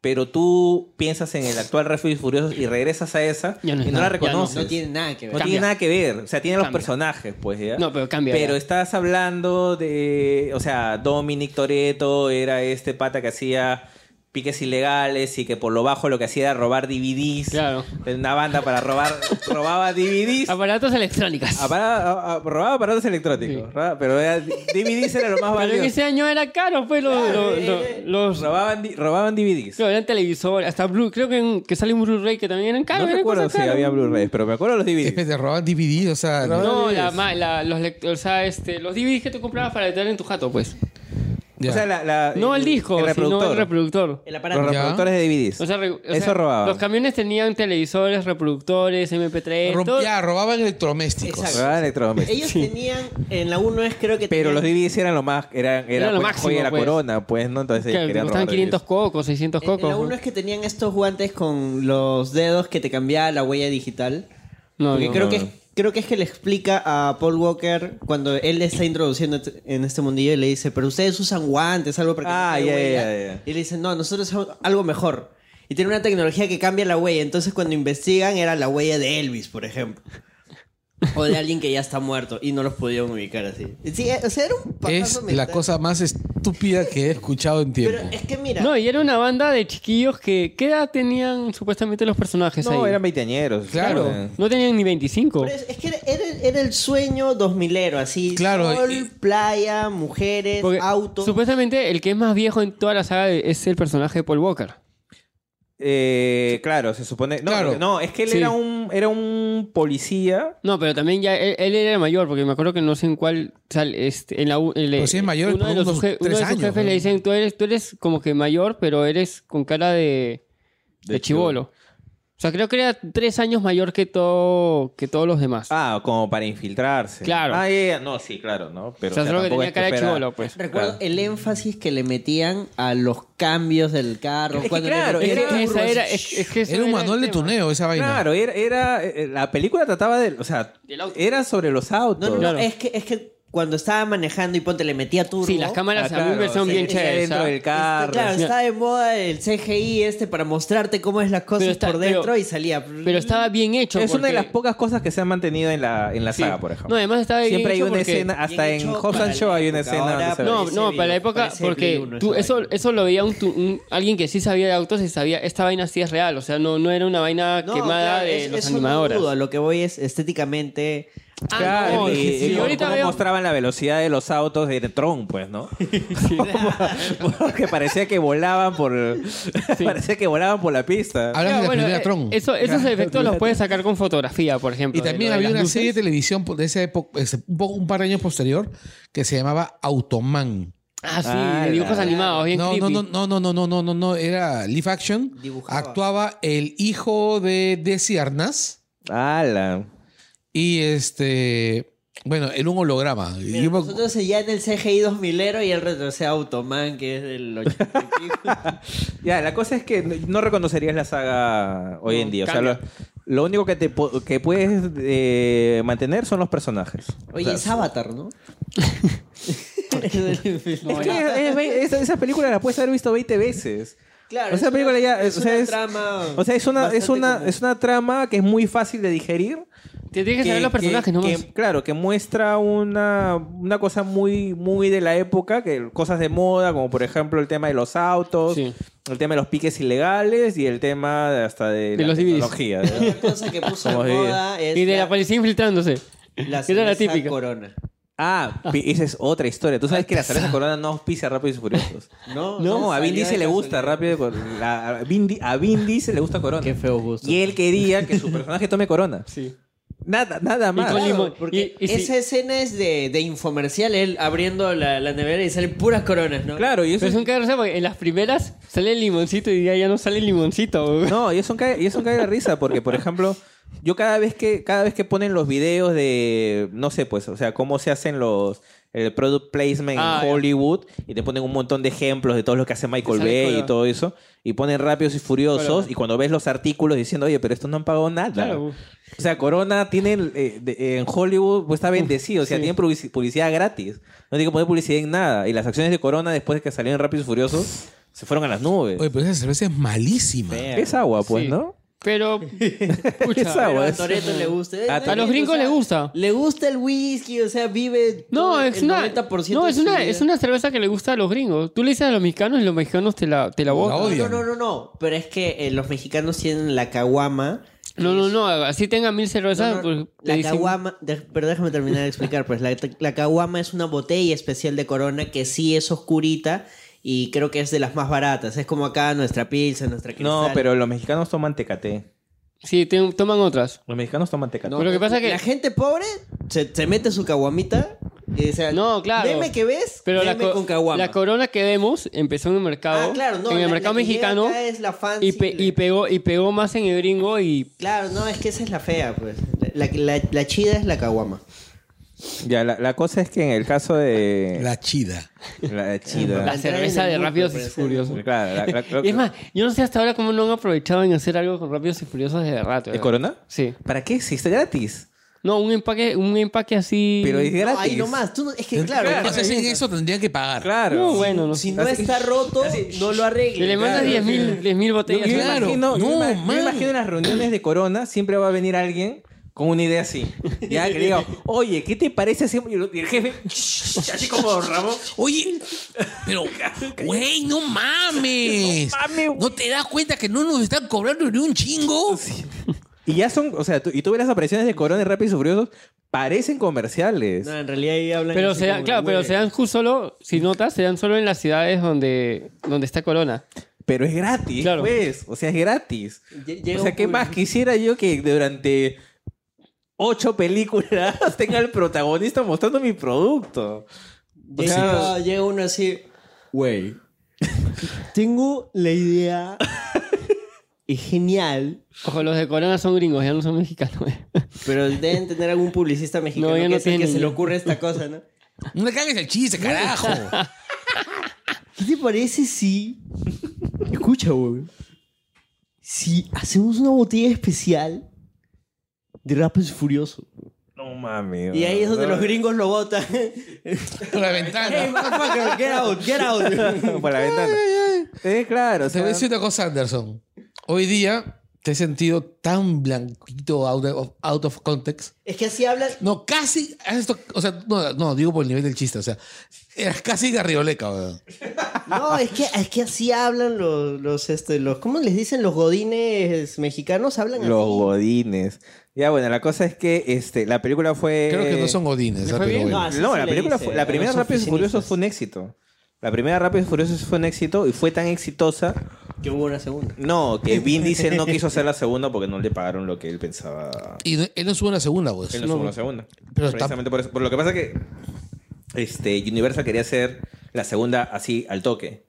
pero tú piensas en el actual Rápidos y Furiosos y regresas a esa Ya no es y no la nada, ya no, reconoces. no tiene nada que ver. No tiene Cambia. nada que ver, o sea, tiene los Cambia. personajes, pues ya. No, pero cambia Pero ya. estás hablando de, o sea, Dominic Toreto era este pata que hacía piques ilegales y que por lo bajo lo que hacía era robar DVDs. Claro. De una banda para robar, robaba DVDs. aparatos electrónicos Apara- a- a- robaba aparatos electrónicos, Sí. ra- pero era- DVDs era lo más pero en valioso. ese año era caro pues los, los, los- los- Robaban, di- robaban DVDs. no, eran televisores hasta Blue creo que, en- que sale un Blu-ray que también eran caros no eran recuerdo cosas si caras. había Blu-rays, pero me acuerdo de los Es que DVDs. te roban DVD, o sea. Roban- no, DVDs. la, ma- la- los, lect- o sea, este, los DVDs que tú comprabas para editar en tu jato, pues. ya. O sea, la- la- No el disco, Ah, el sino el reproductor. reproductor. El los aparato. Ya. reproductores de DVDs. O sea, re- o Eso sea, robaban. Los camiones tenían televisores, reproductores, MP3. Rom- eh, todo- ya, robaban electrodomésticos. Exacto. robaban pues, electrodomésticos. Ellos tenían, en la 1 es creo que Pero los tenían- DVDs eran lo más, eran, era, Era lo pues, máximo, joya de la pues. corona, pues, ¿no? Entonces ellos Claro, te querían costaban robar 500 DVDs. cocos, 600 en- en cocos. la 1 Eh, es que tenían estos guantes con los dedos que te cambiaba la huella digital. No, Porque no. creo que creo que es que le explica a Paul Walker cuando él le está introduciendo t- en este mundillo y le dice, pero ustedes usan guantes, algo para que Ah, no ya, quede ya, huella". ya, ya. Y le dice, no, nosotros usamos algo mejor. Y tiene una tecnología que cambia la huella. Entonces cuando investigan era la huella de Elvis, por ejemplo. O de alguien que ya está muerto y no los pudieron ubicar así. Sí, o sea, era un Es papazo la mental. cosa más estúpida que he escuchado en tiempo. Pero es que mira, No, y era una banda de chiquillos que. ¿Qué edad tenían supuestamente los personajes No, ahí? eran veinteañeros. Claro. Eh, No tenían ni 25. por eso- es que era, era- era el sueño dos milero, así. Claro, Sol, y- playa, mujeres, Porque auto. Supuestamente el que es más viejo en toda la saga es el personaje de Paul Walker. Eh, claro, se supone. No, Claro. no es que él Sí. era un era un policía. No, pero también ya él, él era el mayor, porque me acuerdo que no sé en cuál. o sea, este, en la, u- el- Pero si Pues es mayor, uno por de, los unos suje- uno tres de sus años, jefes ¿no? le dicen: tú eres, tú eres como que mayor, pero eres con cara de, de, chivolo. O sea, creo que era tres años mayor que, todo, que todos los demás. Ah, como para infiltrarse. Claro. Ah, ya, ya, no, sí, claro, ¿no? Pero, o sea, solo que tampoco tenía es que cara de fuera- chivolo, pues. Recuerdo Claro. el énfasis que le metían a los cambios del carro. Es que cuando claro, le Es metían que, Era- turbo, esa era, así, es, es que eso Era un el manual de tema. tuneo esa vaina. Claro, era, era- eh, la película trataba de, o sea, Del auto. era sobre los autos. No, no, no, Claro. es que, es que cuando estaba manejando y ponte le metía turbo. Este, Sí, las cámaras Ah, a mí me claro, son sí, bien sí, chéveres. dentro ¿ah? del carro. Claro, Mira. estaba de moda el CGI este para mostrarte cómo es las cosas Pero está- por dentro pero- y salía. Pero estaba bien hecho. es una de porque- las pocas cosas que se han mantenido en la, en la sí. saga, por ejemplo. No, además estaba bien Siempre hay hecho una porque- escena, hasta bien en hecho Hobbs para and la Show hay una época. escena Ahora, donde se ve. No, Parece no, Blue, para la época, parece porque Blue, no tú- esa eso, vaina. eso lo veía un, tu- un- alguien que sí sabía de autos y sabía, esta vaina sí es real, o sea, no, no era una vaina No, quemada claro, de es- los eso no animadores. dudo, Lo que voy es estéticamente. Ah, Claro, no, y, sí, y sí, cómo- ahorita cómo veo- mostraban la velocidad de los autos de Tron, pues, ¿no? Porque parecía que volaban por parecía que volaban por la pista. Hablas de la Claro, bueno, primera eh, Tron. Eso, esos efectos los puedes sacar con fotografía, por ejemplo. Y de también lo de había las una luces. serie de televisión de esa época, ese- un, poco- un par de años posterior, que se llamaba Automan. Ah, sí, Ah, de dibujos la- animados, bien No, no, creepy. no, no, no, no, no, no, no, no, era live action. Dibujaba. Actuaba el hijo de Desi Arnaz ¡Hala! y este, bueno, en un holograma. Mira, Yo me- nosotros ya en el CGI 2000 y el retrocede Automan, que es del 80 y pico. Ya, la cosa es que no- no reconocerías la saga hoy No, en día. O sea, cambia. lo, lo único que te po- que puedes eh, mantener son los personajes. Oye, O es sea, Avatar, ¿no? no es que es- es- esa, esa película la puedes haber visto 20 veces. Esa Claro, es una- película ya- es o sea, una es- trama O sea, es una, es bastante una, común. es una trama que es muy fácil de digerir. Te tienes que saber los personajes nomás. que, claro, que muestra una, una cosa muy, muy de la época, que cosas de moda, como por ejemplo el tema de los autos, Sí. el tema de los piques ilegales y el tema de- hasta de, De la los DVDs. tecnología. ¿no? Otra cosa que puso Como de diría. moda es y de la policía infiltrándose. la era la cerveza típica. Corona. Ah, pi- esa es otra historia. Tú sabes que la cerveza Corona no auspicia Rápidos y Furiosos. No, No, a Vin salía Diesel de le gusta gasolina. Rápido y Cor- la- a Vin Di- A Vin Diesel le gusta Corona. Qué feo gusto. Y él quería que su personaje tome Corona. Sí. Nada, nada Y con más. limón. Porque Y- y si- esa escena es de, de infomercial, él abriendo la, la nevera y salen puras coronas, ¿no? Claro, y eso Pero es un caer de risa porque en las primeras sale el limoncito y ya, ya no sale el limoncito. güey. No, y es un cae, y es un cae de risa, porque por ejemplo, yo cada vez que, cada vez que ponen los videos de, no sé, pues, o sea, cómo se hacen los el product placement Ah, ya. en Hollywood, y te ponen un montón de ejemplos de todo lo que hace Michael Sale Bay y color. todo eso, y ponen rápidos y furiosos, Color. y cuando ves los artículos diciendo, oye, pero estos no han pagado nada. Claro, güey. O sea, Corona tiene eh, de- en Hollywood pues, está bendecido, o sea, Sí. tiene publici- publicidad gratis. No tiene que poner publicidad en nada. Y las acciones de Corona después de que salieron Rápidos y Furiosos se fueron a las nubes. Oye, pero esa cerveza es malísima. es agua, pues, Sí. ¿no? Pero. pucha, Es agua. Pero a es- Toretto le gusta. Eh, A- no, a los gringos o sea, les gusta. Le gusta el whisky, o sea, vive todo No, el es una, 90% no de es, su una, vida. es una cerveza que le gusta a los gringos. Tú le dices a los mexicanos y los mexicanos te la, te la La botan. odian. No, no, no, no. Pero es que eh, los mexicanos tienen la caguama. No, no, no. Así tengan mil cervezas. No, no, pues, te la dicen- caguama, de- pero déjame terminar de explicar, pues la, la caguama es una botella especial de Corona que sí es oscurita y creo que es de las más baratas. Es como acá nuestra pizza, nuestra No, cristal. pero los mexicanos toman tecate. Sí, te- toman otras. Los mexicanos toman tecate. Pero lo que pasa es que- la gente pobre se, se mete su caguamita y dice, No, claro. deme que ves, Pero la, deme co- con caguama. la corona que vemos empezó en el mercado. Ah, claro, no, en el la- mercado la que llega mexicano. acá es la fancy, Y, pe- y la- pegó, y pegó más en el gringo y. Claro, no, es que esa es la fea, pues. La, la- la chida es la caguama. Ya, la, la cosa es que en el caso de La chida. la, chida. La cerveza en el de mundo, Rápidos y pues, Furiosos. Claro, la- la- Y es más, yo no sé hasta ahora cómo no han aprovechado en hacer algo con Rápidos y Furiosos desde rato. ¿El ¿verdad? corona? Sí. ¿Para qué? Si está gratis. No, un empaque, un empaque así. Pero es No, gratis. ahí nomás. Tú no- es que, claro, O sea, sin eso tendrían que pagar. Claro. No, bueno, no si sé. no está roto, no lo Y arregles. le mandas claro. 10.000 10.000 Yo- botellas. yo Claro. imagino, yo No, ima- yo man. imagino en las reuniones de Corona siempre va a venir alguien con una idea así. Ya que le diga, oye, ¿qué te parece si y el jefe así como Ramón? Oye, pero, güey, no mames. ¿No te das cuenta que no nos están cobrando ni un chingo? Y ya son, o sea, tú, y tú ves las apariciones de Corona en Rápidos y Furiosos, parecen comerciales. No, en realidad ahí hablan. Pero así se dan, como, claro, pero "Güey". se dan ju- solo, si notas, se dan solo en las ciudades donde, donde está Corona. Pero es gratis, Claro. pues. O sea, es gratis. Lle- llega o sea, un ¿qué pul- más quisiera yo que durante ocho películas tenga el protagonista mostrando mi producto? O sea, Llega, llega uno así, güey. Tengo la idea y genial, Ojo, los de Corona son gringos, ya no son mexicanos. eh. pero deben tener algún publicista mexicano No, ya que, no es el que tienen. se le ocurre esta cosa, ¿no? No le cagues el chiste, carajo. ¿Qué te parece si... Escucha, güey. Si hacemos una botella especial de Rápidos y Furioso. no mames. Y ahí es donde no. los gringos lo botan. Por la ventana. hey, motherfucker, get out, get out. Por la ventana. Eh, claro. o Te voy sea, a decir una cosa, Anderson. Hoy día te he sentido tan blanquito out of, out of context. Es que así hablan. No, casi. has esto- o sea, no, no, digo por el nivel del chiste. O sea, eras casi garrioleca, weón. No, es que, es que así hablan los, los, este, los. ¿Cómo les dicen los godines mexicanos? Hablan así. Los godines. Ya, bueno, la cosa es que este, la película fue... Creo que no son godines. ¿Le ah, fue pero bien? bueno. No, así No, se la le película, dice fue- a la primera los Rápidos y Furiosos oficinistas. fue un éxito. La primera Rápidos y Furiosos fue un éxito y fue tan exitosa Que hubo una segunda. No, que Vin Diesel no quiso hacer la segunda porque no le pagaron lo que él pensaba. Y no- él no sube a la segunda, weón. Pues Él no, subió la segunda. Pero está- Precisamente por eso. Por lo que pasa que este, Universal quería hacer la segunda así al toque.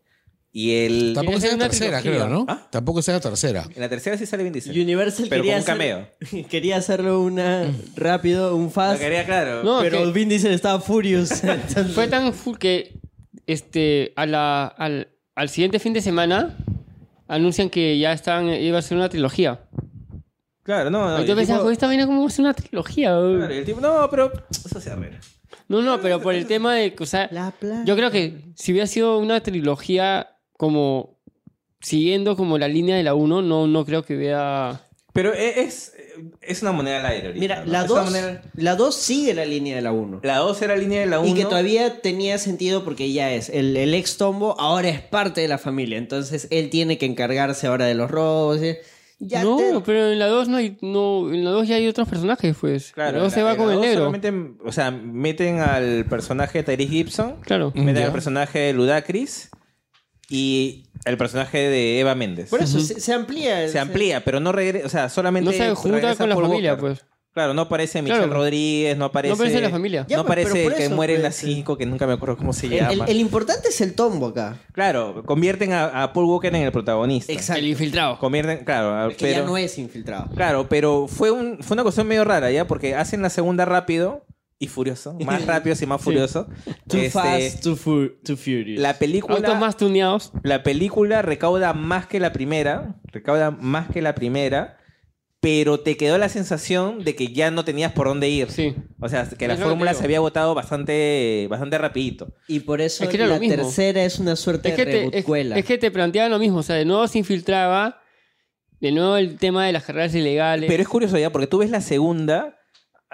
Y él. Tampoco Quería sea hacer la una tercera, trilogía. creo, ¿no? ¿Ah? Tampoco sea la tercera. En la tercera sí sale Vin Diesel. Universal Pero quería con un hacer- quería hacerlo una rápido, un La fast. quería, claro. No, pero que- Vin Diesel estaba furious. Entonces, Fue tan full que este, a la, al, al siguiente fin de semana anuncian que ya estaban, iba a ser una trilogía. Claro, no, no. Y y yo el pensaba, tipo- "Joder, esta vaina cómo va a ser una trilogía. güey?" claro, y el tipo, no, pero eso se arregla. No, no, pero por el tema de que, o sea, la plata. yo creo que si hubiera sido una trilogía como siguiendo como la línea de la 1, no, no creo que hubiera... Pero e- es, es una moneda al aire. ahorita, Mira, ¿no? la Es una 2 moneda- la dos sigue la línea de la 1. La 2 era línea de la 1. Y que todavía tenía sentido porque ya es, el, el ex Tombo ahora es parte de la familia, entonces él tiene que encargarse ahora de los robos. ¿sí? Ya no, te- pero en la 2 no hay, no, en la 2 ya hay otros personajes, pues. Claro, la 2 se en la- va en con la el dos negro. solamente, o sea, meten al personaje de Tyrese Gibson, Claro. meten Ya. al personaje de Ludacris y el personaje de Eva Méndez. Por eso, Ujú. se, se amplía. se amplía, pero no regresa, o sea, solamente No se junta regresa con la Paul familia, Walker. pues. Claro, no aparece Michelle Claro. Rodríguez, no aparece No aparece la familia. Ya, no pues, pero aparece por que eso, mueren pues, las sí. cinco, que nunca me acuerdo cómo se El, llama. el- el importante es el tombo acá. Claro, convierten a, a Paul Walker en el protagonista. Exacto. El infiltrado. Convierten, claro, a- Que ya pero no es infiltrado. claro, pero fue un fue una cuestión medio rara ya, porque hacen la segunda rápido y furioso, más rápido y más furioso. Too Este, fast, too, fu- too furious. La Autos película más tuneados. la película recauda más que la primera, recauda más que la primera, pero te quedó la sensación de que ya no tenías por dónde ir. Sí. O sea, que Es la lo que te fórmula digo. se había agotado bastante, bastante rapidito. Y por eso Es que era la lo mismo. tercera es una suerte Es que, de te, es, rebuscuela. es que te planteaban lo mismo. O sea, de nuevo se infiltraba. De nuevo el tema de las carreras ilegales. Pero es curioso ya, porque tú ves la segunda.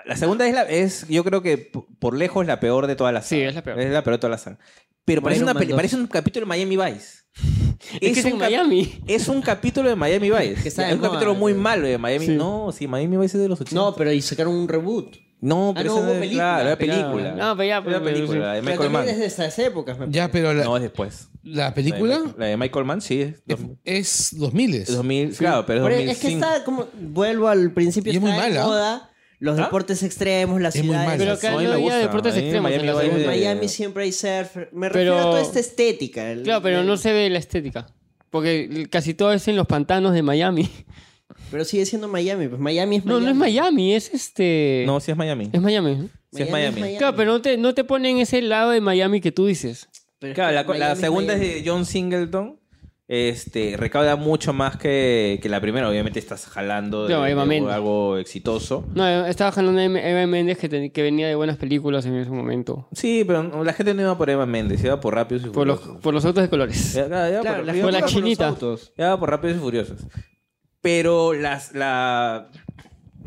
La segunda es, la, es yo creo que p- por lejos la peor de todas las Sí, es la peor. Es la peor de todas las sagas. Pero Como parece, Iron una Man peli- 2. parece un capítulo de Miami Vice. Es que es en cap- Miami. Es un capítulo de Miami Vice. Que está de es un moda, capítulo muy ¿no? malo de Miami. Sí. No, sí, Miami Vice es de los 80. No, pero y sacaron un reboot. no, Ah, pero no, esa hubo es- película. Claro, era Pero- película. no, pero ya, Era pero- película, la de Pero Michael también Mann. es de estas épocas. Me Ya, parece. pero la, No, es después. la La de película Michael- La de Michael Mann, sí. Es, dos- es 2000. es 2000, Claro, pero es Pero 2005. es que está como. Vuelvo al principio. Y es muy está de mala. moda. Los ¿Ah? deportes extremos, las Es muy ciudades. mala. Pero A acá mí no me había gusta. deportes A mí extremos en Miami la Vice- En segunda. Miami siempre hay surf. Me Este, Pero- refiero a toda esta estética. el- Claro, pero no se ve la estética. Porque casi todo es en los pantanos de Miami. Pero sigue siendo Miami. Pues Miami es No, Miami. no es Miami, es este. No, sí es Miami. Es Miami. ¿no? sí es Miami. Claro, pero no te, no te ponen ese lado de Miami que tú dices. Pero es Claro, que la, co- la Miami es segunda es Miami. de John Singleton. Este, recauda mucho más que, que la primera. Obviamente estás jalando de, No, de obviamente. algo exitoso. No, estaba jalando a Eva Méndez que, ten- que venía de buenas películas en ese momento. Sí, pero no- la gente no iba por Eva Méndez, iba por Rápidos y Por los, Furiosos. por los autos de colores. Ya, ya, ya, Claro, por, las iba por la por- películas con los chinita. autos. ya por Rápidos y Furiosos. Pero las, la...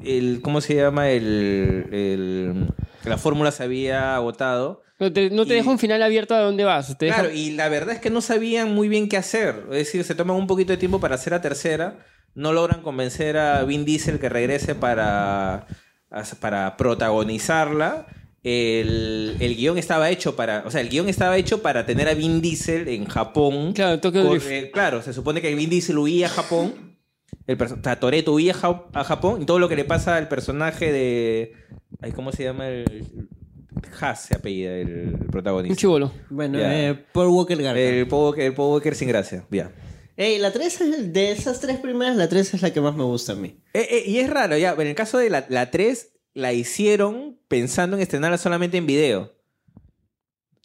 El, ¿Cómo se llama? El, el- la fórmula se había agotado. No te, no te Y- deja un final abierto a dónde vas. Te deja- Claro, y la verdad es que no sabían muy bien qué hacer. Es decir, se toman un poquito de tiempo para hacer la tercera. No logran convencer a Vin Diesel que regrese para, as- para protagonizarla. El, el guión estaba hecho para. O sea, el guión estaba hecho para tener a Vin Diesel en Japón. Claro, Tokyo Con- Drift. eh, claro, se supone que Vin Diesel huía a Japón. El perso- o sea, Toretto huía a Ja- a Japón. Y todo lo que le pasa al personaje de. ay, ¿Cómo se llama el. Haas se apellida el, el Un protagonista. chivolo. Bueno, Ya. eh, Paul Walker Garner. El Paul Walker, el Paul Walker sin gracia, ya. Ey, la 3 es, de esas tres primeras, la 3 es la que más me gusta a mí. Eh, eh, y es raro, ya. En el caso de la, la 3, la hicieron pensando en estrenarla solamente en video.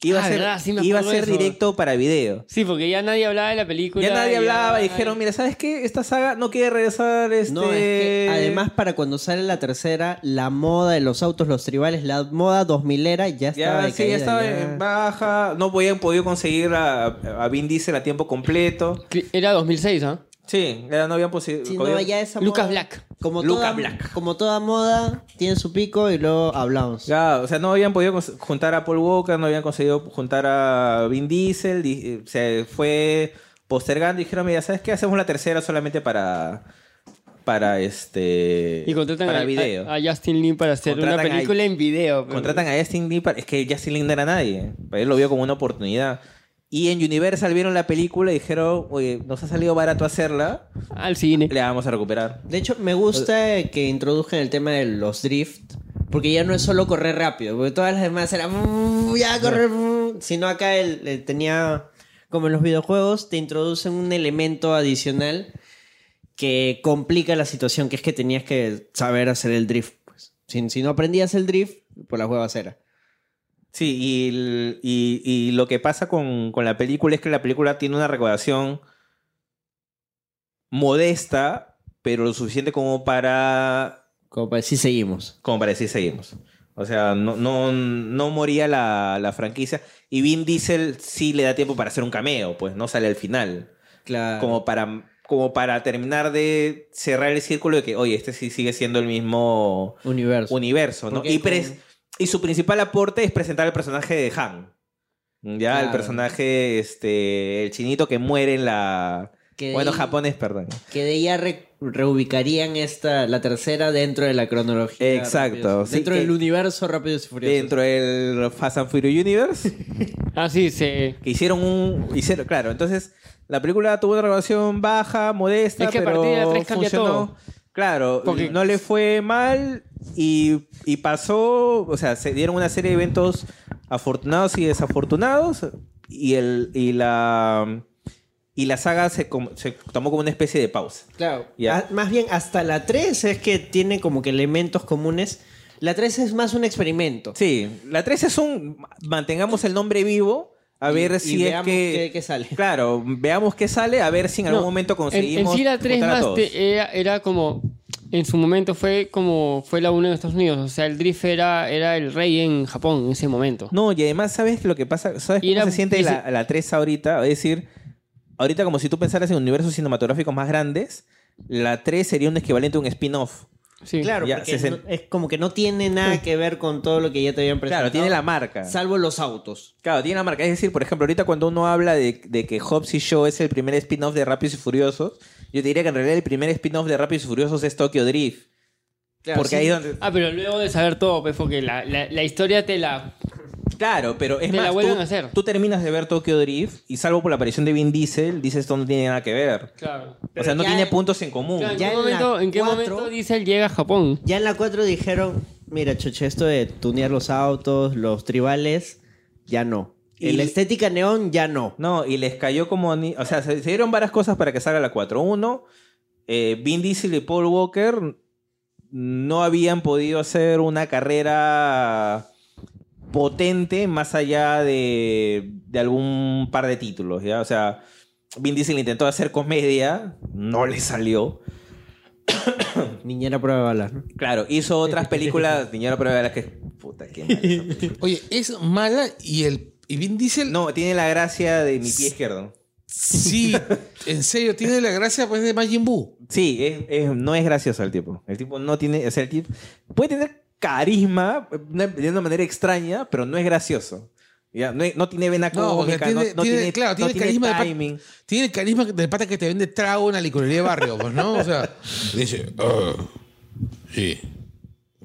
Iba Ah, a ser, verdad, sí me iba a acuerdo ser de eso. directo para video. Sí, porque ya nadie hablaba de la película. Ya nadie y hablaba, ay, dijeron, mira, ¿sabes qué? Esta saga no quiere regresar este... No, es que además para cuando sale la tercera, la moda de los autos, los tribales, la moda 2000 era ya estaba Ya, de sí, ya estaba en baja, no habían podido conseguir a, a Vin Diesel a tiempo completo. cli- Era 2006, ¿ah? Sí, ya no habían posibilidad. Sí, no, ya esa Lucas moda- Black. Como Lucas toda, Black. Como toda moda, tiene su pico y luego hablamos. Ya, o sea, no habían podido cons- juntar a Paul Walker, no habían conseguido juntar a Vin Diesel, di- eh, se fue postergando y dijeron, mira, ¿sabes qué? Hacemos la tercera solamente para para este Y contratan para a, video. a- a Justin Lin para hacer una Contratan a- película en video. pero- contratan a Justin Lin, para- es que Justin Lin no era nadie, él lo vio como una oportunidad. Y en Universal vieron la película y dijeron, oye, nos ha salido barato hacerla, al cine. le vamos a recuperar. De hecho, me gusta que introduzcan el tema de los drift, porque ya no es solo correr rápido, porque todas las demás eran "Mm, ya correr, mm", sino acá él, eh, tenía como en los videojuegos te introducen un elemento adicional que complica la situación, que es que tenías que saber hacer el drift, pues. Si, si no aprendías el drift, pues por las huevas era. Sí, y, el- y- y lo que pasa con, con la película es que la película tiene una recaudación modesta, pero lo suficiente como para, Como para decir seguimos. como para decir seguimos. O sea, no, no, no moría la, la franquicia. Y Vin Diesel sí le da tiempo para hacer un cameo, pues no sale al final. Claro. Como para, como para terminar de cerrar el círculo de que, oye, este sí sigue siendo el mismo universo. universo, ¿no? Porque Y, pres- con- y su principal aporte es presentar el personaje de Han. Ya, el Claro. personaje, este, el chinito que muere en la, que de Bueno, ahí- japonés, perdón. Que de ella reubicarían esta, la tercera dentro de la cronología. de Exacto, Rápidos- sí, dentro que- del universo Rápidos y Furiosos. Dentro del Fast and Furious Universe, Ah, sí, se... que hicieron un. Hicieron, claro, entonces la película tuvo una grabación baja, modesta, Es que a pero partir de la tres cambia funcionó. todo. Claro, Porque- no le fue mal y, y pasó, o sea, se dieron una serie de eventos afortunados y desafortunados y, el, y, la, y la saga se, com- se tomó como una especie de pausa. Claro. Ya. Ah, Más bien, hasta la 3 es que tiene como que elementos comunes. La 3 es más un experimento. Sí, la 3 es un mantengamos el nombre vivo, a Y- ver y si es veamos qué- que qué sale. Claro, veamos qué sale, a ver si en algún No, momento En, conseguimos en sí la 3 juntar a más todos. te- era, era como... En su momento fue como fue la 1 en Estados Unidos. O sea, el drift era, era el rey en Japón en ese momento. No, y además sabes lo que pasa, sabes Y cómo era- se siente y la, la 3 ahorita, es decir, ahorita como si tú pensaras en universos cinematográficos más grandes, la 3 sería un equivalente a un spin-off. Sí. Claro, Ya, porque se sen- no- es como que no tiene nada que ver con todo lo que ya te habían presentado. Claro, tiene la marca. Salvo los autos. Claro, tiene la marca. Es decir, por ejemplo, ahorita cuando uno habla de, de que Hobbs y Shaw es el primer spin-off de Rápidos y Furiosos, yo te diría que en realidad el primer spin-off de Rápidos y Furiosos es Tokyo Drift. porque ahí es donde... Ah, pero luego de saber todo, pues, porque la, la, la historia te la... Claro, pero es Te la más, vuelven tú, a hacer. tú terminas de ver Tokyo Drift y salvo por la aparición de Vin Diesel, dices esto no tiene nada que ver. Claro. o sea, no ya- tiene puntos en común. Claro, ¿en, Ya qué en la momento, ¿En qué cuatro- momento Diesel llega a Japón? Ya en la 4 dijeron, mira, choche, esto de tunear los autos, los tribales, ya no. Y- Y la estética neón, ya no. No, y les cayó como... ni- O sea, se, se dieron varias cosas para que salga la 4. Uno, eh, Vin Diesel y Paul Walker no habían podido hacer una carrera potente más allá de, de algún par de títulos, ¿ya? O sea, Vin Diesel intentó hacer comedia, no le salió. Niñera prueba de balas. ¿no? Claro, hizo otras películas, Niñera Prueba de las que. Puta, qué mala esa película. Oye, es mala y el y Vin Diesel No, tiene la gracia de mi pie izquierdo. sí, en serio tiene la gracia pues de Majin Buu. Sí, es, es- no es gracioso el tipo. El tipo no tiene. O sea, el tipo puede tener carisma una- de una manera extraña, pero no es gracioso. Ya, no, es- no tiene vena No, porque cómica, no, tiene- no tiene- tiene, claro, no tiene carisma de pa- timing. Tiene el carisma del pata que te vende trago en la licorería de barrio, pues, ¿no? O sea, dice, "Ah, sí,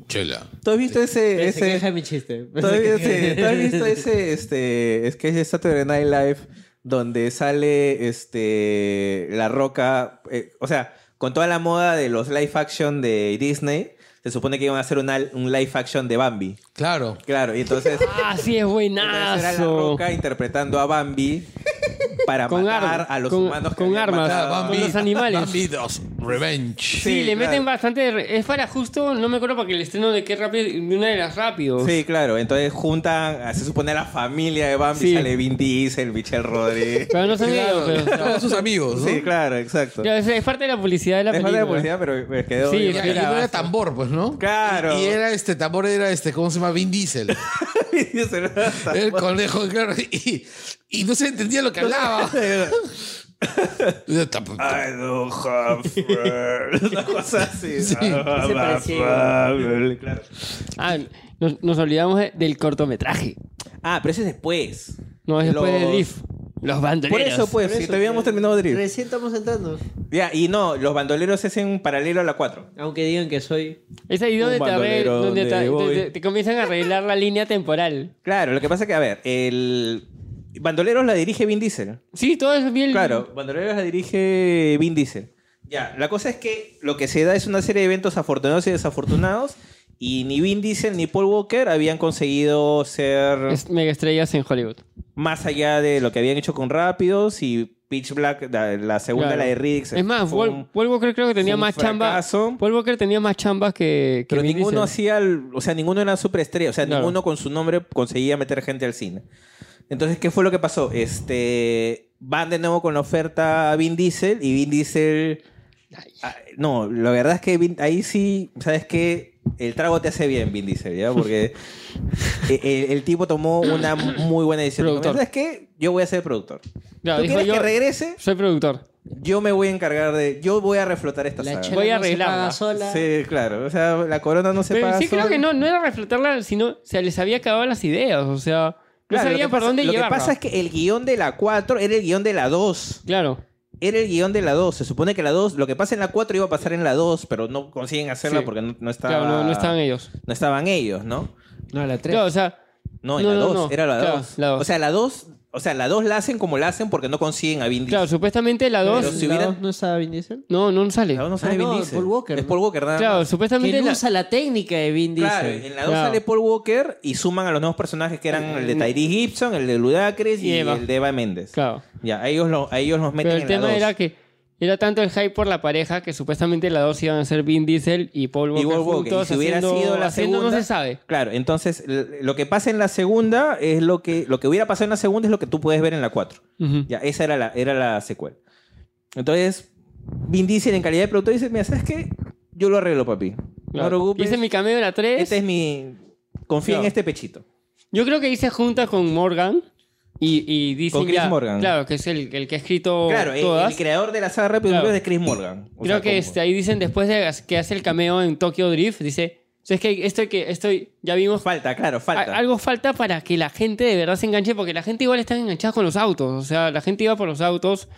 chela. ¿Tú has visto ese. Se ese queja de mi chiste. ¿Tú has visto, sí, ¿tú has visto ese este, sketch de Saturday Night Live donde sale este, La Roca? eh, o sea, con toda la moda de los live action de Disney, se supone que iban a hacer una- un live action de Bambi. Claro. Claro, y entonces, Ah, sí, es entonces era La buenazo. Roca interpretando a Bambi para Con matar ar- a los con- humanos que con habían armas. matado. Ah, Bambi, los animales. Bambi 2, Revenge. Sí, le claro. meten bastante. de re- Es para justo, no me acuerdo para que el estreno de qué rápido, de una de las rápidos. Sí, claro. Entonces juntan, se supone a la familia de Bambi, Sí. sale Vin Diesel, Michelle Rodríguez. Pero no son ellos, Claro, pero, o sea, todos sus amigos, ¿no? Sí, claro, exacto. ya, es, es parte de la publicidad de la Es falta película. de publicidad, pero me quedó. Sí, yo es Ya, me que y no grababa. era tambor, pues, ¿no? Claro. Y era este tambor, era este, ¿cómo se llama? Vin Diesel. Yo se lo- El conejo, claro. Y, y no se entendía lo que hablaba. I don't have friends. Una cosa así. Sí. I don't have Se parecía. family. Claro. Ah, nos, nos olvidamos de- del cortometraje. Ah, pero eso es después. No es después de Los- Drift. Los bandoleros. Por eso, pues, Por si eso, todavía hemos terminado Drift. Recién estamos entrando. Ya, y no, los bandoleros es en paralelo a la 4. Aunque digan que soy. Es ahí donde, Un te, arre- bandolero donde te- de hoy. te- te comienzan a arreglar la línea temporal. Claro, lo que pasa que, a ver, el. Bandoleros la dirige Vin Diesel. Sí, todo es bien. Claro, Bandoleros la dirige Vin Diesel. Ya, la cosa es que lo que se da es una serie de eventos afortunados y desafortunados. Y ni Vin Diesel ni Paul Walker habían conseguido ser Es mega estrellas en Hollywood. más allá de lo que habían hecho con Rápidos y Pitch Black, la, la segunda, Claro. la de Riggs. Es más, fue Paul, un- Paul Walker creo que tenía un más chambas. fracaso. Paul Walker tenía más chambas que, que Pero Vin ninguno Diesel. hacía, el- o sea, ninguno era superestrella, o sea, Claro. ninguno con su nombre conseguía meter gente al cine. Entonces, ¿qué fue lo que pasó? Este, van de nuevo con la oferta a Vin Diesel y Vin Diesel Ah, no, la verdad es que Vin- ahí sí, sabes que el trago te hace bien, Vin Diesel, ¿ya? Porque e- e- el, tipo tomó una muy buena decisión. Productor. ¿Sabes qué? Yo voy a ser productor. Claro, ¿Tú dijo, quieres yo que regrese? soy productor. Yo me voy a encargar de. Yo voy a reflotar esta La saga. chela Voy a no se paga arreglarla. sola. Sí, claro. O sea, la corona no se Pero paga sí creo sola. que no, no era reflotarla, sino, o sea, les había acabado las ideas, o sea, no Claro, lo sabían que por pasa- dónde Lo que llevarla. pasa es que el guión de la 4 era el guión de la 2. Claro, Era el guión de la 2. Se supone que la 2, lo que pasa en la 4 iba a pasar en la 2, pero no consiguen hacerla Sí. porque no, no estaba- Claro, no, no estaban ellos. no estaban ellos, ¿no? No, la 3. Claro, o sea, No, en No, la no, 2, no. era la 2. Claro, la dos. O sea, la 2, o sea, la 2 la hacen como la hacen porque no consiguen a Vin Diesel. claro, supuestamente la Pero 2. si hubieran- ¿No estaba Vin Diesel? No, no sale. La 2 no sale Ah, no, Vin Diesel. Paul Walker, Es ¿no? Paul Walker, nada Claro, más. supuestamente Que no la. usa la técnica de Vin Diesel. Claro, en la 2 Claro. sale Paul Walker y suman a los nuevos personajes que eran el de Tyrese Gibson, el de Ludacris y, Y Eva. el de Eva Méndez. Claro. Ya, a ellos, lo- a ellos los meten Pero el en la tema 2. era que era tanto el hype por la pareja que supuestamente la dos iban a ser Vin Diesel y Paul Walker. Y Paul Walker, juntos, y si hubiera haciendo- sido la haciendo segunda- no se sabe. Claro, entonces l- lo que pasa en la segunda es lo que lo que hubiera pasado en la segunda es lo que tú puedes ver en la 4. Ujú. Ya, esa era la, era la secuela. Entonces, Vin Diesel en calidad de productor dice, mira, ¿sabes qué? Yo lo arreglo, papi. No te Claro. preocupes. Hice mi cameo en la 3. Este es mi... Confía en Claro. este pechito. Yo creo que hice junta con Morgan y, y dicen Con Chris ya- Morgan. Claro, que es el, el que ha escrito Claro, el, Oh, todas. el creador de la saga Rápido y Claro. Furioso es Chris Morgan. O Creo sea, que como- este, ahí dicen después de que hace el cameo en Tokyo Drift, dice, es que esto que estoy ya vimos Falta, claro, falta. a- algo falta para que la gente de verdad se enganche porque la gente igual está enganchada con los autos, o sea, la gente iba por los autos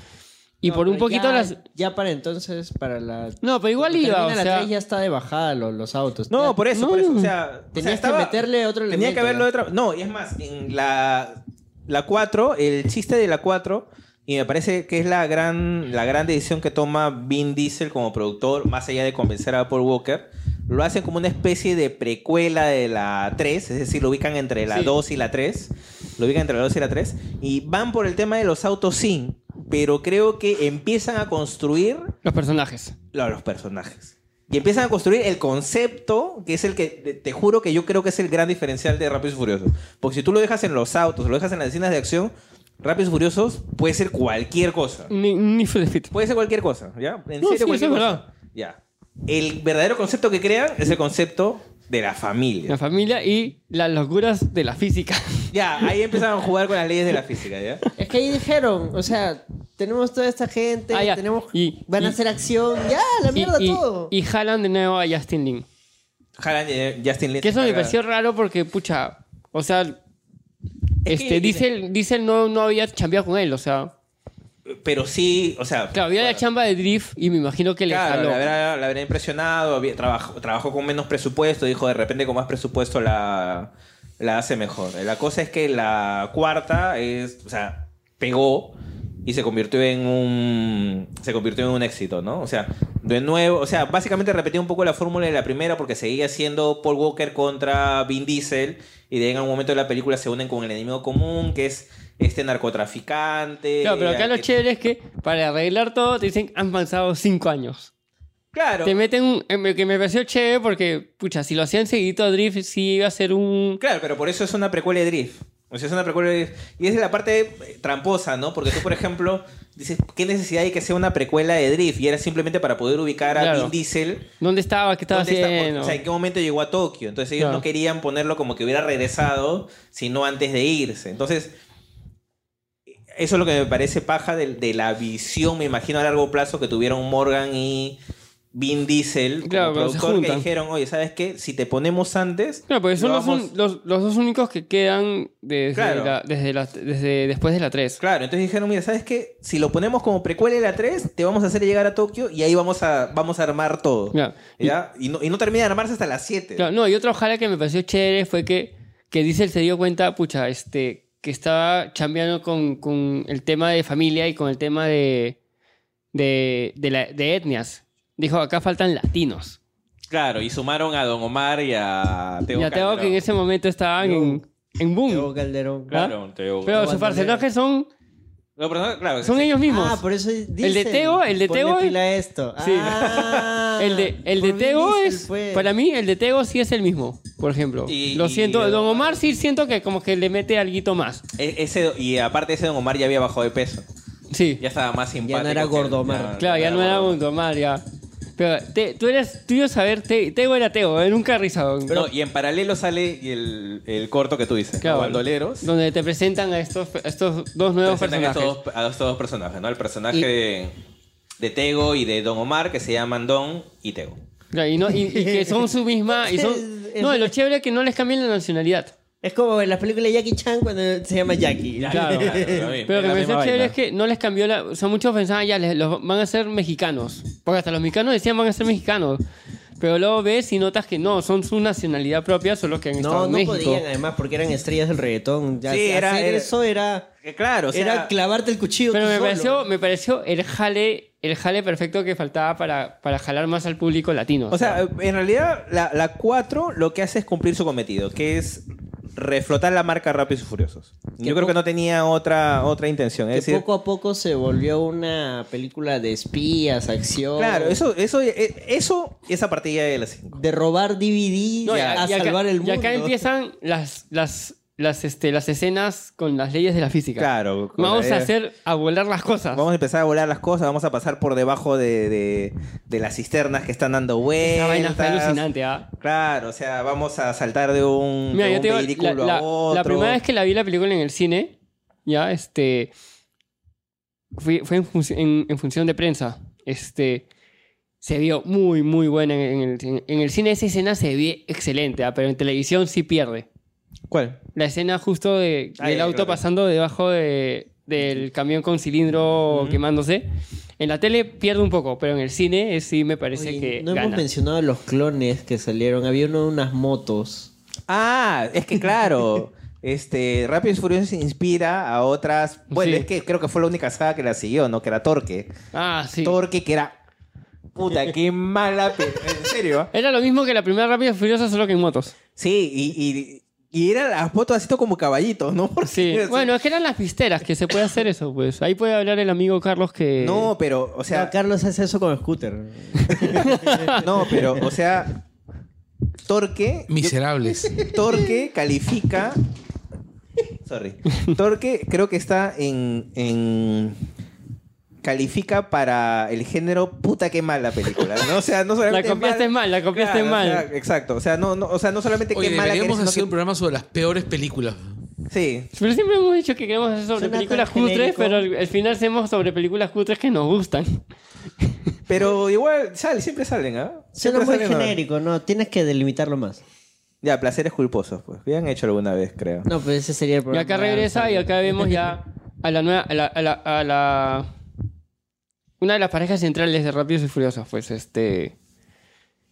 y No, por un pero poquito ya, las Ya para entonces, para la. No, pero igual cuando iba, termina o la sea, 3 ya está de bajada lo- los autos. No, Ya- por eso, por eso. O sea, o sea, Tenías estaba- que meterle otro elemento. Tenía que haberlo ¿no? de otra... No, y es más, en la, la 4, el chiste de la 4, y me parece que es la gran, la gran decisión que toma Vin Diesel como productor, más allá de convencer a Paul Walker, lo hacen como una especie de precuela de la 3, es decir, lo ubican entre la Sí. 2 y la 3, lo ubican entre la 2 y la 3, y van por el tema de los autos sin, pero creo que empiezan a construir los personajes. lo- los personajes. Y empiezan a construir el concepto, que es el que te, te juro que yo creo que es el gran diferencial de Rápidos y Furiosos. Porque si tú lo dejas en los autos, lo dejas en las escenas de acción, Rápidos y Furiosos puede ser cualquier cosa. Ni, ni Need for Speed. Puede ser cualquier cosa, ¿ya? En Mm. No, serio, sí, eso cualquier es cosa. verdad. Ya. El verdadero concepto que crean es el concepto de la La familia. familia y las locuras de la física. Ya, ahí empezaron a jugar con las leyes de la física, ¿ya? Es que ahí dijeron, o sea, tenemos toda esta gente, Ah, ya. tenemos, Y- van y- a hacer acción, ya, la Y, mierda y- todo. y jalan de nuevo a Justin Lin. Jalan eh, Justin Lin. Que eso me Jalan- pareció raro porque, pucha, o sea, este, que- Diesel, Diesel no, no había chambeado con él, o sea. Pero sí, o sea... Claro, había la bueno. chamba de Drift y me imagino que le Claro, jaló. la habrá, la habrá impresionado, había- trabajó, trabajó con menos presupuesto, dijo de repente con más presupuesto la, la hace mejor. La cosa es que la cuarta es, o sea, pegó y se convirtió en un se convirtió en un éxito, ¿no? O sea, de nuevo, o sea, básicamente repetía un poco la fórmula de la primera porque seguía siendo Paul Walker contra Vin Diesel y de en algún momento de la película se unen con el enemigo común que es este narcotraficante. Claro, pero acá al lo que- chévere es que para arreglar todo te dicen han pasado cinco años. Claro. Te meten un. em, que me pareció chévere porque, pucha, si lo hacían seguidito a Drift, sí iba a ser un. Claro, pero por eso es una precuela de Drift. O sea, es una precuela de Drift. Y esa es la parte eh, tramposa, ¿no? Porque tú, por ejemplo, dices, ¿qué necesidad hay que sea una precuela de Drift? Y era simplemente para poder ubicar a Claro. Vin Diesel. ¿Dónde estaba? ¿Qué estaba ¿Dónde está? haciendo? o sea, ¿en qué momento llegó a Tokio? Entonces ellos Claro. no querían ponerlo como que hubiera regresado, sino antes de irse. Entonces, eso es lo que me parece paja de, de la visión, me imagino, a largo plazo que tuvieron Morgan y Vin Diesel como Claro, cuando se productor que juntan. dijeron, oye, ¿sabes qué? Si te ponemos antes... Claro, porque son lo los, un- vamos- los- los dos únicos que quedan desde, Claro. la- desde, la- desde después de la 3. Claro, entonces dijeron, mira, ¿sabes qué? Si lo ponemos como precuela de la 3, te vamos a hacer llegar a Tokio y ahí vamos a, vamos a armar todo. Claro. ¿Ya? Y, no, y no termina de armarse hasta las 7. Claro, no, y otra ojalá que me pareció chévere fue que, que Diesel se dio cuenta, pucha, este, que estaba chambeando con, con el tema de familia y con el tema de, de, de la- de etnias. Dijo, acá faltan latinos. Claro, y sumaron a Don Omar y a Teo ya te digo que en ese momento estaban en, en Diego boom. Calderón. Claro, Pero sus Bandolero. personajes son, claro, son ellos mismos. Ah, por eso dicen. El de Teo, el de pues, ponle Teo es- pila a esto. Sí. Ah, el de, el de por Tego Vin Diesel, es. pues. Para mí, el de Tego sí es el mismo, por ejemplo. Y- Lo y- siento, Don Omar sí siento que como que le mete alguito más. E- ese, y aparte ese Don Omar ya había bajado de peso. Sí. Ya estaba más simpático. era que- gordo Omar. Claro, ya no era gordo. un tomar, ya. Pero te- tú eras tuyo saber, te, Tego era Tego, ¿eh? era un carrizadón. No, y en paralelo sale el, el corto que tú dices, Claro. ¿no? Bandoleros. Donde te presentan a estos, a estos dos nuevos Presentan personajes. estos dos- a estos dos personajes, ¿no? El personaje de, de Tego y de Don Omar, que se llaman Don y Tego. Claro, y, no- y- y que son su misma. Y son, no, y lo chévere es que no les cambian la nacionalidad. Es como en las películas de Jackie Chan cuando se llama Jackie. Claro. Pero lo que me parece chévere es que no les cambió la. O sea, muchos pensaban "Ah, ya, les, los van a ser mexicanos. Porque hasta los mexicanos decían van a ser mexicanos. Pero luego ves y notas que no, son su nacionalidad propia, son los que han estado No, en no México. podían además porque eran estrellas del reggaetón. Ya, Sí, era- hacer era- eso era, Eh, Claro, o sea, era clavarte el cuchillo Pero tú me solo. pareció, me pareció el jale, el jale perfecto que faltaba para, para jalar más al público latino. O sea, en realidad la, la 4 lo que hace es cumplir su cometido, que es reflotar la marca Rápidos y Furiosos. Yo creo que no tenía otra, otra intención. Que Es decir, poco a poco se volvió una película de espías, acción. claro, eso, eso, eh, eso y esa partida de la 5. De robar DVDs No, y- a y acá- salvar el mundo. Y acá empiezan las, las, las, este, las escenas con las leyes de la física. Claro. eh, con Vamos la- a hacer a volar las cosas. Vamos a empezar a volar las cosas, vamos a pasar por debajo de, de- de las cisternas que están dando vueltas. Esa vaina fue alucinante, ¿ah? Claro, o sea, vamos a saltar de un, Mira, de yo un te digo, vehículo la, la- a la otro. primera vez que la vi la película en el cine, ya, este. Fui, fue en, funci- en- en función de prensa. Este. Se vio muy, muy buena en, en el, cine. en el cine. Esa escena se vio excelente, ¿ah? pero en televisión sí pierde. ¿Cuál? La escena justo de, Ah, del ya, auto claro. pasando debajo de- del camión con cilindro Ujú. quemándose. En la tele pierde un poco, pero en el cine eh, sí me parece Oye, que no hemos gana. mencionado los clones que salieron. Había uno de unas motos. Ah, es que claro. Este, Rápidos y Furiosos se inspira a otras. Bueno, Sí. es que creo que fue la única saga que la siguió, ¿no? Que era Torque. Ah, sí. Torque, que era. Puta, qué mala. pe- En serio. ¿ah? Era lo mismo que la primera Rápida y Furiosa, solo que en motos. Sí, y, y, y eran las fotos así como caballitos, ¿no? Porque- Sí, bueno, es que eran las pisteras que se puede hacer eso, pues. Ahí puede hablar el amigo Carlos que. No, pero, o sea. No, Carlos hace eso con scooter. No, pero, o sea, Torque, Miserables. Torque califica. Sorry. Torque creo que está en, en- Califica para el género puta que mala película. ¿no? O sea, no la solamente. copiaste mal, la copiaste Claro, o mal. sea, exacto. O sea, no, no, o sea, no solamente Oye, qué mala que deberíamos eres, sino hacer un programa sobre las peores películas. que- Sí. Pero siempre hemos dicho que queremos hacer sobre Suena tan películas cutres, genérico. pero al al final hacemos sobre películas cutres que nos gustan. Pero igual, sale, siempre salen, ¿ah? Suena Siempre muy salen, ¿no? genérico, no. Tienes que delimitarlo más. Ya, placeres culposos, pues. Habían hecho alguna vez, creo. No, pues ese sería el Y problema. acá regresa y acá vemos ya a la nueva. A la, a la, a la- Una de las parejas centrales de Rápidos y Furiosos, pues este.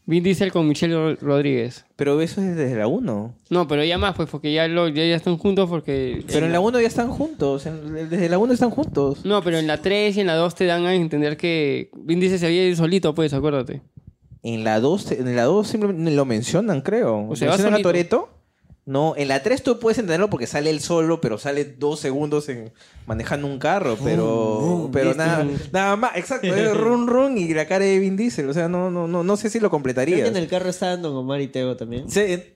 Vin Diesel con Michelle Ro- Rodríguez. Pero eso es desde la 1. No, pero ya más, pues, porque ya, lo, ya, ya están juntos porque. Pero en la 1 ya están juntos. en- desde la 1 están juntos. No, pero en la 3 y en la 2 te dan a entender que Vin Diesel se había ido solito, pues, acuérdate. En la 2, en la 2 simplemente lo mencionan, creo. O sea, va mencionan a solito. Toreto. No, en la 3 tú puedes entenderlo porque sale él solo, pero sale dos segundos en, manejando un carro, pero, pero este nada, nada más, exacto, es run run y la cara de Vin Diesel, o sea, no, no, no, no sé si lo Creo que completaría. en el carro estaban Don Omar y Tego también.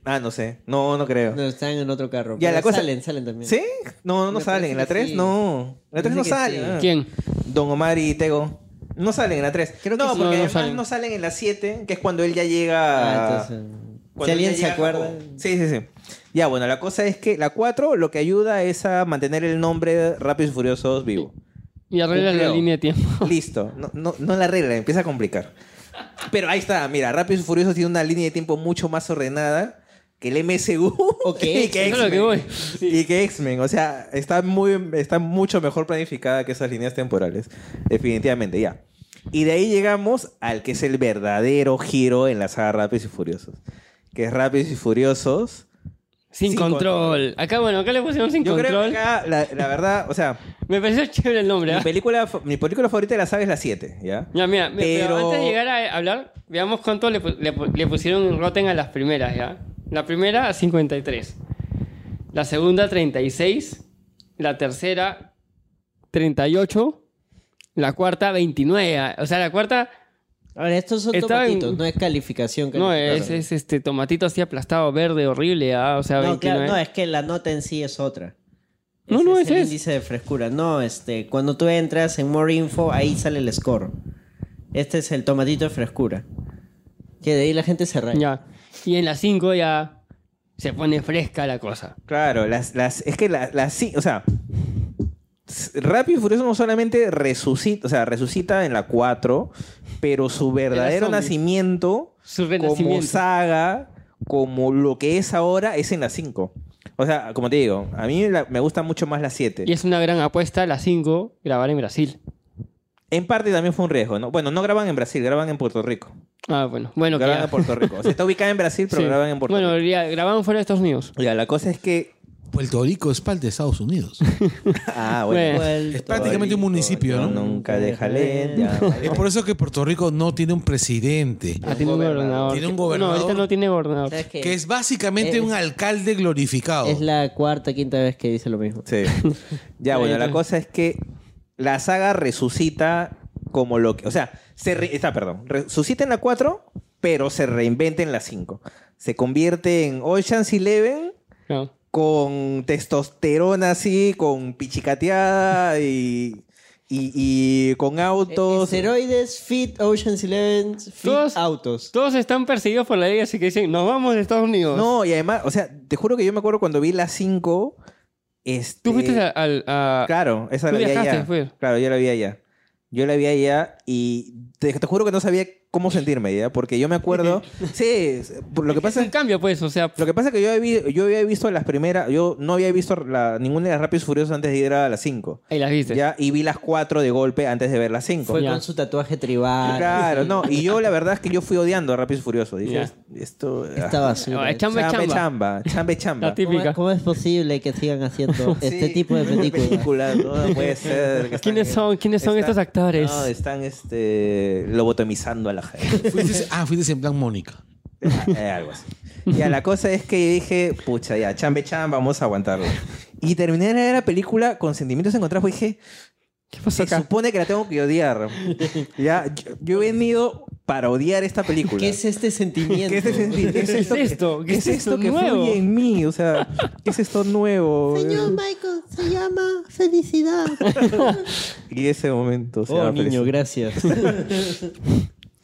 ah, no sé, no, no creo. No, estaban en otro carro. Ya, Pero la cosa- Salen, salen también. ¿Sí? No, no, Me salen, parece en la que 3 sí. no, en la 3 no Parece que salen. sí. ah. ¿Quién? Don Omar y Tego. No salen en la 3. Creo que no, sí. porque No, no además salen. no salen en la 7, que es cuando él ya llega Ah, entonces, Si cuando alguien ya se llega a acuerda. Japón. Sí, sí, sí. Ya, bueno, la cosa es que la 4 lo que ayuda es a mantener el nombre Rápidos y Furiosos vivo. Y arreglas la Cumplió. línea de tiempo. Listo. No, no, no la regla, empieza a complicar. Pero ahí está, mira, Rápidos y Furiosos tiene una línea de tiempo mucho más ordenada que el MSU que y que Eso es lo que voy. X-Men. Y que X-Men, o sea, está, muy, está mucho mejor planificada que esas líneas temporales. Definitivamente, ya. Y de ahí llegamos al que es el verdadero giro en la saga Rápidos y Furiosos. Que es Rápidos y Furiosos Sin, Sin control. Acá, bueno, acá le pusieron sin Yo creo control. que acá, la, la verdad, o sea, Me pareció chévere el nombre, mi ¿ah? película, fa- mi película favorita de la saga es la 7, ¿ya? Ya, mira, me- pero... Pero- antes de llegar a hablar, veamos cuánto le, pu- le pu- le pusieron en Rotten a las primeras, ¿ya? La primera, 53. La segunda, 36. La tercera, 38. La cuarta, 29. O sea, la cuarta, Ahora, estos son Estaba en- tomatitos, no es calificación. no, calificación. es, es este tomatito así aplastado, verde, horrible, ¿ah? O sea, No, 29. claro, no, es que la nota en sí es otra. No, Ese no, es ese el es. índice de frescura. No, este, cuando tú entras en More Info, ahí sale el score. Este es el tomatito de frescura. Que de ahí la gente se raya. Ya. Y en la 5 ya se pone fresca la cosa. Claro, las, las, es que las, las sí, o sea, s- Rápido y Furioso no solamente resucita, o sea, resucita en la 4, pero su verdadero zombie. nacimiento Su como renacimiento. saga, como lo que es ahora, es en la 5. O sea, como te digo, a mí la- me gusta mucho más la 7. Y es una gran apuesta, la 5, grabar en Brasil. En parte también fue un riesgo, ¿no? Bueno, no graban en Brasil, graban en Puerto Rico. Ah, bueno. Bueno, que graban ya- en Puerto Rico. O sea, está ubicada en Brasil, pero Sí. graban en Puerto Bueno, Rico. ya, grababan fuera de Estados Unidos. Ya, la cosa es que... Puerto Rico es parte de Estados Unidos. Ah, bueno. Bueno. Es prácticamente un municipio, ¿no? Nunca déjale... ya. Es por eso que Puerto Rico no tiene un presidente. Ah, tiene un gobernador. Tiene un No, ahorita gobernador. no tiene gobernador. ¿Sabes qué? Que es básicamente Es- un alcalde glorificado. Es la cuarta, quinta vez que dice lo mismo. Sí. Ya, bueno, la ya. cosa es que la saga resucita como lo que. O sea, se re- está, perdón. Resucita en la 4, pero se reinventa en la 5. Se convierte en Ocean's Eleven No. con testosterona así, con pichicateada y. y- y Eh, con Eh, autos. Esteroides, Fit, Ocean's Eleven, Fit, Todos- Autos. Todos están perseguidos por la ley, así que dicen, nos vamos de Estados Unidos. No, y además, o sea, te juro que yo me acuerdo cuando vi la 5. Este, Tú fuiste a- al... a- Claro, esa Ah, Tú la vi viajaste, allá. fue. Claro, yo la vi allá. Yo la vi allá y te, te juro que no sabía cómo sentirme, ¿ya? Porque yo me acuerdo... sí, por lo que pasa Es un cambio, pues, o sea... Lo que pasa es que yo había, yo había visto las primeras... Yo no había visto la- ninguna de las Rápidos y Furiosos antes de ir a las 5. Ahí las viste. ¿Ya? Y vi las 4 de golpe antes de ver las 5. Fue Ya. con su tatuaje tribal. Claro, no. Y yo la verdad es que yo fui odiando a Rápidos y Furiosos. Dije, Ya. "Es- esto... ah, Esta No, basura. es chamba, es chamba, chamba. chamba. Chamba, chamba. La ¿Cómo, típica. cómo es posible que sigan haciendo este Sí, tipo de películas? películas, no puede ser. que ¿Quiénes están- son? ¿Quiénes son están- estos actores? No, están este, lobotomizando a la gente. Fuiste- ah, fuiste en plan Mónica. Eh, algo así. Ya, la cosa es que yo dije, pucha, ya, chambe cham, vamos a aguantarlo. Y terminé de ver la película con sentimientos encontrados, porque dije, ¿Qué pasó se acá? supone que la tengo que odiar. Ya, yo, yo he venido para odiar esta película. ¿Qué es este sentimiento? ¿Qué es, ese- qué es ¿Qué es este esto? que- esto? ¿Qué es esto que fluye en mí? O sea, ¿qué es esto nuevo? Michael, se llama Felicidad. Y ese momento. o sea, Oh, me pareció- niño, gracias.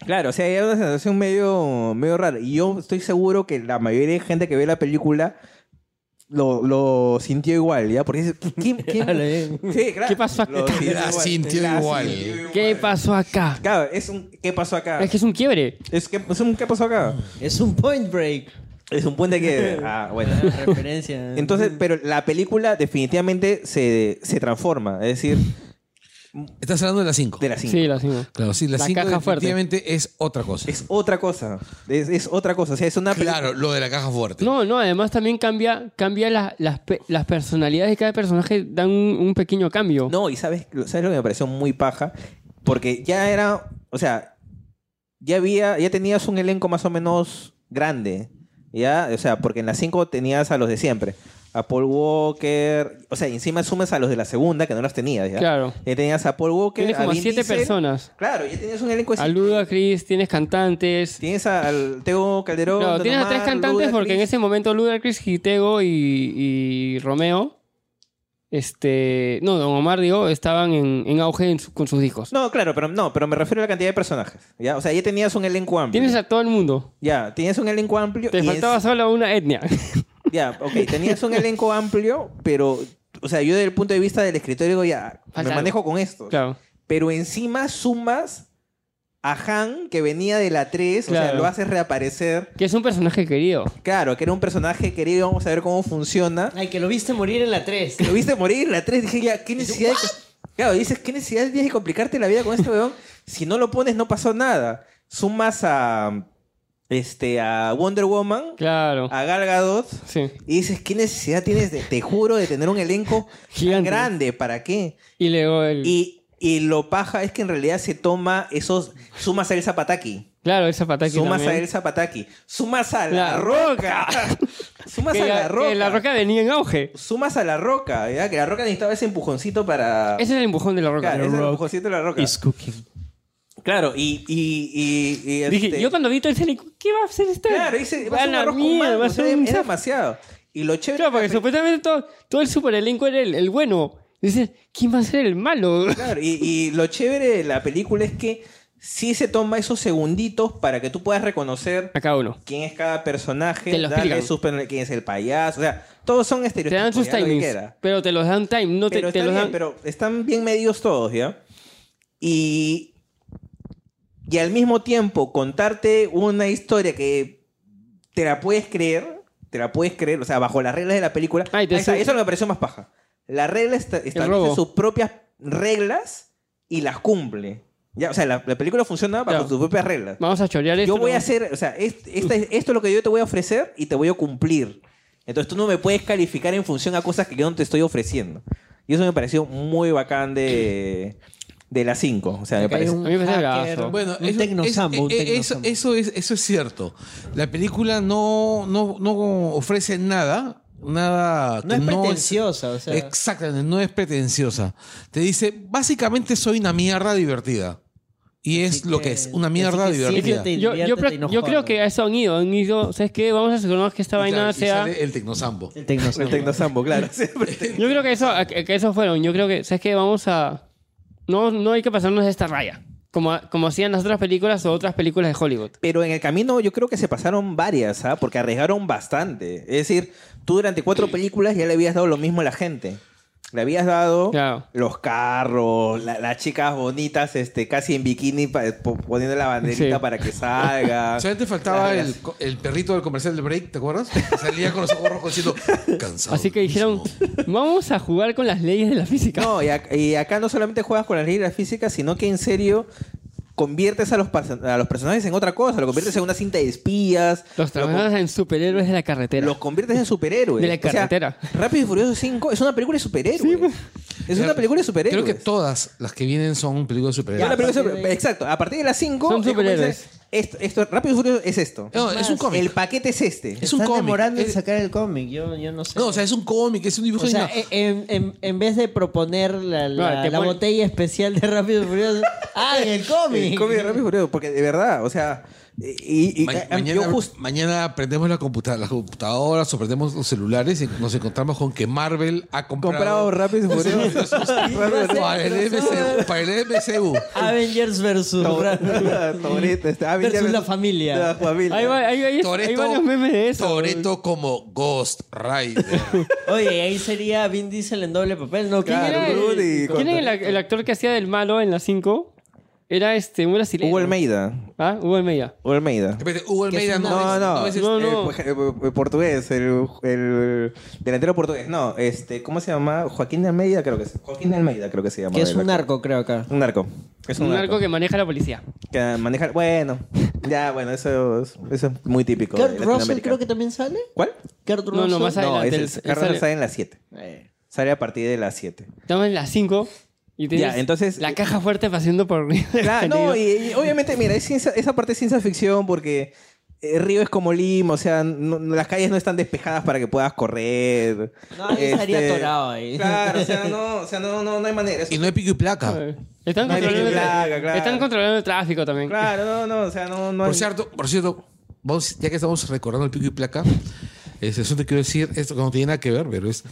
Claro, o sea, era una sensación medio, medio rara. Y yo estoy seguro que la mayoría de gente que ve la película lo, lo sintió igual, ¿ya? Porque dice, ¿qué, qué- Sí, claro. ¿Qué pasó acá? Lo sintió La igual. sintió La igual. sintió igual. ¿Qué pasó acá? Claro, es un ¿qué pasó acá? Es que es un quiebre. Es, que, es un ¿qué pasó acá? es un point break. Es un puente que... Ah, bueno. Referencia. Entonces, pero la película definitivamente se, se transforma. Es decir, Estás hablando de las 5. de la 5. Sí, la hacemos. Claro, sí, la La 5 caja fuerte. definitivamente es otra cosa. Es otra cosa. Es, es otra cosa. O sea, es una película... Claro, lo de la caja fuerte. No, no, además también cambia, cambia la- las, pe- las personalidades de cada personaje, dan un, un pequeño cambio. No, y sabes, sabes lo que me pareció muy paja, porque ya era, o sea, ya había, ya tenías un elenco más o menos grande, ya, o sea, porque en las 5 tenías a los de siempre, a Paul Walker, o sea, y encima sumas a los de la segunda que no las tenías, ya. Claro. Ya tenías a Paul Walker, Tienes como a Vin siete Diesel. personas. Claro, ya tenías un elenco A así. Luda, Chris, tienes cantantes. pues Tienes a- al Teo Calderón. Claro, Don tienes a Omar, tres cantantes Ludacris. porque en ese momento Luda, Chris, Gitego y, y Romeo, este, no, Don Omar, digo, estaban en, en auge en su- con sus discos. No, claro, pero no, pero me refiero a la cantidad de personajes, ya, o sea, ya tenías un elenco amplio. Tienes a todo el mundo. Ya, tenías un elenco amplio. Te y Pues faltaba solo una etnia. Ya, ok, tenías un elenco amplio, pero, o sea, yo desde el punto de vista del escritorio digo, ya, Falta me algo. manejo con esto. claro. Pero encima sumas a Han, que venía de la 3, o sea, Claro. lo haces reaparecer. Que es un personaje querido. Claro, que era un personaje querido, vamos a ver cómo funciona. Ay, que lo viste morir en la 3. Lo viste morir en la 3, dije, ya, ¿qué necesidad de... Claro, dices, ¿qué necesidad tienes de complicarte la vida con este weón? Si no lo pones, no pasó nada. Sumas a, este, a Wonder Woman, Claro. a Gal Gadot, Sí. y dices, ¿qué necesidad tienes, de, te juro, de tener un elenco tan Gigante. grande? ¿Para qué? Y luego el. Y, y lo paja es que en realidad se toma esos... Sumas a El Zapataki. claro, el zapataque. Sumas también. a El Zapataki. Sumas a La, La Roca. sumas que a la, La Roca. que la roca venía en auge. Sumas a La Roca, ¿ya? Que La Roca necesitaba ese empujoncito para... Ese es el empujón de la roca. Claro, ese empujoncito de La Roca. cooking. Claro, y... y, y, y, Dije, este- yo cuando vi todo el escénico, ¿qué va a hacer esta? Claro, dice, va a a ser un la arroz con mierda, mango, va a o sea, ser un es zap- demasiado. Y lo chévere... Claro, porque supuestamente todo, todo el super elenco era el, el bueno. Dices, ¿quién va a ser el malo? Claro, y, y lo chévere de la película es que sí se toma esos segunditos para que tú puedas reconocer A cada uno. quién es cada personaje, Te lo darle explican. sus pen- quién es el payaso, o sea, todos son Te estereotipos. dan sus ya, lo que timings. quiera. Pero te los dan time, no te, Pero, te está los bien, dan. pero están bien medidos todos, ¿ya? Y, y al mismo tiempo contarte una historia que te la puedes creer, te la puedes creer, o sea, bajo las reglas de la película. Ah, y te Ahí está, hace- eso es lo que me pareció más paja. La regla esta- establece robo. sus propias reglas y las cumple. Ya, o sea, la, la película funciona bajo Ya. sus propias reglas. Vamos a chorear esto. Yo voy a ¿no? hacer, o sea, es- esta es- esto es lo que yo te voy a ofrecer y te voy a cumplir. Entonces tú no me puedes calificar en función a cosas que yo no te estoy ofreciendo. Y eso me pareció muy bacán de, de las 5. O sea, me Acá hay parece. un A mí me parece hacker, bravazo. Bueno, Un eso, tecnosamba, es- un eh, eh, eso- tecnosamba. eso es, eso es cierto. La película no, no, no ofrece nada. Nada. No que es pretenciosa, o sea. Exactamente, no es pretenciosa. Te dice, básicamente soy una mierda divertida. Y es Así lo que que- es, una mierda así que sí, divertida. fíjate, Yo, yo, diviértete pra- y no yo jodas. creo que a eso han ido. Han ido, ¿sabes qué? Vamos a asegurarnos que esta Y vaina claro, y sea. sale el tecnosambo. El tecnosamba. El Tecnosambo, claro. siempre. Yo creo que eso, a- que eso fueron. Yo creo que, ¿sabes qué? Vamos a. No, no hay que pasarnos de esta raya. Como, como hacían las otras películas o otras películas de Hollywood. Pero en el camino yo creo que se pasaron varias, ¿ah? Porque arriesgaron bastante. Es decir, tú durante cuatro películas ya le habías dado lo mismo a la gente. Le habías dado Claro. los carros, la- las chicas bonitas, este, casi en bikini, pa- po- poniendo la banderita Sí. para que salga. Solamente faltaba el, co- el perrito del comercial de Break, ¿te acuerdas? Que Salía con los ojos rojos diciendo, cansado. Así que del dijeron, mismo". vamos a jugar con las leyes de la física. No, y, ac- y acá no solamente juegas con las leyes de la física, sino que en serio conviertes a los, pas- a los personajes en otra cosa. Lo conviertes en una cinta de espías. Los lo transformas en superhéroes de la carretera. Los conviertes en superhéroes. De la O sea, carretera. pues. Rápido y Furioso 5 es una película de superhéroes. es una película de superhéroes. Creo que todas las que vienen son películas de Es superhéroes. una película de superhéroes. Exacto. A partir de las 5... Son superhéroes. Esto, esto, Rápido y Furioso es esto. No, es un cómic. El paquete es este. Es un Están cómic. demorando en Es- sacar el cómic. Yo, yo no sé. No, o sea, es un cómic, es un dibujo O sea, animado. e- en, en- en vez de proponer la, la- No, te la pon- botella especial de Rápido y Furioso, ¡ah, en el cómic! El cómic de Rápido y Furioso. Porque de verdad, o sea... Y, y- Ma- a- a- mañana, yo justo... mañana prendemos la computa- las computadoras o prendemos los celulares y nos encontramos con que Marvel ha Comprado comprado. Rápido y Furioso. para, el MCU, para el MCU. Avengers versus Toretto, este, ah, Versus ya me- la familia. La familia. Hay, va- hay- hay- hay Toretto- varios memes de eso. Toreto como Ghost Rider. Oye, ahí sería Vin Diesel en doble papel, ¿no? ¿Quién Claro, era, el, Rudy, quién era el, el actor que hacía del malo en las 5? Era este, un brasileño. Hugo Almeida. Ah, Hugo Almeida. Hugo Almeida. Espérate, Hugo Almeida no, No, es- no, es- no, eh, no. pues, eh, eh, portugués, el, el delantero portugués. No, este, ¿cómo se llama? Joaquín de Almeida, creo que es. Joaquín de Almeida, creo que se llama. Que es el un actor. narco, creo acá. Un narco. Es Un arco que maneja la policía. que maneja. Bueno, ya, bueno, eso es, eso es muy típico. de Kurt Russell Latinoamérica. creo que también sale. ¿Cuál? Kurt No, no, Russell. Eh, más No, adelante, es él- el, él Kurt Russell sale- sale en las 7. Sale a partir de las 7. Estamos en las 5 y tienes Ya, entonces- la caja fuerte pasando por arriba del Claro, no, contenido. y, y obviamente, mira, es ciencia- esa parte es ciencia ficción porque eh, Río es como Lima, o sea, no- no- las calles no están despejadas para que puedas correr. Este, No, ahí estaría atorado ahí. Claro, o sea, no, o sea, no, no, no hay manera. eso- este, y no es pico y placa. Eh, Están, No hay controlando el, plaga, claro. están controlando el tráfico también. Claro, no, no, o sea, no, no hay... Por cierto, por cierto, vamos- ya que estamos recordando el pico y placa, este, eso te quiero decir, esto no tiene nada que ver, pero es.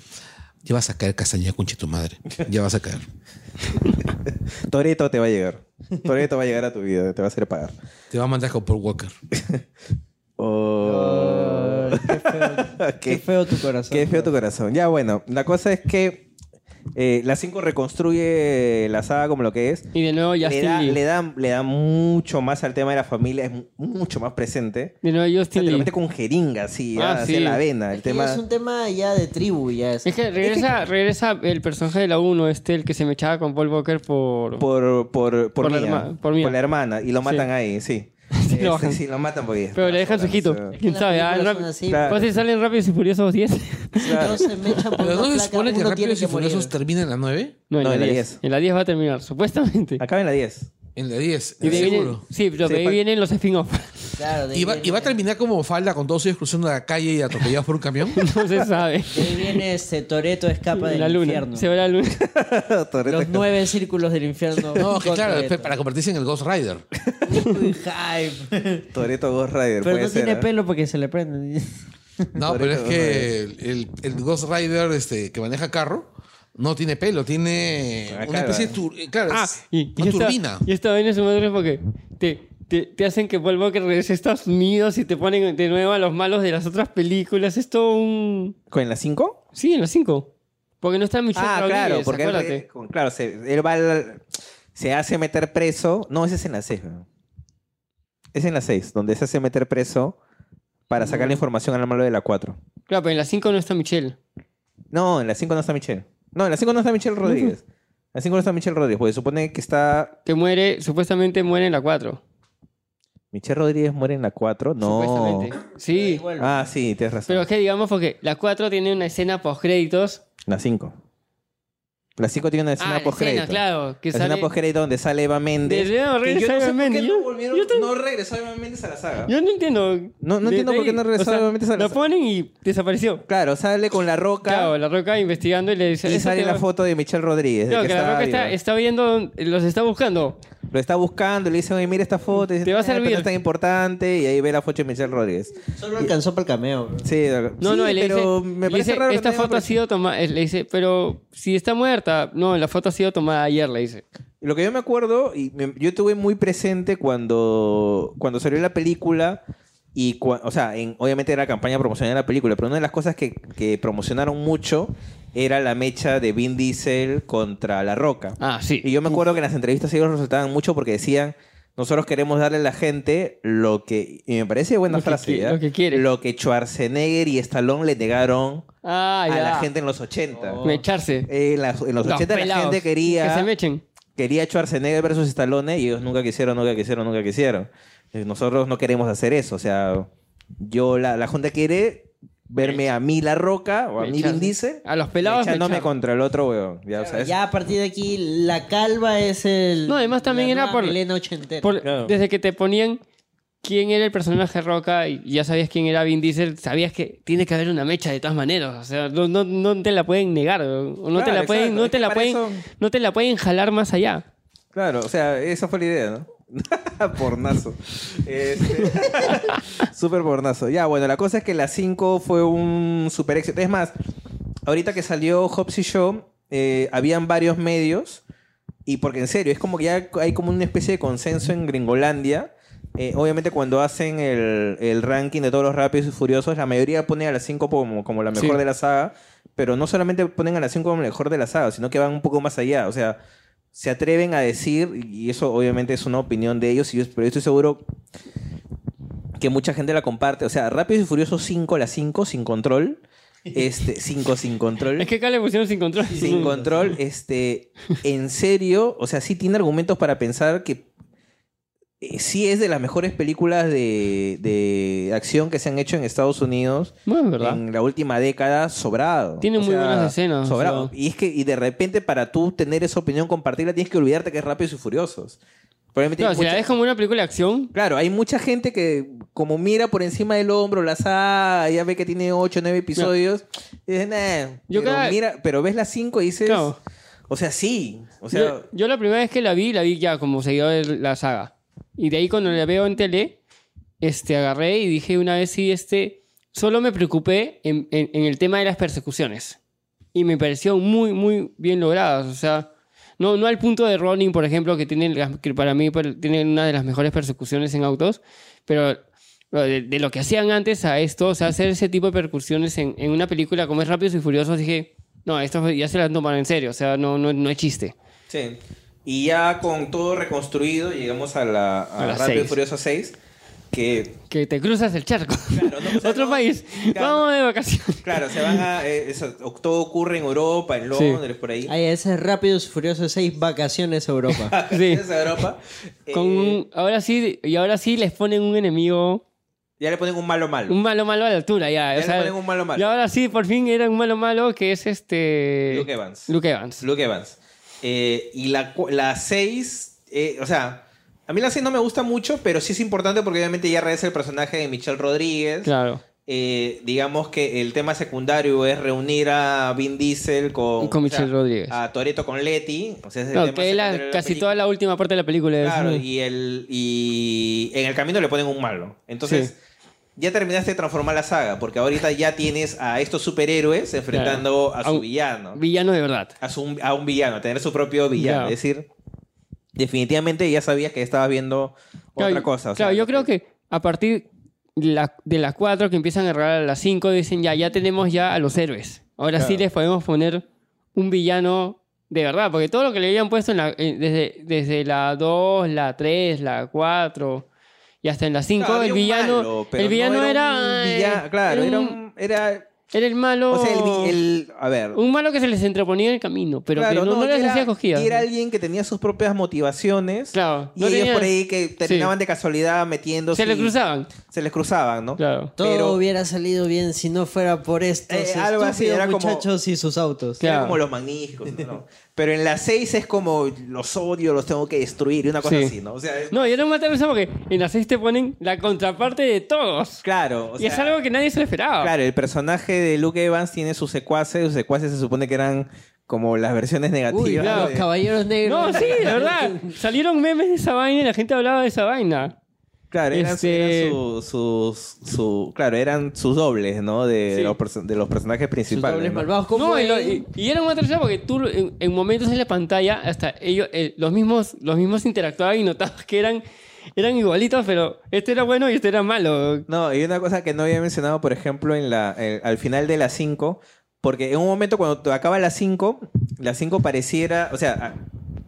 Ya vas a caer castañeda conche tu madre. Ya vas a caer. Toreto te va a llegar. Toreto va a llegar a tu vida, te va a hacer pagar. Te va a mandar con Paul Walker. Oh. Ay, qué, ¿Qué, feo, qué feo tu corazón. qué feo tu corazón. Ya, bueno, la cosa es que eh, la 5 reconstruye la saga como lo que es. Y de nuevo Le Justin da, Lee. le, da, le da mucho más al tema de la familia, es mu- mucho más presente. De nuevo O sea, Justin te lo Lee. mete con jeringa, así, Ah, hacia sí. la avena. El Es que tema... ya Es un tema ya de tribu, ya es. Es que regresa, regresa el personaje de la 1, este, el que se me echaba con Paul Walker por... por, por, por, Por la Mia, herma- por Mia. la hermana. Y lo matan Sí. ahí, sí. Sí, lo Este, bajan. sí, lo matan porque... Pero le dejan su hijito. O sea, ¿Quién sabe? Ah, Las películas rap- son así, Claro. Fácil salen rápidos y furiosos 10. claro. No se me echan por Pero una no se placa, supone que uno tiene Rápidos y que morir. Furiosos termina en la 9? No, No, en la 10. En la 10 va a terminar, supuestamente. Acaba en la 10. En la 10, Y de ahí vienen, seguro. sí, pero Sí, de ahí pa- vienen los spin-off. Claro, de Y va, ahí y va a viene- terminar como falda con todos ellos cruzando la calle y atropellados por un camión. No se sabe. de ahí viene este Toreto escapa De del la luna. infierno. Se va a la luna. Los nueve círculos del infierno. No, que con claro, Toretto. para convertirse en el Ghost Rider. Uy, hype. Toreto Ghost Rider. Pero puede no ser, tiene ¿eh? pelo porque se le prende. No, Por pero es eso, que el, el- el Ghost Rider este, que maneja carro no tiene pelo, tiene Ah, una claro. especie de tur- eh, claro, Ah, Pues, es y, y una esta, turbina. y esta vaina es un madre porque te, te, te hacen que Paul Walker regrese a Estados Unidos y te ponen de nuevo a los malos de las otras películas. Es todo un... ¿Con la 5? Sí, en las 5. Porque no está Michelle Ah, Rodríguez, claro, porque él, acuérdate. eh, con- claro, se, él va al- se hace meter preso. No, ese es en la 6. Es en la 6, donde se hace meter preso para sacar la información al malo de la 4. Claro, pero en la 5 no está Michelle. No, en la 5 no está Michelle. No, en la 5 no está Michelle Rodríguez. En la 5 no está Michelle Rodríguez, porque supone que está. Que muere, supuestamente muere en la 4. Michelle Rodríguez muere en la 4. No. Supuestamente. Sí. Ah, sí, tienes razón. Pero es que digamos porque la 4 tiene una escena post créditos. La 5. La 5 tiene una escena Ah, la post escena, claro. Que la sale... escena post-crédito donde sale Eva Méndez. Desde luego, Que yo regresa no sé Eva por qué Méndez. no Yo- volvieron- yo te- no regresó Eva Méndez a la saga. Yo no entiendo. No- no entiendo por qué no ahí, regresaba nuevamente esa- Lo ponen y desapareció. Claro, sale con la roca Claro, la roca investigando y le dice. y "Eso sale te la va-". foto de Michelle Rodríguez. de Claro, que que, la está roca está, viva. está viendo, los está buscando. Lo está buscando, le dice, oye, mira esta foto. y dice, Te va a "Ah, pero no servir". es tan importante. Y ahí ve la foto de Michelle Rodríguez. Solo alcanzó para el cameo. bro. Sí, No, sí, no, él le pero dice, me le parece dice, raro que esta no foto ha aparezca". sido tomada, le dice, pero si está muerta, no, la foto ha sido tomada ayer, le dice. Lo que yo me acuerdo, y me- yo tuve muy presente cuando, cuando salió la película, y cua- o sea, en- obviamente era campaña promocional de la película, pero una de las cosas que, que promocionaron mucho era la mecha de Vin Diesel contra La Roca. Ah, Y sí. yo me acuerdo que en las entrevistas ellos resaltaban mucho porque decían, nosotros queremos darle a la gente lo que, y me parece buena Lo que frase, qui- ¿ya? lo que quiere. Lo que Schwarzenegger y Stallone le negaron Ah, a ya. la gente en los 80. Mecharse. Eh, las- en los Los 80 la pelados. gente quería Que se mechen. quería Schwarzenegger versus Stallone y ellos nunca quisieron, nunca quisieron, nunca quisieron. Eh, Nosotros no queremos hacer eso. O sea, yo, la, la Junta quiere verme a mí La Roca o a mí Mecharse. Vin Diesel A los Ah, pelados echándome mechar. contra el otro weón. Ya, o sea, es- Ya a partir de aquí, la calva es el. No, además también la era nueva por- melena ochentera. Por- Claro. Desde que te ponían quién era el personaje Roca y ya sabías quién era Vin Diesel, sabías que tiene que haber una mecha de todas maneras. O sea, no, no- no te la pueden negar. o no, te Claro, la pueden, exacto. no, Es te que la para pueden, eso- no te la pueden jalar más allá. Claro, o sea, esa fue la idea, ¿no? pornazo. Este, Súper pornazo. Ya, bueno, la cosa es que la 5 fue un super éxito. Es más, ahorita que salió Hobbs y Show, habían varios medios. Y porque en serio, es como que ya hay como una especie de consenso en Gringolandia. Eh, obviamente cuando hacen el, el ranking de todos los rápidos y furiosos, la mayoría pone a las 5 como, como la mejor Sí. de la saga. Pero no solamente ponen a las 5 como la mejor de la saga, sino que van un poco más allá. O sea, se atreven a decir, y eso obviamente es una opinión de ellos, y yo, pero yo estoy seguro que mucha gente la comparte. O sea, Rápidos y Furiosos 5, la 5, sin control. Este, 5 sin control. Es que acá le pusieron sin control. Sin control, este, en serio, o sea, sí tiene argumentos para pensar que eh, sí es de las mejores películas de, de acción que se han hecho en Estados Unidos Bueno, es verdad. en la última década, sobrado. Tiene muy buenas escenas, Sobrado. o sea. Y es que, y de repente, para tú tener esa opinión, compartirla, tienes que olvidarte que es Rápidos y Furiosos. Probablemente No, hay si la mucha- ves como una película de acción, Claro, hay mucha gente que como mira por encima del hombro, la saga, ya ve que tiene 8 o 9 episodios, y dice, nah, Yo pero, cada- mira, pero ves las 5 y dices, Claro. o sea, sí, o sea, yo, yo la primera vez que la vi, la vi ya como seguidor de la saga. Y de ahí cuando la veo en tele, este, agarré y dije una vez sí, este, solo me preocupé en, en- en el tema de las persecuciones. Y me pareció muy, muy bien logradas. O sea, no, no al punto de Ronin, por ejemplo, que, tiene, las- que para mí per- tiene una de las mejores persecuciones en autos, pero bueno, de, de lo que hacían antes a esto, o sea, hacer ese tipo de percusiones en, en una película como es Rápidos y Furiosos, dije, no, esto ya se la han tomado en serio, o sea, no, no, no es chiste. sí. Y ya con todo reconstruido, llegamos a la a A la Rápido y seis. Furioso 6, que Que te cruzas el charco. Claro, no, o sea, Otro no, país. claro. Vamos de vacaciones. claro, se van a, eh, eso, todo ocurre en Europa, en Sí. Londres, por ahí. Ay, ese es Rápidos y Furiosos 6 Vacaciones a Europa. Sí. Es Europa. Eh, Con un- ahora sí, y ahora sí les ponen un enemigo, Ya le ponen un malo malo. un malo malo a la altura ya. Ya o le sea, ponen un malo malo. Y ahora sí, por fin era un malo malo que es este... Luke Evans. Luke Evans. Luke Evans. Eh, y la 6, o sea, a mí la 6 no me gusta mucho, pero sí es importante porque obviamente ya regresa el personaje de Michelle Rodríguez. Claro. Eh, digamos que el tema secundario es reunir a Vin Diesel con, Con Michelle Rodríguez. A Toreto con Letty. O sea, ese es el No, tema que es la- secundario de la casi película. toda la última parte de la película. es- Claro, y, el, y en el camino le ponen un malo. Entonces, Sí. ya terminaste de transformar la saga, porque ahorita ya tienes a estos superhéroes enfrentando a A su un- villano Villano de verdad. a, su- a un villano, a tener su propio villano. Claro. Es decir, definitivamente ya sabías que estabas viendo Claro, otra cosa. o sea, claro, yo lo creo que a partir la- de las 4 que empiezan a regalar a las 5, dicen ya, ya tenemos ya a los héroes. Ahora sí les podemos poner un villano de verdad, porque todo lo que le habían puesto en la- eh, desde, desde la 2, la 3, la 4 y hasta en la 5, Claro, el había un villano, malo, pero el no villano un era... eh, villa- claro, era era un- un- era- Era el malo. O sea, el, vi- el- a ver. Un malo que se les entreponía en el camino, pero claro, que no, no, les y era- hacía cogidas. y era alguien que tenía sus propias motivaciones. Claro. Y no ellos tenía- por ahí que terminaban de casualidad metiéndose. Se les y- cruzaban. Se les cruzaban, ¿no? Claro. Todo Pero- hubiera salido bien si no fuera por estos Eh, algo así, estúpidos era como- muchachos y sus autos. Era Claro. como los magníficos, ¿no? Pero en las seis es como los odio, los tengo que destruir y una cosa Sí. así, ¿no? O sea, es- No, y era más eso porque en las seis te ponen la contraparte de todos. claro. o y es sea, algo que nadie se lo Ah. esperaba. Claro, el personaje de Luke Evans tiene sus secuaces. Sus secuaces se supone que eran como las versiones negativas. Uy, de- los caballeros negros. No, sí, de verdad. Salieron memes de esa vaina y la gente hablaba de esa vaina. Claro, eran, Este- eran su- sus, su- claro, eran sus dobles, ¿no? De, de Sí. los, perso- de los personajes Sus principales. dobles ¿no? malvados. ¿Cómo No, y, lo- en- y- y era una tercera porque tú en, en momentos en la pantalla hasta ellos, eh, los mismos, los mismos interactuaban y notabas que eran, eran igualitos, pero este era bueno y este era malo. No, y una cosa que no había mencionado, por ejemplo, en la, en- al final de las 5, porque en un momento cuando te acaba las 5, las 5 pareciera, o sea, a-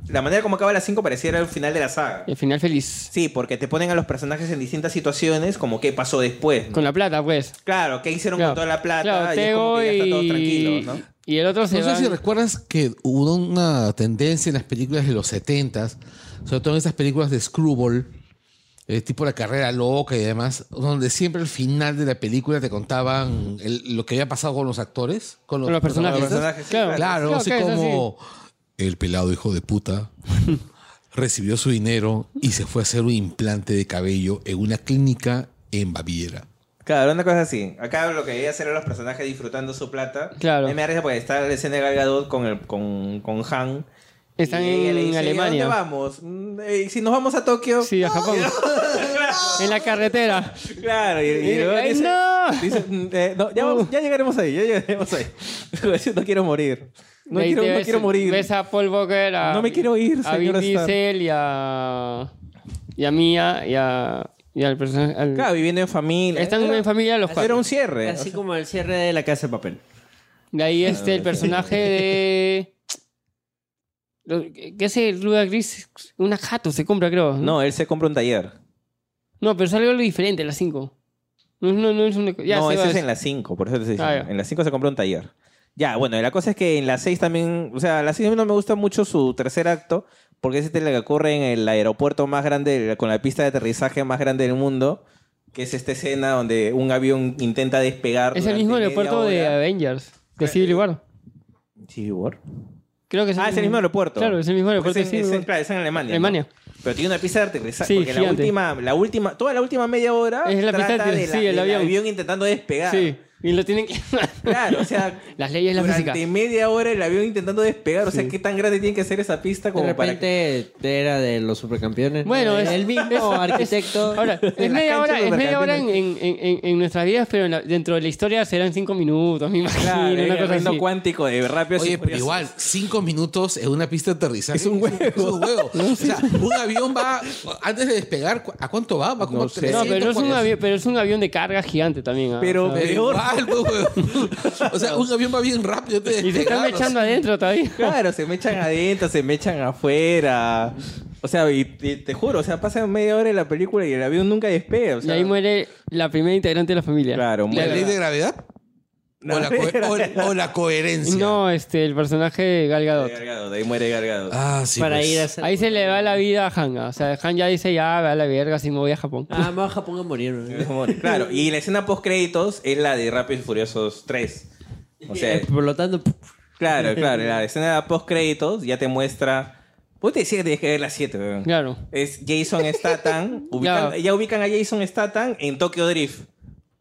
la manera como acaba las 5 pareciera el final de la saga. El final feliz. Sí, porque te ponen a los personajes en distintas situaciones, como qué pasó después. ¿no? Con la plata, pues. Claro, qué hicieron Claro, con toda la plata, Claro, y es como Tego que ya y... están todos tranquilos, ¿no? y el otro se No sé van- si recuerdas que hubo una tendencia en las películas de los 70s, sobre todo en esas películas de Screwball, eh, tipo La Carrera Loca y demás, donde siempre al final de la película te contaban el- lo que había pasado con los actores, con los, Con los personajes. protagonistas. personajes, sí, Claro. Claro, Claro, así que es como el pelado hijo de puta recibió su dinero y se fue a hacer un implante de cabello en una clínica en Baviera. Claro, una cosa así. Acá lo que debía hacer eran los personajes disfrutando su plata. Claro. A mí me da risa porque está la escena de Gal Gadot con, el, con, con Han. Están Y ella le en dice, Alemania. ¿A dónde vamos? "Mm, eh, si nos vamos a Tokio. Sí, a Japón. claro, en la carretera. claro. Y, y Y- luego ¡Ay, dice- no! dice, "Mm, eh, no, ya, vamos- ya llegaremos ahí, ya llegaremos ahí. no quiero morir. No Ahí quiero, te no ves- quiero morir. Ves a Paul Walker, a, No me quiero ir, a Vin señora Starr. Diesel y a, y a Mia y a, y al personaje. al- Claro, viviendo en familia. están Era- en familia los cuatro. Era un cierre. Así como el cierre de la casa de papel. De ahí este el personaje de. lo- ¿Qué es el lugar gris? Una jato se compra, creo. No, él se compra un taller. No, pero es algo diferente, las 5. No, no, no es una. Ya, no, se ese va, es en la 5, por eso te estoy Ah, diciendo. ya. en la 5 se compró un taller. Ya, bueno, y la cosa es que en la 6 también, o sea, en la 6 a mí no me gusta mucho su tercer acto, porque ese es el que ocurre en el aeropuerto más grande, con la pista de aterrizaje más grande del mundo, que es esta escena donde un avión intenta despegar. Es el durante mismo media aeropuerto de hora. Avengers, de Civil War. Civil War. Creo que es Ah, es el mismo aeropuerto. Claro, es el mismo Porque aeropuerto. es de Civil en- es en- War. claro, es en Alemania. ¿no? Alemania. Pero tiene una pista de aterrizaje. Sí, porque la gigante. última, la última, toda la última media hora Es la pista de trata de la- aterrizaje, el del avión. avión intentando despegar. Sí, y lo tienen que. Claro, o sea, Las leyes de la durante física. media hora el avión intentando despegar. O sea, ¿qué tan grande tiene que ser esa pista De como para que... repente era de los supercampeones. ¿no? Bueno, es- el mismo es- arquitecto. Ahora, es media hora, es media hora en, en, en- en nuestras vidas, pero en la- dentro de la historia serán cinco minutos, me imagino. Claro, eh, una el cosa reino así. cuántico de rápido. Oye, pero igual, cinco minutos en una pista de aterrizaje. Es un huevo. Es un huevo. O sea, un avión va, antes de despegar, ¿cu- ¿a cuánto va? Va como No sé. 300, No, pero no es un 400. avión, pero es un avión de carga gigante también. ah, pues. Pero- o sea, Pero Peor. igual, pues, huevón. O sea, un avión va bien rápido. antes de y se despegar, están o sea, echando adentro todavía. Claro, se me echan adentro, se me echan afuera. O sea, y, y te juro, o sea, pasa media hora de la película y el avión nunca despega. O Y sea, ahí muere la primera integrante de la familia. Claro, ¿La muere. ley de gravedad? O la, co- o la- o la coherencia. No, este, el personaje de Gal Gadot. Gargado, de ahí muere Gargado. Ah, sí. para pues. ir a hacer. Ahí se le va la vida a Han. ah. O sea, Han ya dice, ya, va a la verga si me voy a Japón. Ah, me voy a Japón a morir. ¿no? Claro, y la escena post créditos es la de Rápidos y Furiosos 3. O sea, Por lo tanto, puf, Claro, claro. en La escena post créditos ya te muestra. Vos te decías que tenías que ver las 7, weón. Claro. Es Jason Statham. ubican- Claro. Ya ubican a Jason Statham en Tokyo Drift.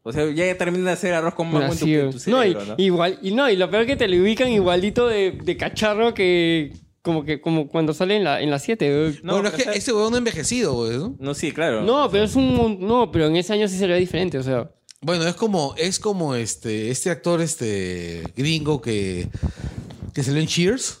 O sea, ya terminan de hacer arroz con mango en tu, Así, en tu cerebro, no, y, ¿no? Igual, y no, y lo peor que te lo ubican igualito de, de cacharro que como que como cuando sale en la en la 7. No, bueno, es pero que está- ese huevón no ha envejecido, güey, ¿no? No, sí, claro. No, pero es un mon- no, pero en ese año sí se le ve diferente, o sea, Bueno, es como, es como este, este actor este gringo que, que salió en Cheers.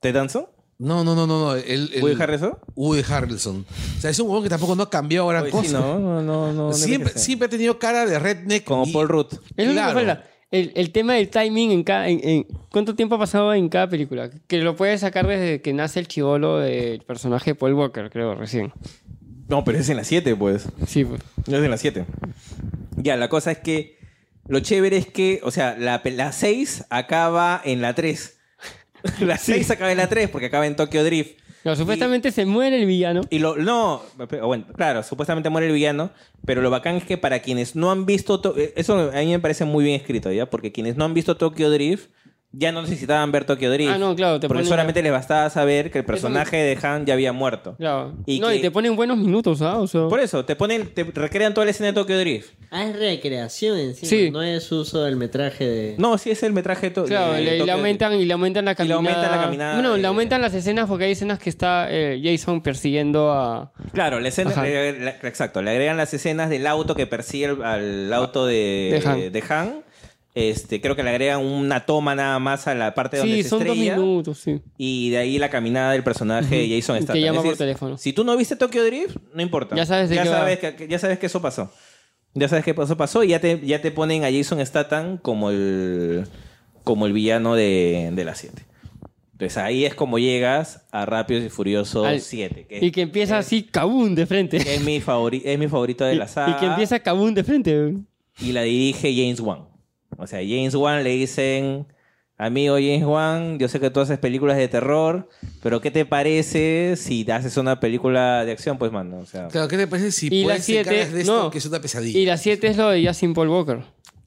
¿Te danzó? No, no, no, no, no. El, el- ¿Voy a dejar eso? Woody Harrelson. O sea, es un huevón que tampoco no ha cambiado gran Oye, cosa. Pues sí, no, no, no. no, no siempre, envejece. siempre ha tenido cara de redneck. Como y- Paul Rudd. es lo único que Claro. falta. El, el tema del timing en cada en, en- cuánto tiempo ha pasado en cada película, que lo puedes sacar desde que nace el chivolo del personaje de Paul Walker, creo, recién. No, pero es en las 7, pues. Sí, pues. No es en las 7. Ya, la cosa es que Lo chévere es que, o sea, la, pe- la 6 acaba en la 3. La 6 acaba en la 3 porque acaba en Tokyo Drift. No, supuestamente se muere el villano. Y lo, no, pero bueno, claro, supuestamente muere el villano, pero lo bacán es que para quienes no han visto, To- eh, eso a mí me parece muy bien escrito, ¿ya? Porque quienes no han visto Tokyo Drift, ya no necesitaban ver Tokyo Drift. Ah, no, claro, te porque ponen- solamente les bastaba saber que el personaje de Han ya había muerto. Claro. Y no, que- y te ponen buenos minutos, ¿ah? O sea, Por eso, te ponen, te recrean toda la escena de Tokyo Drift. Ah, es recreación encima. Sí. No es uso del metraje de. No, sí es el metraje de to- claro, de le, le Tokyo aumentan, y le aumentan la Y le caminada. aumentan la caminada, Bueno, eh. le aumentan las escenas porque hay escenas que está eh, Jason persiguiendo a. Drift. Claro, la escena, Ajá. le- le- le- exacto, le agregan las escenas del auto que persigue el- al auto de, De Han. de Han. Este, creo que le agregan una toma nada más a la parte donde Sí, se son dos estrella. minutos, sí. Y de ahí la caminada del personaje de Jason Que Statham. llama Es por decir, teléfono. Si tú no viste Tokyo Drift, no importa. Ya sabes de ya qué va. sabes que Ya sabes que eso pasó. Ya sabes que eso pasó y ya te, ya te ponen a Jason Statham como el, como el villano de, de la 7. Entonces ahí es como llegas a Rápidos y Furiosos Al- 7. Que, Y que empieza así, cabún, de frente. que es, mi favori- es mi favorito de Y, la saga. y que empieza cabún de frente. y la dirige James Wan. O sea, James Wan le dicen, amigo James Wan, yo sé que tú haces películas de terror, pero ¿qué te parece si haces una película de acción? Pues, mano, o sea, Claro, ¿qué te parece si Y la puedes siete, encargas de esto no. que es una pesadilla? Y la 7 es lo de Justin Paul Walker.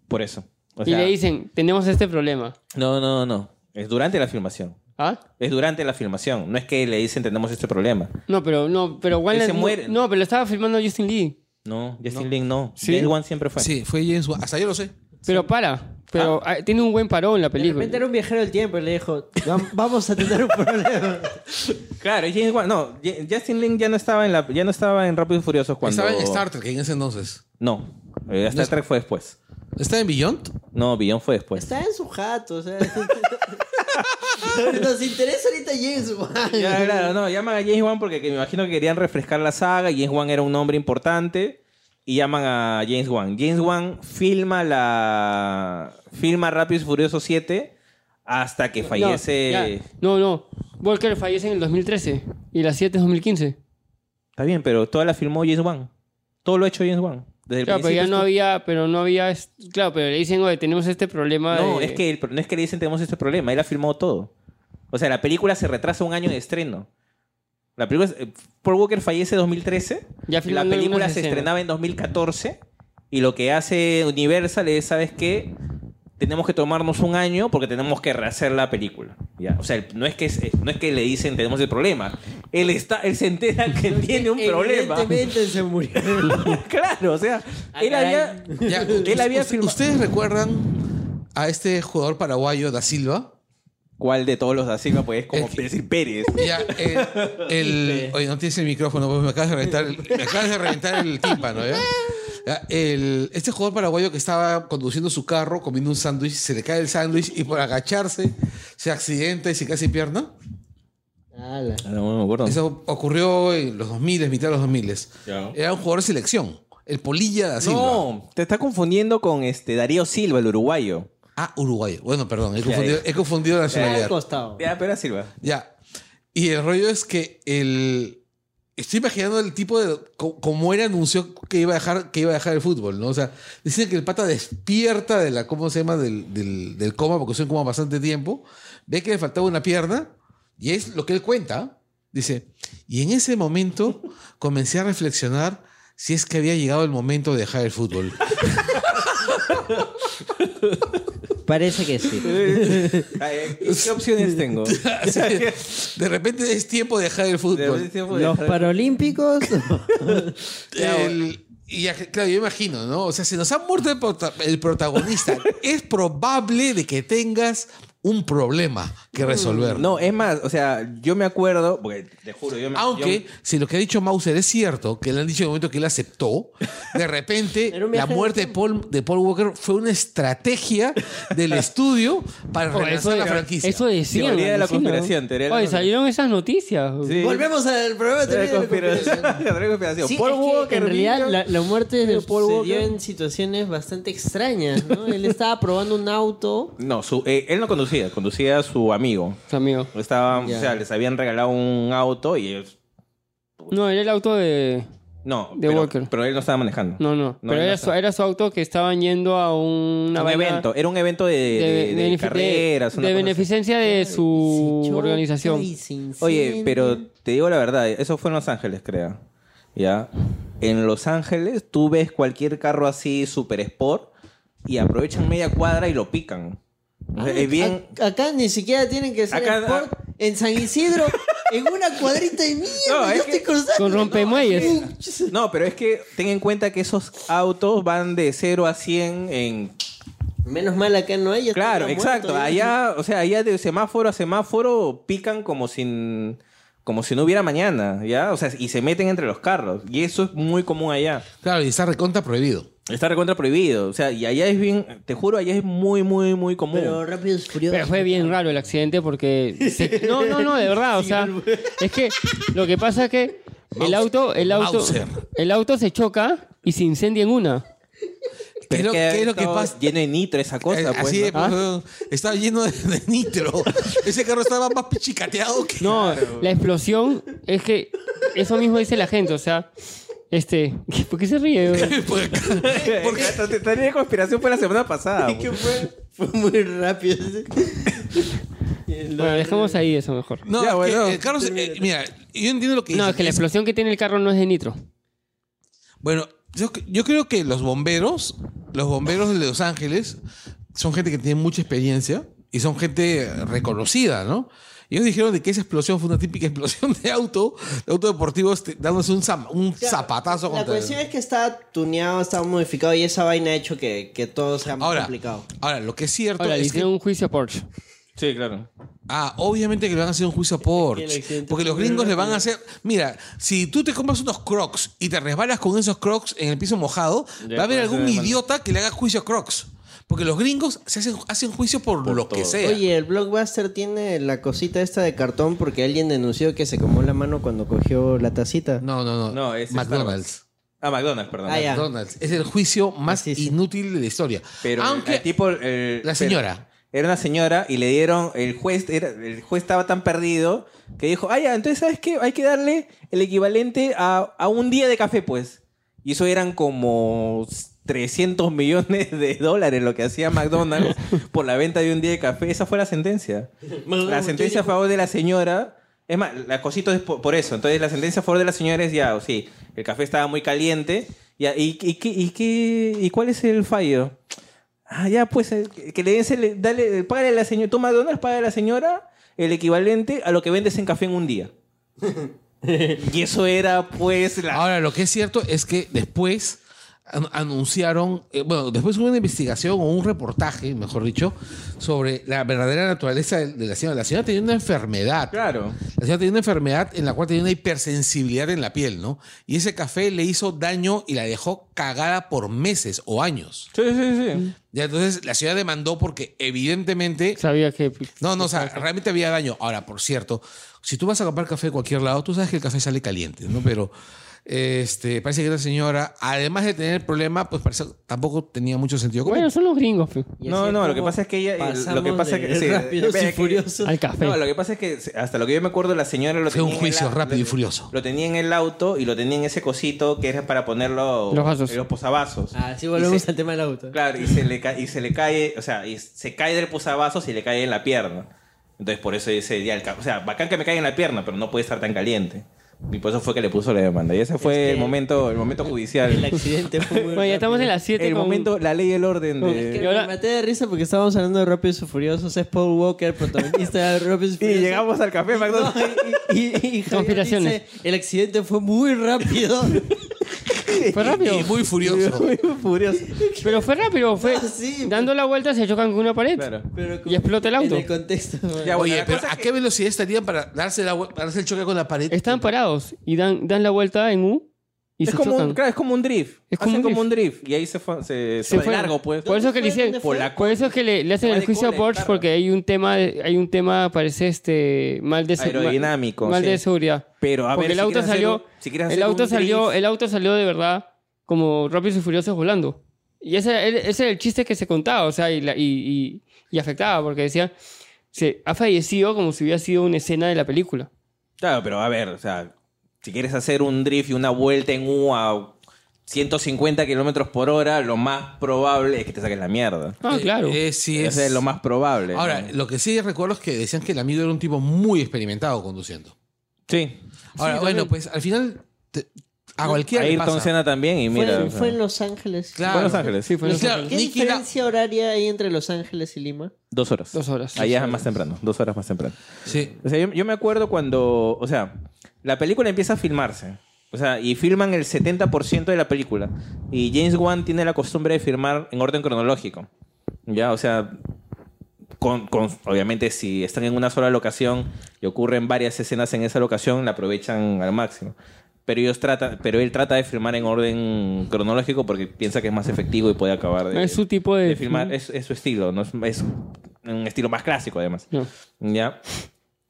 por eso. O y sea, le dicen, tenemos este problema. No, no, no. Es durante la filmación. ¿Ah? Es durante la filmación. No es que le dicen tenemos este problema. No, pero no, pero Wayland se no- muere. No, pero lo estaba filmando Justin Lee. No, Justin Lin no. Sí. James Wan siempre fue. Sí, fue James Wan. Hasta yo lo sé. Pero para. Pero ah, tiene un buen parón la De película. repente era un viajero del tiempo y le dijo: "Vam- Vamos a tener un problema. Claro, es James Wan. No, Ye- Justin Lin ya no estaba en la, ya no estaba en Rápidos y Furiosos cuando. Estaba en Star Trek en ese entonces. No, eh, Star No es- Trek fue después. ¿Estaba en Beyond? No, Billón fue después. Está en su jato, o sea. Nos interesa ahorita James Wan. Ya, claro, no, llaman a James Wan porque que me imagino que querían refrescar la saga. y James Wan era un nombre importante y llaman a James Wan. James Wan filma la. Filma Rápidos y Furiosos 7 hasta que No, fallece. ya. no, no. Walker fallece en el 2013 y la 7 es 2015. Está bien, pero toda la filmó James Wan. Todo lo ha hecho James Wan. Desde el Claro, pero principio ya no estuvo- había, pero no había, es- claro, pero le dicen, oye, tenemos este problema No, de- es que el- no es que le dicen tenemos este problema, él ha filmado todo. O sea, la película se retrasa un año de estreno. La película, es- eh, Paul Walker fallece en 2013. Ya la filmando película algunas se escenas. estrenaba en 2014 y lo que hace Universal es, ¿sabes qué? Tenemos que tomarnos un año porque tenemos que rehacer la película. Ya. O sea, el- no es, que, es- eh, no es que le dicen tenemos el problema. Él, está, él se entera que tiene un problema. Evidentemente se murió. claro, o sea, Ah, él caray. había, Ya, él había ¿Ustedes- filmado. ¿Ustedes recuerdan a este jugador paraguayo da Silva? ¿Cuál de todos los da Silva? Pues es como Es que- decir Pérez. Ya, el, el- oye, no tienes el micrófono, pues me acabas de reventar, el- me acabas de reventar el tímpano, ¿ya? Ya, el- este jugador paraguayo que estaba conduciendo su carro, comiendo un sándwich, se le cae el sándwich y por agacharse se accidenta y se cae sin pierna. Ala. No me acuerdo. Eso ocurrió en los 2000, mitad de los 2000. Ya. Era un jugador de selección, el Polilla da Silva. No, te está confundiendo con este Darío Silva, el uruguayo. Ah, Uruguay. Bueno, perdón, he confundido, he confundido la Al nacionalidad. costado. Ya, pero era Silva. Ya. Y el rollo es que el. Estoy imaginando el tipo de. co- Como era anunció que iba a dejar, que iba a dejar el fútbol, ¿no? O sea, dicen que el pata despierta de la. ¿Cómo se llama? Del, del, del coma, porque son como bastante tiempo. Ve que le faltaba una pierna. Y es lo que él cuenta. Dice. Y en ese momento comencé a reflexionar si es que había llegado el momento de dejar el fútbol. Parece que sí. Ay, ¿Qué, qué opciones tengo? Así que, de repente es tiempo de dejar el fútbol. Los paralímpicos. El- y ya- claro, yo imagino, ¿no? O sea, si nos ha muerto el, prota- el protagonista, es probable de que tengas un problema que resolver. No, es más, o sea, yo me acuerdo, porque te juro, yo me Aunque, si lo que ha dicho Mauser es cierto, que le han dicho en el momento que él aceptó, de repente Era un la viaje muerte de Paul, de Paul Walker fue una estrategia del estudio para Oye, Oh, eso, relanzar la de- franquicia. eso decían. Teoría de la alucina. conspiración, teoría de la Oye, conspiración. salieron esas noticias. yo- Sí. Volvemos al problema Teoría de conspiración. Teoría de conspiración. Sí, Paul es que Walker, en realidad niño. la, la muerte de Niño Paul Paul se dio Walker. en situaciones bastante extrañas, ¿no? Él estaba probando un auto. No, su- eh, él no conducía, conducía a su amigo. Amigo. Estaban, Ya. o sea, les habían regalado un auto y ellos- No, era el auto de, No, De pero, Walker. pero él no estaba manejando. No, no. No, pero él no era está. su, era su auto que estaban yendo a una un vaina evento, era un evento de, de- de benefic- carreras. una de cosa así. beneficencia de su Choca organización. y se enciende. Oye, pero te digo la verdad, eso fue en Los Ángeles, creo. ¿Ya? En Los Ángeles tú ves cualquier carro así super sport y aprovechan media cuadra y lo pican. Ah, O sea, es bien... A- acá ni siquiera tienen que ser Acá- sport. En San Isidro, en una cuadrita de mierda, No, ya es te que- cruzaste. Con rompemuelles. No, pero es que ten en cuenta que esos autos van de 0 a 100 en... Menos mal acá no hay. ya Claro, estuviera exacto. muerto, ya. Allá, o sea, allá de semáforo a semáforo pican como sin... Como si no hubiera mañana, ¿ya? O sea, y se meten entre los carros. Y eso es muy común allá. Claro, y está recontra prohibido. Está recontra prohibido. O sea, y allá es bien, te juro, allá es muy, muy, muy común. Pero rápido es furioso. Pero fue bien raro el accidente porque... se- No, no, no, de verdad. O sea, es que lo que pasa es que el auto, el auto, Mauser. el auto se choca y se incendia en una. ¿Qué es lo- qué es lo que todo pasa? Lleno de nitro esa cosa, Eh, pues. Así ¿no? es, pues, weón. estaba lleno de, de nitro. Ese carro estaba más pichicateado que. No, la explosión es que eso mismo dice la gente, o sea, este, ¿por qué se ríe? güey? Porque hasta te tenía de conspiración fue la semana pasada. ¿Qué pues. fue? Fue muy rápido. Bueno, dejamos ahí eso mejor. No, Ya, es que bueno. el carro. se- eh, mira, yo entiendo lo que No, dices. es que la explosión que tiene el carro no es de nitro. Bueno, yo, yo creo que los bomberos, los bomberos de Los Ángeles, son gente que tiene mucha experiencia y son gente reconocida, ¿no? Y Ellos dijeron de que esa explosión fue una típica explosión de auto, de auto deportivo, este, dándose un, zam- un zapatazo La contra cuestión es que está tuneado, está modificado y esa vaina ha hecho que, que todo sea más Ahora, complicado. ahora, lo que es cierto Ahora, le es que hicieron un juicio a Porsche. Sí, claro. Ah, obviamente que le van a hacer un juicio a Es que el Porsche. accidente Porque fue los muy gringos le van a rápido. hacer. Mira, si tú te compras unos crocs y te resbalas con esos crocs en el piso mojado, Ya, va a haber pues, algún se demanda. idiota que le haga juicio a crocs. Porque los gringos se hacen, hacen juicio por, lo que sea. Oye, el blockbuster tiene la cosita esta de cartón porque alguien denunció que se comó la mano cuando cogió la tacita. no, no, no. No, es McDonald's. Ah, McDonald's, perdón. Ah, ya. McDonald's. Es el juicio más Así, sí. inútil de la historia. Pero Aunque el tipo. el- la señora. Era una señora y le dieron. El juez era, el juez estaba tan perdido que dijo: Ah, ya, entonces, ¿sabes qué? Hay que darle el equivalente a, a un día de café, pues. Y eso eran como 300 millones de dólares lo que hacía McDonald's por la venta de un día de café. Esa fue la sentencia. La sentencia a favor de la señora. Es más, la cosita es por, por eso. Entonces, la sentencia a favor de la señora es ya, o sí, el café estaba muy caliente. Ya, ¿y, y, qué- y, qué- ¿Y cuál es el fallo? Ah, ya, pues, eh, que le den, ese- dale, págale a la señora, tú McDonald's, paga a la señora el equivalente a lo que vendes en café en un día. y eso era, pues, la. Ahora, lo que es cierto es que después an- anunciaron, eh, bueno, después hubo una investigación o un reportaje, mejor dicho, sobre la verdadera naturaleza de, de la señora. La señora tenía una enfermedad. Claro. La señora tenía una enfermedad en la cual tenía una hipersensibilidad en la piel, ¿no? Y ese café le hizo daño y la dejó cagada por meses o años. Sí, sí, sí. Ya, entonces la señora demandó porque evidentemente Sabía que... no, no, o sea, realmente había daño. Ahora, por cierto, si tú vas a comprar café de cualquier lado, tú sabes que el café sale caliente, ¿no? Pero este, parece que la señora, además de tener el problema, pues parece tampoco tenía mucho sentido común. Bueno, son los gringos, pe. Y así No, no, es lo que como pasa es que ella. el- Lo que pasamos pasa es de que. sí, rápidos espera, y que- furiosos. al café. No, lo que pasa es que hasta lo que yo me acuerdo, la señora lo Fue un tenía en juicio el au- rápido y lo- furioso. Lo tenía en el auto y lo tenía en ese cosito que era para ponerlo Los vasos. en los posavasos. Ah, sí, volvemos Y se- al tema del auto. Claro, y se le ca- y se le cae, o sea, y se cae del posavasos y le cae en la pierna. Entonces por eso dice, ya, el ca- o sea, bacán que me caiga en la pierna, pero no puede estar tan caliente. Y por eso fue que le puso la demanda. Y ese fue que- el momento, el momento El judicial. accidente fue muy Bueno, ya estamos en las 7 El con- momento, la ley y el orden Es que de. Y ahora- me maté de risa porque estábamos hablando de Rápidos y Furiosos. Es Paul Walker, protagonista de Rápidos y Y Furiosos. llegamos al café No, McDonald's. y, y- y- y Javier Conspiraciones. dice, el accidente fue muy rápido. Fue rápido. Y muy furioso. Furioso. Pero fue rápido, fue... No, sí, dando la vuelta se chocan con una pared. Claro. Pero Y explota el auto. En el contexto. Ya, bueno, Oye, la pero cosa ¿a es qué velocidad estarían para darse, la, vue- para darse el choque con la pared? Están parados y dan, dan la vuelta en U y es se como chocan. un, claro, es como un drift. Es como Hacen un como un drift. Y ahí se fue, se, se Se fue fueron. largo, pues. Por eso que le fue? hicieron... ¿Dónde fue? Por, eso que le, le hacen Tema el de juicio a cola, Porsche claro. porque hay un tema, hay un tema parece este mal de segu- Aerodinámico, mal de sí. seguridad. Pero a porque ver, el si auto quieres hacer salió, un- si quieres el hacer auto un salió, drift- el auto salió de verdad como rápidos y furiosos volando. Y ese, el- ese era el chiste que se contaba, o sea, y, la- y- y- y afectaba porque decía se ha fallecido como si hubiera sido una escena de la película. Claro, pero a ver, o sea, si quieres hacer un drift y una vuelta en U a 150 kilómetros por hora, lo más probable es que te saquen la mierda. Ah, claro. Eh, sí, Eso es lo más probable. ¿no? Ahora, lo que sí recuerdo es que decían que el amigo era un tipo muy experimentado conduciendo. sí. Ahora, bueno, pues al final te- a cualquiera A le Ayrton pasa. Senna también y Fue, mira. en- o sea, fue en Los Ángeles. Claro. fue en Los Ángeles, sí. Sí, fue en Y Los claro, ¿Qué Ángeles. Nicky era- diferencia horaria hay entre Los Ángeles y Lima? Dos horas. Dos horas. Allá Dos es más horas. temprano, dos horas más temprano. Sí. O sea, yo, yo me acuerdo cuando, o sea, la película empieza a filmarse. O sea, y filman el 70% de la película. Y James Wan tiene la costumbre de filmar en orden cronológico. Ya, o sea, con, con- obviamente si están en una sola locación y ocurren varias escenas en esa locación, la aprovechan al máximo. Pero, ellos trata, pero él trata de filmar en orden cronológico porque piensa que es más efectivo y puede acabar de, Es su tipo de. de filmar. Es, es su estilo, ¿no? es, es un estilo más clásico además. No. ¿Ya?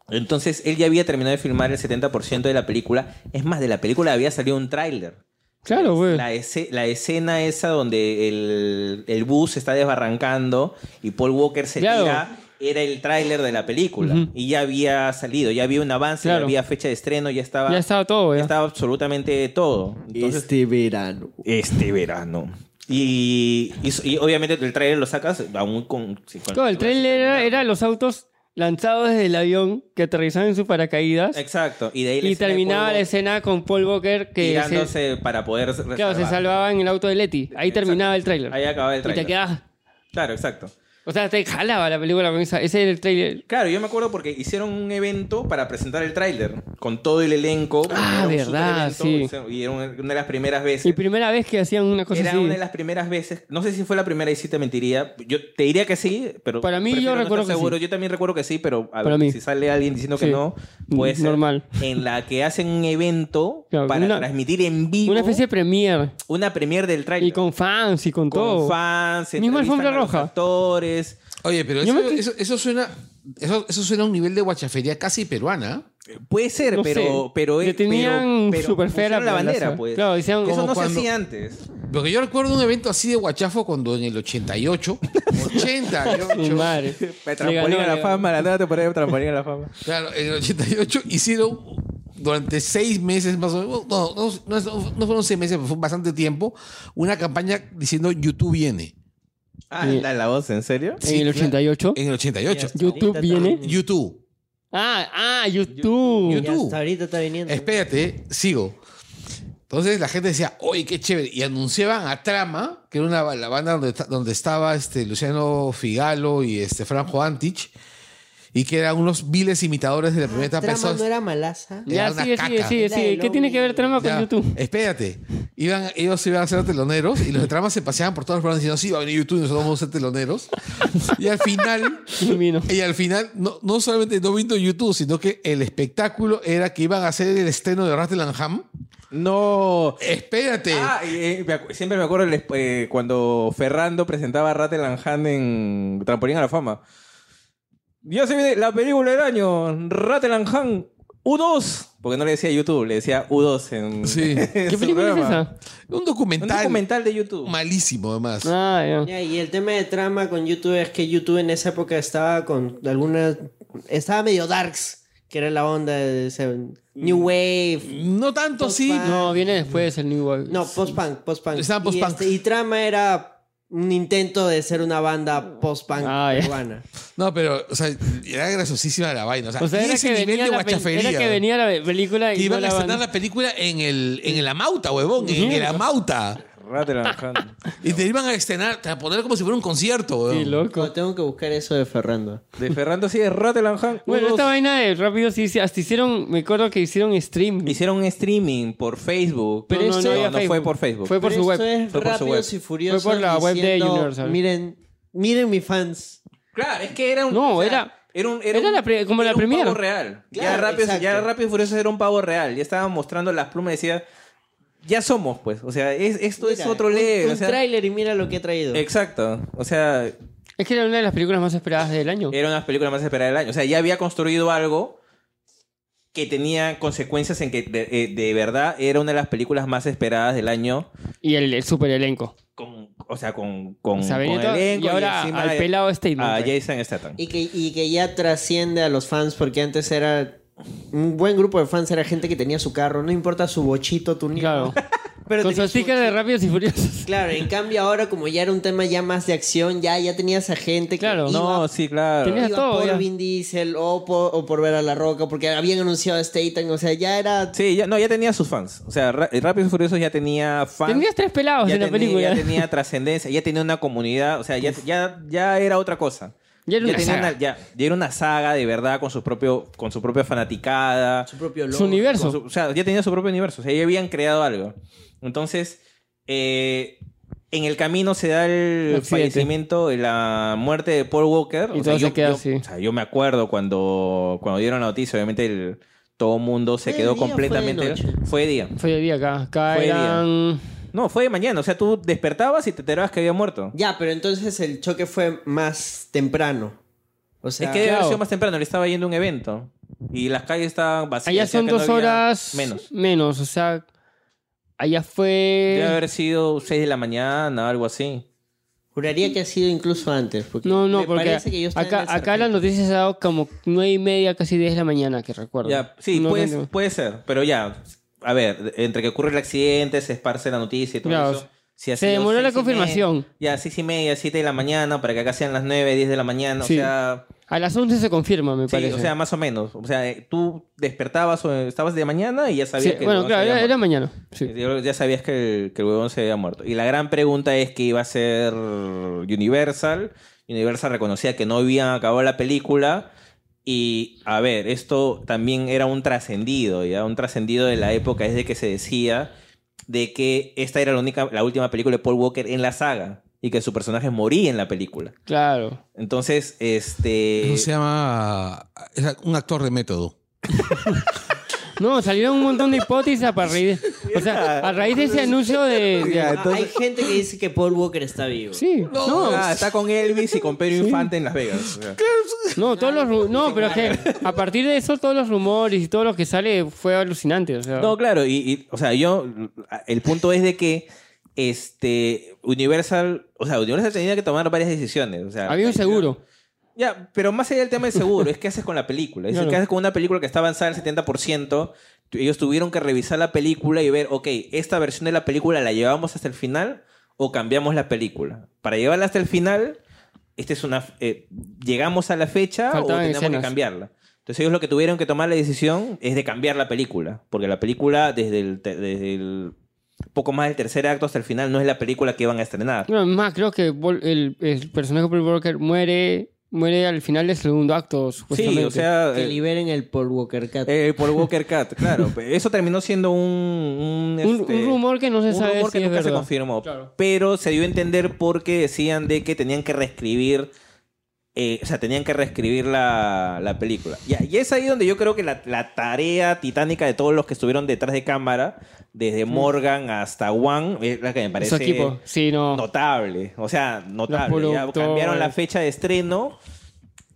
Entonces, él ya había terminado de filmar el 70% de la película. Es más, de la película había salido un tráiler. Claro, pues, güey. La, ese- la escena esa donde el, el bus se está desbarrancando y Paul Walker se Claro. tira era el tráiler de la película. Ujú. Y ya había salido, ya había un avance, Claro. ya había fecha de estreno, ya estaba, Ya estaba todo, ya ya. estaba absolutamente todo. Entonces, este verano. este verano. Y, y- y obviamente el tráiler lo sacas aún con... si- Claro, el trailer era, era los autos lanzados desde el avión que aterrizaban en sus paracaídas. Exacto. Y de ahí la Y escena de Paul terminaba la Walker. escena con Paul Walker que se, tirándose para poder se- claro, se reservar. salvaba en el auto de Letty. Ahí Exacto. terminaba el tráiler. Ahí acababa el Y te tráiler. quedabas. Claro, exacto. O sea, te jalaba la película con esa. Ese era el tráiler. Claro, yo me acuerdo porque hicieron un evento para presentar el tráiler con todo el elenco. Ah, Era un verdad, superevento, Y era una una de las primeras veces. Y primera vez que hacían una cosa era así. una de las primeras veces. No sé si fue la primera y si te mentiría. Yo te diría que sí, pero. Para mí yo prefiero no recuerdo estar que seguro. sí. Yo también recuerdo que sí, pero a Para mí. si sale alguien diciendo que Sí. no, puede ser. Normal. En la que hacen un evento Claro, para una- transmitir en vivo Una una, especie de premiere. premier del tráiler. Y con fans y con, Con todo. fans, Mismo entrevistan alfombra a los roja. actores. Oye, pero Yo eso, me que- eso, eso suena eso, eso suena a un nivel de guachafería casi peruana. ¿eh? Puede ser, No pero, sé. pero Le tenían pero, pero super fea la pusieron la bandera, plaza. pues. Claro, decían- Eso Como no se cuando- hacía antes. Porque yo recuerdo un evento así de guachafo cuando en el 88, 88, Mi madre. Le Trampolín ganó, a la le ganó. fama, la nueva temporada de Trampolín a la fama. Claro, en el 88 hicieron durante seis meses más o menos, no, no, no, no fueron seis meses, pero fue bastante tiempo, una campaña diciendo YouTube viene. Ah, Sí. la, la voz, ¿en serio? En el 88. En el 88. YouTube viene. YouTube. Ah, ah, YouTube. YouTube. Hasta ahorita está viniendo. Espérate, sigo. Entonces la gente decía, oye, qué chévere. Y anunciaban a Trama, que era una, ba- la banda donde, ta- donde estaba este, Luciano Figalo y este, Franjo Antich, y que eran unos viles imitadores de la primera Ah, Trama persona. no era malaza. Era Ya, una sigue, caca. sigue, sigue, Era sigue. el ¿Qué tiene que ver hombre. trama Ya, Ah, con YouTube? Espérate. Iban, ellos iban a ser teloneros y los de trama se paseaban por todos los programas diciendo, sí, va a venir YouTube y nosotros vamos a ser teloneros. y al final, Y vino. y al final, no, no solamente no vino YouTube, sino que el espectáculo era que iban a hacer el estreno de Rattle and Ham. No. Espérate. Ah, eh, me acu- siempre me acuerdo el esp- eh, cuando Ferrando presentaba a Rattle and Hand en Trampolín a la fama. Ya se viene la película del año, Rattle and Hand U2. Porque no le decía YouTube, le decía U2 en. Sí. en ¿Qué su película es programa. esa? Un Un documental, documental de YouTube. malísimo, además. Ah, ya. Ya, y el tema de trama con YouTube es que YouTube en esa época estaba con algunas... Estaba medio darks, que era la onda de ese- New Mm. Wave. No tanto así. Post-punk. No, viene después el New Wave. No, pues, post-punk, post-punk. Estaba Y post-punk. este- Y, trama era un intento de ser una banda post-punk Ah, ya. peruana. No, pero, o sea, era graciosísima la vaina. O sea, O sea, y era ese que, nivel venía de la, pel- guachafería. era que venía la película que y no iban a la estrenar banda. la película en el, en el Amauta, huevón, en el Amauta. Rattle and Hand. Y te iban a estrenar, te a poner como si fuera un concierto, weón. Sí, loco. No, tengo que buscar eso de Ferrando. De Ferrando sí es Rattle and Hand Bueno, U2. esta vaina de rápido sí, sí, hasta hicieron, me acuerdo que hicieron stream. Hicieron un streaming por Facebook. Pero no, esto- no, había no fue Facebook. por Facebook. Fue por Pero su web. Esto es Fue por su Rápidos web. y Furiosos Fue por la web de diciendo, Universal. Miren, miren mis fans. Claro, es que era un. No, era- Era un, era la pre- como la era un premier. pavo real. ya, Claro, rápido, exacto. ya Rápido y Furioso era un pavo real. Ya estaban mostrando las plumas y decía. Ya somos, pues. O sea, es, esto es Mira, otro un- level. Un, o sea, tráiler y mira lo que he traído. Exacto. O sea, Es que era una de las películas más esperadas del año. era una película más esperada del año. O sea, ya había construido algo que tenía consecuencias en que de, eh, de verdad era una de las películas más esperadas del año. Y el, el super elenco. Con, o sea, con, con, O sea, Mm. con venía todo- elenco y ahora encima al pelado este Statement. a Jason Statham. Y que, y que ya trasciende a los fans porque antes era un buen grupo de fans era gente que tenía su carro, no importa su bochito, tu niño. Claro. Pero Con tenía su sticker de Rápidos y Furiosos. Claro, en cambio ahora como ya era un tema ya más de acción, ya, ya tenías a gente que Claro. iba, No, sí, claro. Tenía iba todo, por ya. Vin Diesel o por, o por ver a La Roca, porque habían anunciado a Statham, o sea, ya era... Sí, ya, no, ya tenía sus fans. O sea, Ra- eh, Rápidos y Furiosos ya tenía fans. Tenías tres pelados ya en la tenía- película. Ya tenía trascendencia, ya tenía una comunidad, o sea, ya, ya, ya era otra cosa. Ya era ya, una tenía saga. una- ya- ya era una saga de verdad con su, propio, con su propia fanaticada. Su propio Su logo. universo. con su- o sea, ya tenía su propio universo, o sea, ya habían creado algo. Entonces, eh, en el camino se da el Accidente. fallecimiento, la muerte de Paul Walker. Y todo O sea, se yo, queda yo- así. o sea, yo me acuerdo cuando, cuando dieron la noticia, obviamente el- todo mundo se ¿Fue de día quedó o fue de completamente... noche? fue de día. Fue de día acá. Acá Fue de día. eran. No, fue de mañana. O sea, tú despertabas y te enterabas que había muerto. Ya, pero entonces el choque fue más temprano. O sea, es que debe haber claro. sido más temprano. Le estaba yendo a un evento. Y las calles estaban vacías. Allá o sea, son que no dos había- horas. Menos. Menos, o sea. Allá Debe fue. haber sido 6 de la mañana, algo así. juraría que ha sido incluso antes. Porque No, no, me porque parece que yo estaba acá, en el acá las sargento. noticias se ha dado como nueve y media, casi 10 de la mañana, que recuerdo. Ya, sí, No, puede, no, no. puede ser. Pero ya, a ver, entre que ocurre el accidente, se esparce la noticia y todo Claro. eso. si ha Se sido demoró la seis y media- confirmación. ya, 6 y media, 7 de la mañana, para que acá sean las 9, 10 de la mañana. Sí. O sea, A las 11 se confirma, me sí, parece. o sea, más o menos. O sea, eh, tú despertabas o estabas de mañana y ya sabías Sí, que... bueno, no, claro, se había era, muerto. era mañana. sí. Eh, Yo- Ya sabías que el, que el huevón se había muerto. Y la gran pregunta es que iba a ser Universal. Universal reconocía que no habían acabado la película. Y, a ver, esto también era un trascendido, ¿ya? Un trascendido de la época es de que se decía de que esta era la, única, la última película de Paul Walker en la saga. Y que su personaje moría en la película. Claro. Entonces, este... Eso se llama es un actor de método. No, salieron un montón de hipótesis a partir. O sea, a raíz de ese anuncio de. de- Ya, Hay entonces- gente que dice que Paul Walker está vivo. sí. No, Ah, está con Elvis y con Pedro Infante en Las Vegas. o sea. no, todos los ru- no, pero es que a partir de eso todos los rumores y todo lo que sale fue alucinante. O sea, No, claro, y, y, o sea, yo, el punto es de que este Universal, o sea, Universal tenía que tomar varias decisiones. O sea, había un seguro. Ya, pero más allá del tema del seguro, es qué haces con la película. Es decir, Claro. qué haces con una película que está avanzada al 70%. Tu- Ellos tuvieron que revisar la película y ver, ok, esta versión de la película la llevamos hasta el final o cambiamos la película. Para llevarla hasta el final, esta es una, eh, llegamos a la fecha Faltaban o tenemos escenas. que cambiarla. Entonces ellos lo que tuvieron que tomar la decisión es de cambiar la película, porque la película desde el, te- desde el poco más del tercer acto hasta el final no es la película que iban a estrenar. No, es más, creo que Vol- el, el personaje de Paul Walker muere, muere al final del segundo acto, supuestamente. Sí, o sea, Que eh, liberen el Paul Walker Cat. Eh, por Walker Cat, claro. Eso terminó siendo un... Un, Un, este, un rumor que no se un sabe rumor si que es nunca se verdad. confirmó. Claro. Pero se dio a entender porque decían de que tenían que reescribir... eh, o sea, tenían que reescribir la, la película. Y, y es ahí donde yo creo que la, la tarea titánica de todos los que estuvieron detrás de cámara, desde Morgan hasta Juan, es la que Mm. me Su parece equipo. Sí, no. notable. O sea, notable. Los Ya cambiaron la productores. fecha de estreno,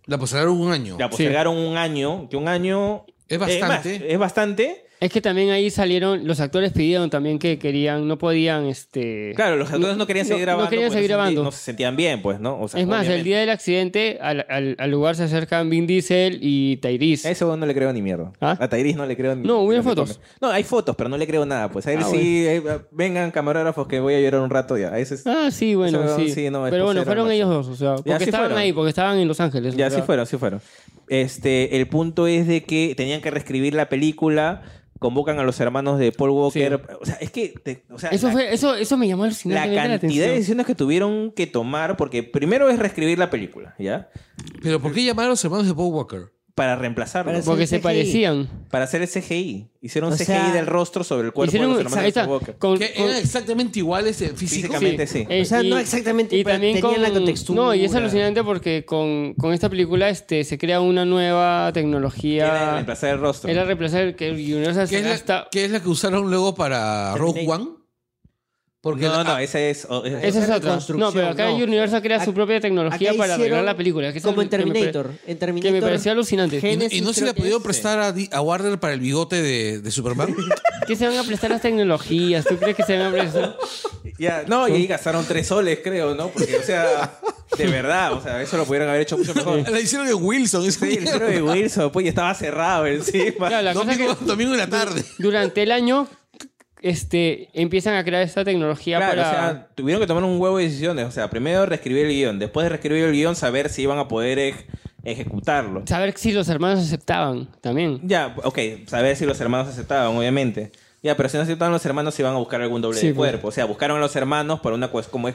La postergaron un año. la postergaron un año, que un año... Es más, bastante. es bastante. Es que también ahí salieron, los actores pidieron también que querían, no podían, este... Claro, los actores no, querían seguir grabando. No querían pues, seguir se senti- grabando. No se sentían bien, pues, ¿no? O sea, es más, el obviamente. día del accidente, al, al- al lugar se acercan Vin Diesel y A Tyrese. ese huevón no le creo ni mierda. ¿Ah? A Tairis no le creo ni No, hubieron ni- fotos. No, hay fotos, pero no le creo nada. Pues a él Ah, sí, eh, vengan camarógrafos que voy a llorar un rato ya. A ese es- Ah, sí, bueno, Eso, sí. sí, no, es Pero bueno, posterior fueron al ellos máximo. dos, o sea, porque sí estaban fueron. ahí, porque estaban en Los Ángeles. o Ya, sea. sí fueron, sí fueron. Este, el punto es de que tenían que reescribir la película, convocan a los hermanos de Paul Walker. O sea, es que... te- o sea, Eso, la- fue, eso, eso me llamó La alucinantemente la, cantidad de atención. decisiones que tuvieron que tomar, porque primero es reescribir la película, ¿ya? Pero ¿por qué llamaron a los hermanos de Paul Walker? Para reemplazarlo. Para Porque se CGI. parecían. Para hacer el CGI. Hicieron O CGI sea, del rostro sobre el cuerpo Hicieron- de los ahí hermanos está, Skywalker. con- Que con- eran exactamente iguales en físico. Físicamente sí. Eh, O sea, y- no exactamente, y pero también tenían con, la contextura. No, y es alucinante porque con, con esta película este, se crea una nueva Era tecnología. reemplazar el rostro. Era reemplazar que Universal ¿Qué se es, gasta. la, qué es la que usaron luego para Rogue One? Porque no, la- no, ese es. o- es- Esa es la otra. No, construcción, pero acá no. Universal crea su Ac- propia tecnología acá para arreglar hicieron la película. Que es como algo en que me pare- Terminator. En Que Terminator. me pareció alucinante. Gen- y no se la creo que pudieron es- prestar a, Di- a Warner para el bigote de, de Superman. ¿Qué se van a prestar las tecnologías? ¿Tú crees que se van a prestar? ya, no, y ahí gastaron tres soles, creo, ¿no? Porque, o sea. De verdad, o sea, eso lo pudieron haber hecho mucho mejor. La hicieron en Wilson. esa Sí, el mierda. libro de Wilson, pues, y estaba cerrado encima. Claro, la cosa es domingo, que domingo en la tarde. durante el año este, empiezan a crear esta tecnología Claro, para... o sea, tuvieron que tomar un huevo de decisiones. O sea, primero reescribir el guión, después de reescribir el guión, saber si iban a poder ej- ejecutarlo. Saber si los hermanos aceptaban también. Ya, ok, saber si los hermanos aceptaban, obviamente. Ya, pero si no aceptaban los hermanos, se iban a buscar algún doble Sí, de pues. cuerpo. O sea, buscaron a los hermanos por una cosa como es.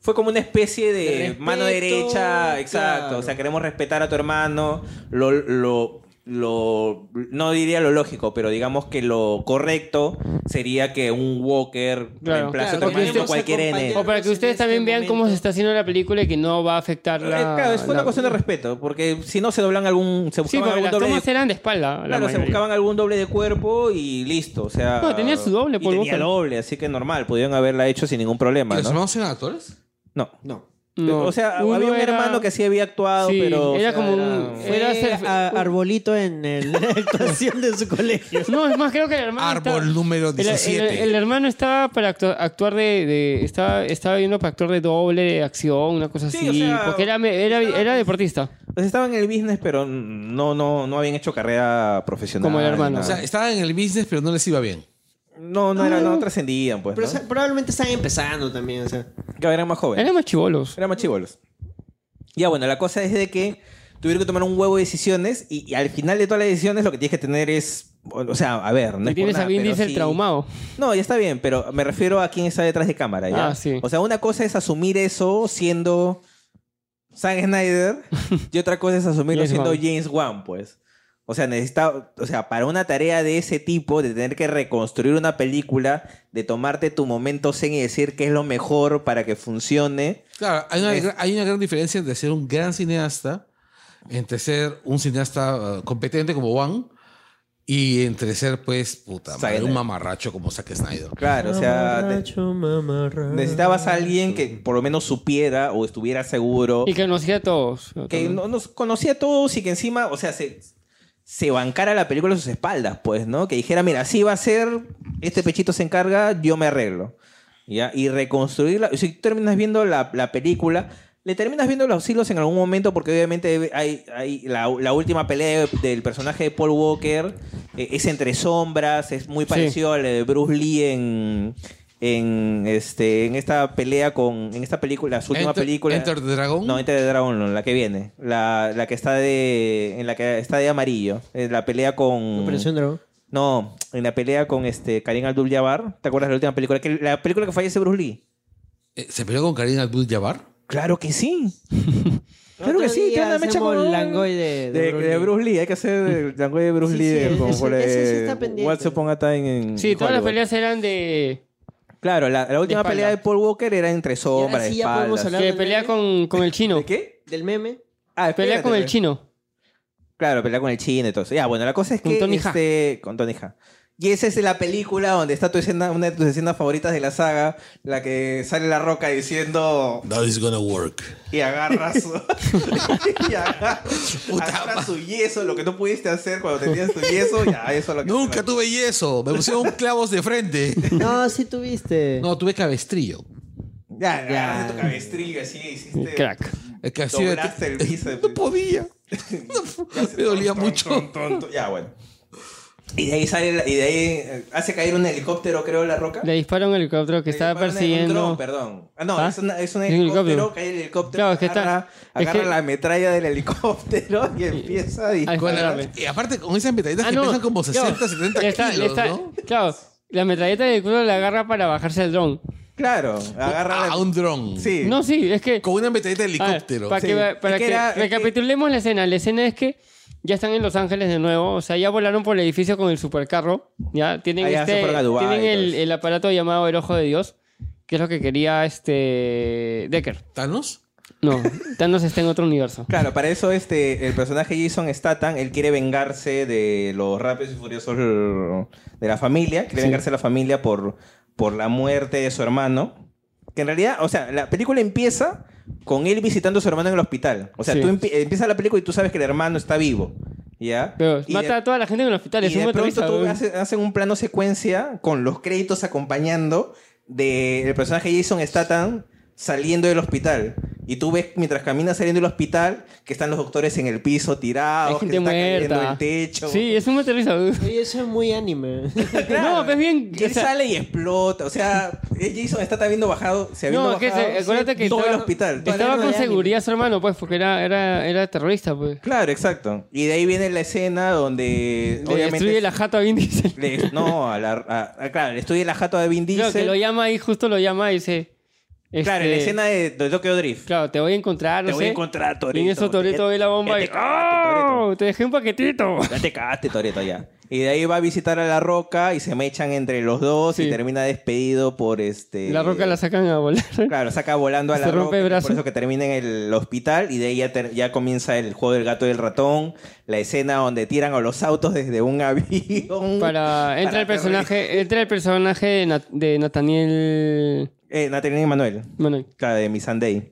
Fue como una especie de Respeto, mano derecha, exacto. claro. O sea, queremos respetar a tu hermano. Lo, lo, lo- no diría lo lógico, pero digamos que lo correcto sería que un Walker Claro. reemplace Claro, a tu hermano porque de cualquier acompaña- N. O para que en ustedes este también vean cómo se momento- está haciendo la película y que no va a afectar la... Eh, claro, es fue una la- cuestión de respeto, porque si no se doblan algún. Se Sí, buscaban porque algún las doble tomas de- eran de espalda. la E Claro, se mayoría. buscaban algún doble de cuerpo y listo. O sea. No, tenía su doble, y pues, Tenía Walker. doble, así que normal, pudieron haberla hecho sin ningún ¿Y problema, los ¿no? hermanos eran actores? No. No. No, O sea, uno había un era- hermano que sí había actuado, Sí, pero. o era sea, como un- era- Fue Era ser- a- arbolito en el- la actuación de su colegio. No, es más, creo que el hermano. Árbol estaba- número el- el- 17. El, hermano estaba para actu- actuar de. de- estaba, estaba viendo para actuar de doble, de acción, una cosa Sí, así. o sea, porque era, me- era, era deportista. Pues estaban en el business, pero no, no, no habían hecho carrera profesional. Como el hermano. nada. O sea, estaban en el business, pero no les iba bien. no, no, era, no Ah. trascendían, pues. Pero ¿no? sa- probablemente están empezando también, o sea. Que eran más jóvenes. Eran más chivolos. Eran más chibolos. Ya, bueno, la cosa es de que tuvieron que tomar un huevo de decisiones y, y al final de todas las decisiones lo que tienes que tener es... O o sea, a ver, no y es por tienes nada, a Vin pero Diesel sí- traumado. No, ya está bien, pero me refiero a quién está detrás de cámara, ¿ya? Ah, sí. O sea, una cosa es asumir eso siendo Zack Snyder y otra cosa es asumirlo James siendo Wan. James Wan, pues. O sea, necesita, o sea, para una tarea de ese tipo, de tener que reconstruir una película, de tomarte tu momento zen y decir qué es lo mejor para que funcione, Claro, hay una, Es- gra- hay una gran diferencia entre ser un gran cineasta, entre ser un cineasta eh, competente como Juan, y entre ser, pues, puta Zack madre, un Snyder. mamarracho como Zack Snyder. Claro, o sea, ne- Mamarracho, mamarracho. necesitabas a alguien que por lo menos supiera o estuviera seguro, Y que conocía a todos. ¿no? que no- nos conocía a todos y que encima, o sea, se, se bancara la película a sus espaldas, pues, ¿no? Que dijera, mira, así va a ser, este pechito se encarga, yo me arreglo. ¿Ya? Y reconstruirla. Si tú terminas viendo la, la película, le terminas viendo los hilos en algún momento, porque obviamente hay, hay la, la última pelea de- del personaje de Paul Walker eh, es entre sombras, es muy parecido al de Bruce Lee en. En, este, en esta pelea con. En esta película, su última Enter- película. Enter the Dragon. eh, No, Enter the Dragon, no, la que viene. La, la que está de. En la que está de amarillo. En la pelea con. Operación Dragón. No, en la pelea con este Karim Abdul Jabbar. ¿Te acuerdas de la última película? Que, la película que fallece Bruce Lee. Eh, ¿Se peleó con Karina Abdul-Jabbar? Claro que sí. claro Otro que sí. día Tiene una mecha hacemos con. Langoy de, de, de Broly. de Bruce Lee. Hay que hacer el Langoy de Bruce Sí, Lee. sí, de- como ese- por ese sí el está pendiente. Once Upon a Time en sí, todas las Hollywood. peleas eran de. Claro, la, la última De espalda. pelea de Paul Walker era entre sombras, sí ya podemos espaldas. hablar Que de- pelea con, con el chino. ¿De qué? Del meme. Ah, Pelea espérate, con el pe. chino. Claro, pelea con el chino y todo eso. Ya, bueno, la cosa es Con que... Tony Ha. este, Con Tony Ha. Y esa es la película donde está tu escena, una de tus escenas favoritas de la saga, la que sale la roca diciendo That is gonna work. y agarra su y agarra, agarra su yeso, lo que no pudiste hacer cuando tenías tu yeso, ya eso es lo que Nunca tuve yeso. Me pusieron clavos de frente. No, sí tuviste. No, tuve cabestrillo. Ya, ya, agarraste tu cabestrillo así, hiciste Crack. El cabestrillo Doblaste el bíceps. No podía. me dolía mucho. Ya, bueno. Y de ahí sale la- y de ahí eh, hace caer un helicóptero, creo, la roca. Le dispararon el helicóptero que Le estaba disparan en Eh, Un persiguiendo. dron, perdón. Ah, no, ¿Ah? es, una- es un Es un helicóptero, helicóptero. cae el helicóptero, Claro, es que está- agarra, es agarra que- la metralla del helicóptero y empieza a Con Al- disparar. la- Espérame. y aparte, con esas metralletas Ah, que no. pesan como Yo- 60, 70 Le está- le kilos, está- ¿no? Claro, la metralleta del culo la agarra para bajarse al dron. Claro, agarra Ah, la... a un dron. Sí. No, sí, es que. Con una metralleta de A ver, helicóptero. Para Sí. que, para Es que que era- eh, es que- recapitulemos la escena. La escena es que ya están en Los Ángeles de nuevo. O sea, ya volaron por el edificio con el supercarro. Ya tienen, Ah, ya se este, fueron a Dubái tienen y todo el, eso. el aparato llamado el Ojo de Dios, que es lo que quería este Decker. ¿Thanos? No, Thanos está en otro universo. Claro, para eso este el personaje Jason Statham, él quiere vengarse de los rápidos y furiosos de la familia, quiere vengarse de la familia por, por la muerte de su hermano. Que en realidad, o sea, la película empieza con él visitando a su hermano en el hospital. O sea, Sí. tú empie- empieza la película y tú sabes que el hermano está vivo. ¿Ya? Pero Y de- mata a toda la gente en el hospital. Es y un de pronto motorista, tú weón. hace- hacen un plano secuencia con los créditos acompañando del personaje Jason Statham saliendo del hospital. Y tú ves mientras caminas saliendo del hospital que están los doctores en el piso tirados, Hay gente que se muerta. está cayendo el techo. Sí, eso me aterriza. Oye, eso es muy anime. No, pues bien. Y o él sea, sale y explota. O sea, eh, Jason está habiendo bajado. Se habiendo No, es que bajado. se- acuérdate que todo el estaba- hospital. todo el estaba con hospital. seguridad su hermano, pues, porque era, era, era terrorista, pues. Claro, exacto. Y de ahí viene la escena donde. Le obviamente. destruye la jato a Vin Diesel. le- no, a la, a- a- claro, le estudia la jato de Vin Claro, que Diesel. lo llama y justo lo llama y dice. Claro, en este, la escena de, de Tokyo Drift. Claro, te voy a encontrar, no Te voy a sé. encontrar, Toreto. Y en eso Toreto ve la bomba ya y. te cagaste, ¡Oh! Te dejé un paquetito. Ya te cagaste, Toreto, ya. Y de ahí va a visitar a La Roca y se mechan entre los dos Sí. y termina despedido por este. La roca la sacan a volar. Claro, saca volando a Se la rompe roca, el y brazo. por eso que termina en el hospital y de ahí ya, ter- ya comienza el juego del gato y el ratón, la escena donde tiran a los autos desde un avión. Para, entra Para el personaje, entra el personaje de, Nat- de Nathaniel Eh, Natalina y Manuel, Manuel. claro, de Miss Sunday.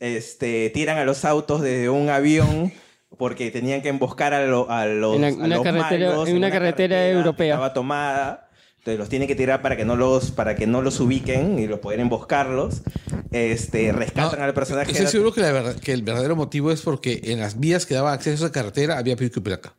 Este, tiran a los autos desde un avión porque tenían que emboscar a, lo- a los En la- a una los carretera- malos en una carretera europea. que estaba tomada entonces los tienen que tirar para que no los para que no los ubiquen y los pueden emboscarlos este rescatan No, al personaje Estoy de- seguro que, la verdad- que el verdadero motivo es porque en las vías que daban acceso a esa carretera había pico y placa.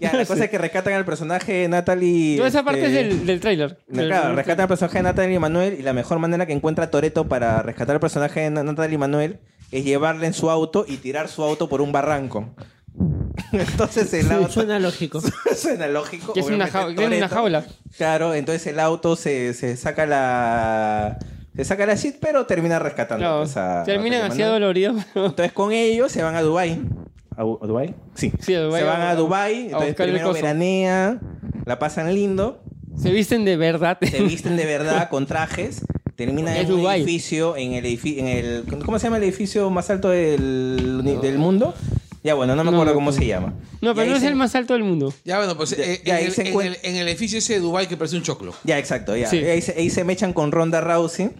Ya, la cosa es que rescatan al personaje de Natalie. Toda esa este, parte es del, del tráiler. Del- Claro, del- rescatan al personaje de Natalie Manuel y la mejor manera que encuentra Toreto para rescatar al personaje de Na- Natalie Manuel es llevarle en su auto y tirar su auto por un barranco. Entonces el auto. Suena lógico. suena lógico. Que es una, obviamente jau- que es una Toretto. jaula. Claro, entonces el auto se, se saca la. Se saca la shit, pero termina rescatando. Claro, pues, a terminan Natalie así Manuel. adoloridos. Entonces con ellos se van a Dubai. ¿A, Du- a Dubai? Sí. Sí, a Dubái se van a- a, a Dubai, entonces buscar el primero coso. veranea, la pasan lindo, Se visten de verdad. se visten de verdad con trajes, termina Es en un Dubái. edificio en el edificio en el ¿cómo se llama el edificio más alto del, del mundo? Ya bueno, no me No, acuerdo no, cómo no. se llama. No, Y pero ahí no es se- el más alto del mundo. Ya, bueno, pues Ya- eh, ya en, ahí el, se en encuent- el- en el edificio ese de Dubai que parece un choclo. Ya, exacto, ya. Sí. Ahí, se, ahí se mechan con Ronda Rousey.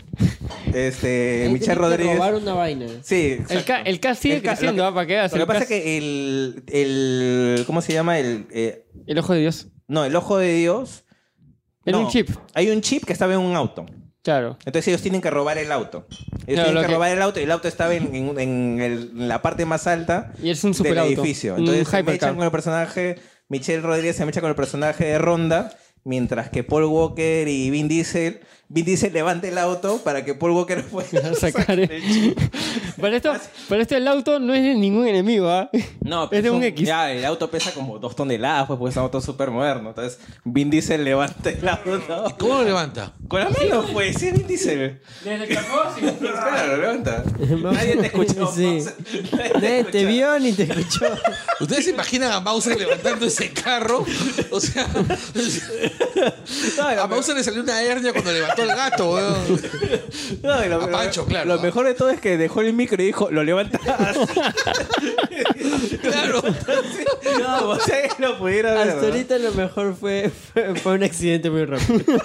Este, Ahí Michelle tenés que Rodríguez. robar una vaina. Sí, El exacto. K, el K sigue El K- lo creciendo, que- ¿ah? ¿Para qué hacer Lo que el pasa K? es que el, el ¿cómo se llama? El eh, El ojo de Dios. No, el ojo de Dios. Era No, un chip. Hay un chip que estaba en un auto. Claro. Entonces ellos tienen que robar el auto. Ellos Claro, lo tienen que que- robar el auto y el auto estaba en, en- en el- en la parte más alta Y es un del superauto. edificio. Un Entonces se hypercar. mechan con el personaje, Michelle Rodríguez se mecha con el personaje de Ronda, mientras que Paul Walker y Vin Diesel, Vin Diesel levanta el auto para que Paul Walker pueda Sacar el- para, esto, para esto el auto no es de ningún enemigo, ¿ah? No, Es de un son- X. Ya, el auto pesa como dos toneladas, pues, porque es un auto súper moderno. Entonces, Vin Diesel levanta el auto. ¿Cómo lo levanta? Con la mano, pues, sí, Vin Diesel. Claro, levanta. Nadie te escuchó. Sí. Mouse. Nadie te escuchó. vio ni te escuchó. ¿Ustedes se imaginan a Bowser levantando ese carro? O sea, Ah, No, y lo Ah, a Bowser le salió una hernia cuando levantó el gato, weón. mejor- no, y lo, a lo- Pancho, claro. Lo mejor de todo es que dejó el micro y dijo, lo levanta así. Claro. No, o sea, que lo pudiera ver. Hasta ¿no? ahorita lo mejor fue, fue, fue un accidente muy rápido.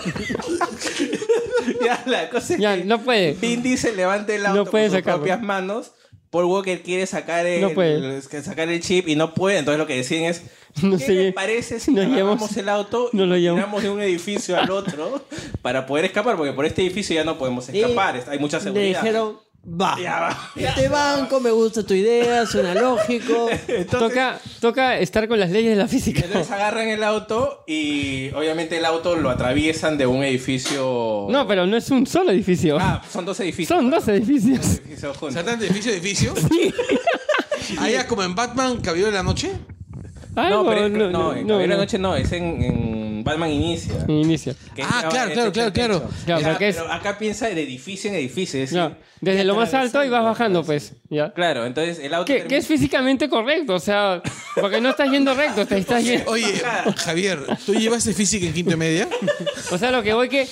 Ya, la cosa es Ya, que no puede. Vin Diesel levanta el auto No puede con sus sacarlo. propias manos. Paul Walker quiere sacar el, No puede. es que sacar el chip y no puede. Entonces lo que deciden es, No ¿qué sé. le parece si Nos nos llevamos llevamos- el auto y nos lo nos llevamos. tiramos de un edificio al otro para poder escapar? Porque por este edificio ya no podemos Y escapar. Hay mucha Le seguridad. dijeron, va. Ya va. Este banco, me gusta tu idea, suena lógico. Entonces, Toca, toca estar con las leyes de la física. entonces agarran el auto y obviamente el auto lo atraviesan de un edificio... No, pero no es un solo edificio. Ah, son dos edificios. Son dos Dos edificios. edificios juntos. ¿Saltan de edificio a edificio? Allá como en Batman, Caballero de la Noche. Algo, no, pero no, no, no, en no, Caballero de la no. Noche no, es en, en Batman Inicia. Inicia. que Ah, claro, es- es- claro, es claro, el claro. techo. Claro, Ya, pero que es- pero acá piensa de edificio en edificio. es No, decir, desde ya lo más alto y vas atravesando, bajando, entonces. pues. ¿Ya? Claro, entonces el auto. Que, que es físicamente correcto, o sea, porque no estás yendo recto, te estás yendo. Oye, Javier, ¿tú llevaste física en quinto y media? O sea, lo que voy que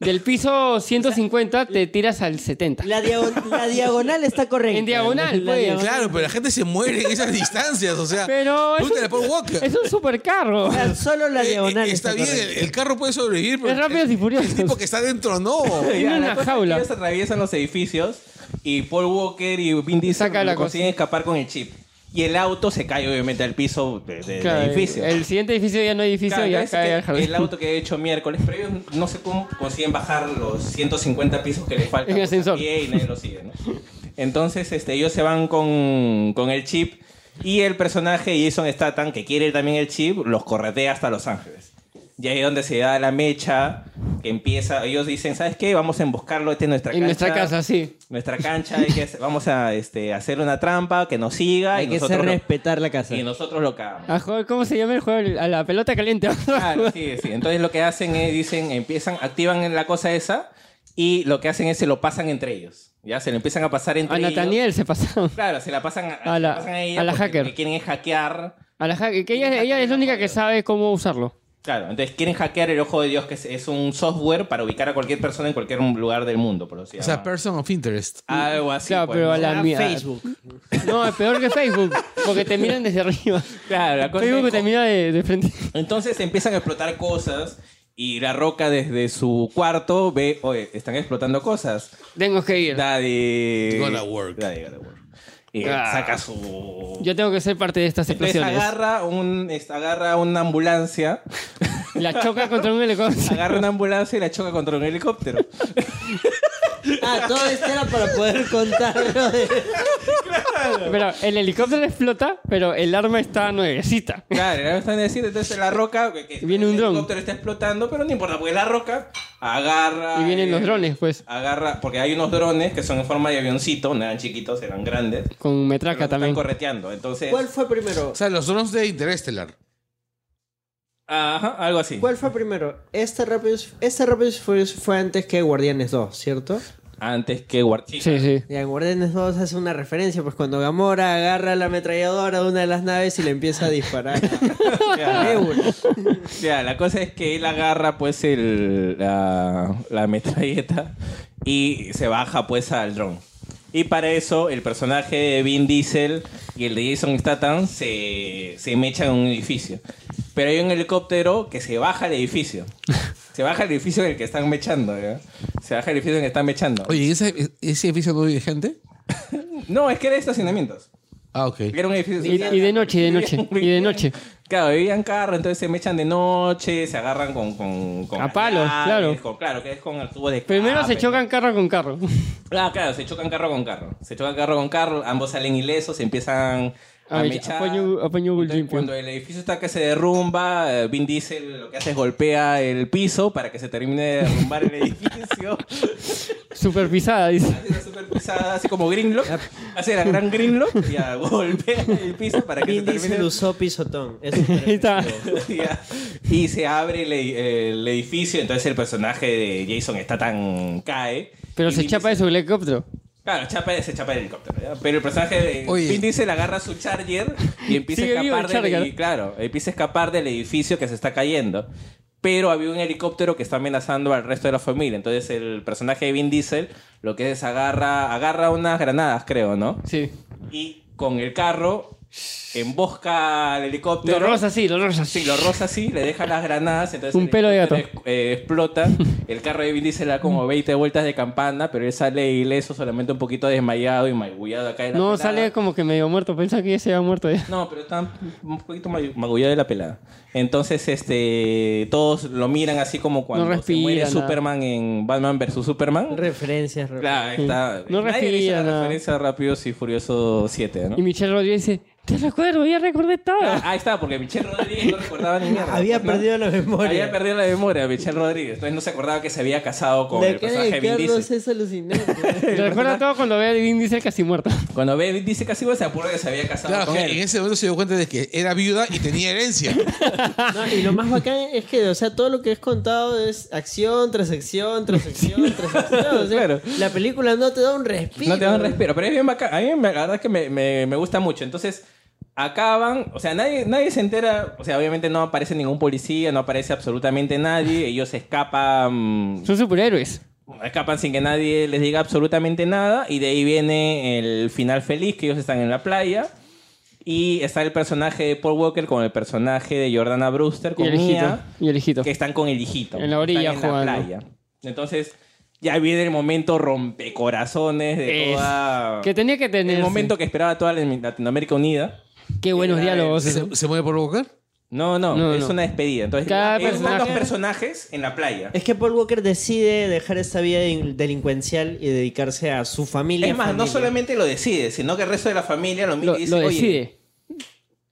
del piso 150 te tiras al 70. La, diago- la diagonal está correcta. En diagonal, La pues. diagonal. Claro, pero la gente se muere en esas distancias, o sea. Pero es pregúntale a Paul un, Walker. es un supercarro. O sea, Solo la Eh, eh, diagonal está, bien, correcta. el, el carro puede sobrevivir, pero Es Rápidos y el- Furiosos. el tipo que está dentro no. en la una cosa es que jaula. Ellos atraviesan los edificios y Paul Walker y Vin Diesel Saca la consiguen escapar con el chip. Y el auto se cae obviamente al piso de- de- del Claro, el- edificio. El siguiente edificio ya no hay edificio, Claro, ya parece cae que al jardín. El auto que he hecho miércoles, pero ellos no sé cómo consiguen bajar los 150 pisos que les faltan. En el ascensor. Y nadie lo sigue, ¿no? Entonces, este, ellos se van con, con el chip y el personaje Jason Statham, que quiere también el chip, los corretea hasta Los Ángeles. Y ahí es donde se da la mecha, que empieza, ellos dicen, ¿sabes qué? Vamos a emboscarlo, este es nuestra En cancha. nuestra casa, sí. Nuestra cancha, hay que hacer- vamos a este, hacer una trampa, que nos siga. Hay y que hacer nosotros lo- respetar la casa. y nosotros lo cagamos. A jugar- ¿Cómo se llama el juego? A la pelota caliente. Claro, sí, sí. Entonces lo que hacen es, dicen, empiezan, activan la cosa esa y lo que hacen es se lo pasan entre ellos. Ya se lo empiezan a pasar entre A ellos. Nathaniel se pasaron. Claro, se la pasan a, A se la- pasan a ella a la porque hacker. lo que quieren es hackear. A la hack- que ella, ella es la única que sabe cómo usarlo. Claro, entonces quieren hackear el ojo de Dios, que es, es un software para ubicar a cualquier persona en cualquier lugar del mundo, por decirlo O sea, person of interest. Algo así. claro, pues, pero ¿no? a la mía. No, es peor que Facebook, porque te miran desde arriba. Claro, la cosa Facebook es- te mira de, de frente. Entonces empiezan a explotar cosas y la roca desde su cuarto ve, oye, están explotando cosas. Tengo que ir. Daddy. Gonna work. Daddy gonna work. Y Ah. saca su. Yo tengo que ser parte de estas Entonces explosiones. agarra, un, es- agarra una ambulancia, La choca contra un helicóptero. agarra una ambulancia y la choca contra un helicóptero. Ah, todo esto era para poder contarlo. de- Pero el helicóptero explota, pero el arma está nuevecita. Claro, ahora me están diciendo, entonces la roca, que, que Viene un el dron. helicóptero está explotando, pero no importa, porque la roca agarra... Y vienen eh, los drones, pues, Agarra, porque hay unos drones que son en forma de avioncito, no eran chiquitos, eran grandes. pero con los metraca están también. correteando, entonces... ¿Cuál fue primero? O sea, los drones de Interestelar. Ajá, algo así. ¿Cuál fue primero? Este Rápidos, este Rápidos y Furiosos fue antes que Guardianes 2, ¿cierto? Antes que guard- Sí, sí. Y en Guardianes 2 hace una referencia, pues cuando Gamora agarra la ametralladora de una de las naves y le empieza a disparar. Ya. Ébola. Ya, la cosa es que él agarra pues el, la, la metralleta y se baja pues al dron. Y para eso el personaje de Vin Diesel y el de Jason Statham se, se mechan en un edificio. Pero hay un helicóptero que se baja al edificio. Se baja al edificio en el que están mechando, ¿ya? Se baja al edificio en el que están mechando. Oye, ¿y ¿ese, ese edificio no vive gente? No, es que era de estacionamientos. Ah, ok. Era un edificio Y, y de noche, y de noche, y de noche. Claro, vivían carro, entonces se mechan de noche, se agarran con... con, con A palos, alambre, claro. con- claro, que es con el tubo de escape. Primero se chocan carro con carro. Ah, claro, se chocan carro con carro. Se chocan carro con carro, ambos salen ilesos, se empiezan a, A ver, mechar. apaño- apaño Entonces, limpio. cuando el edificio está que se derrumba, eh, Vin Diesel lo que hace es golpea el piso para que se termine de derrumbar el edificio. Super pisada, dice. Hace una super pisada, así como Greenlock. Hace la gran Greenlock y ah, golpea el piso para que Vin se termine Diesel usó pisotón. Es Ahí está. Ya. y se abre el, e- el edificio, entonces el personaje de Jason está tan cae. Pero Y se Vin chapa de Diesel- su helicóptero. Claro, chapa, se chapa el helicóptero. ¿ya? Pero el personaje de Oye. Vin Diesel agarra su charger y empieza a Sigue vivo escapar el del Charger. edi- claro, empieza a escapar del edificio que se está cayendo. Pero había un helicóptero que está amenazando al resto de la familia. Entonces el personaje de Vin Diesel lo que es agarra, agarra unas granadas, creo, ¿no? Sí. Y con el carro embosca al helicóptero. Lo rosa, sí, lo rosa. Sí, lo roza así, le deja las granadas, entonces Un el pelo de gato. helicóptero es- eh, explota, el carro de Vin Diesel da como 20 vueltas de campana, pero él sale ileso, solamente un poquito desmayado y magullado acá de la No, pelada. sale como que medio muerto. Pensaba que ya se había muerto ya. No, pero está un poquito magu- magullado de la pelada. Entonces, este, todos lo miran así como cuando No se muere respira, nada. Superman en Batman vs Superman. Referencias, re- Claro, está. No Nadie le hizo respira, la nada. referencia a Rápidos y Furioso 7, ¿no? Y Michelle Rodríguez dice, te recuerdo, ya recordé todo. Ah, ahí está, porque Michelle Rodríguez no recordaba ni mierda. Pues Había ¿no? perdido la memoria. Había perdido la memoria Michelle Rodríguez. Entonces no se acordaba que se había casado con La el cara de personaje Vin Carlos Diesel. es alucinante. Te recuerda todo cuando ve a Vin Diesel casi muerto. Cuando ve Vin Diesel casi se acuerda que se había casado Claro, con que en él. ese momento se dio cuenta de que era viuda y tenía herencia. No, y lo más bacán es que, o sea, todo lo que es contado es acción tras acción, tras acción, tras acción. O sea, Claro. La película no te da un respiro. No te dan respiro, pero es bien bacán. A mí me- la verdad es que me, me- me gusta mucho. Entonces acaban, o sea, nadie, nadie se entera, o sea, obviamente no aparece ningún policía, no aparece absolutamente nadie, ellos escapan Son superhéroes. escapan sin que nadie les diga absolutamente nada y de ahí viene el final feliz que ellos están en la playa y está el personaje de Paul Walker con el personaje de Jordana Brewster Y con el hijito. Mia Y el hijito. que están con el hijito En la orilla están en jugando. la playa entonces Ya viene el momento rompecorazones de Es- toda... Que tenía que tener. El momento que esperaba toda la- Latinoamérica unida. Qué buenos Era el- diálogos. ¿Se, se mueve por provocar? No, no, No, es no. una despedida. Entonces, Cada es- son dos personaje- personajes en la playa. Es que Paul Walker decide dejar esta vida in- delincuencial y dedicarse a su familia. Es más, no familia. solamente lo decide, sino que el resto de la familia lo mira Lo, y dice, lo oye, decide.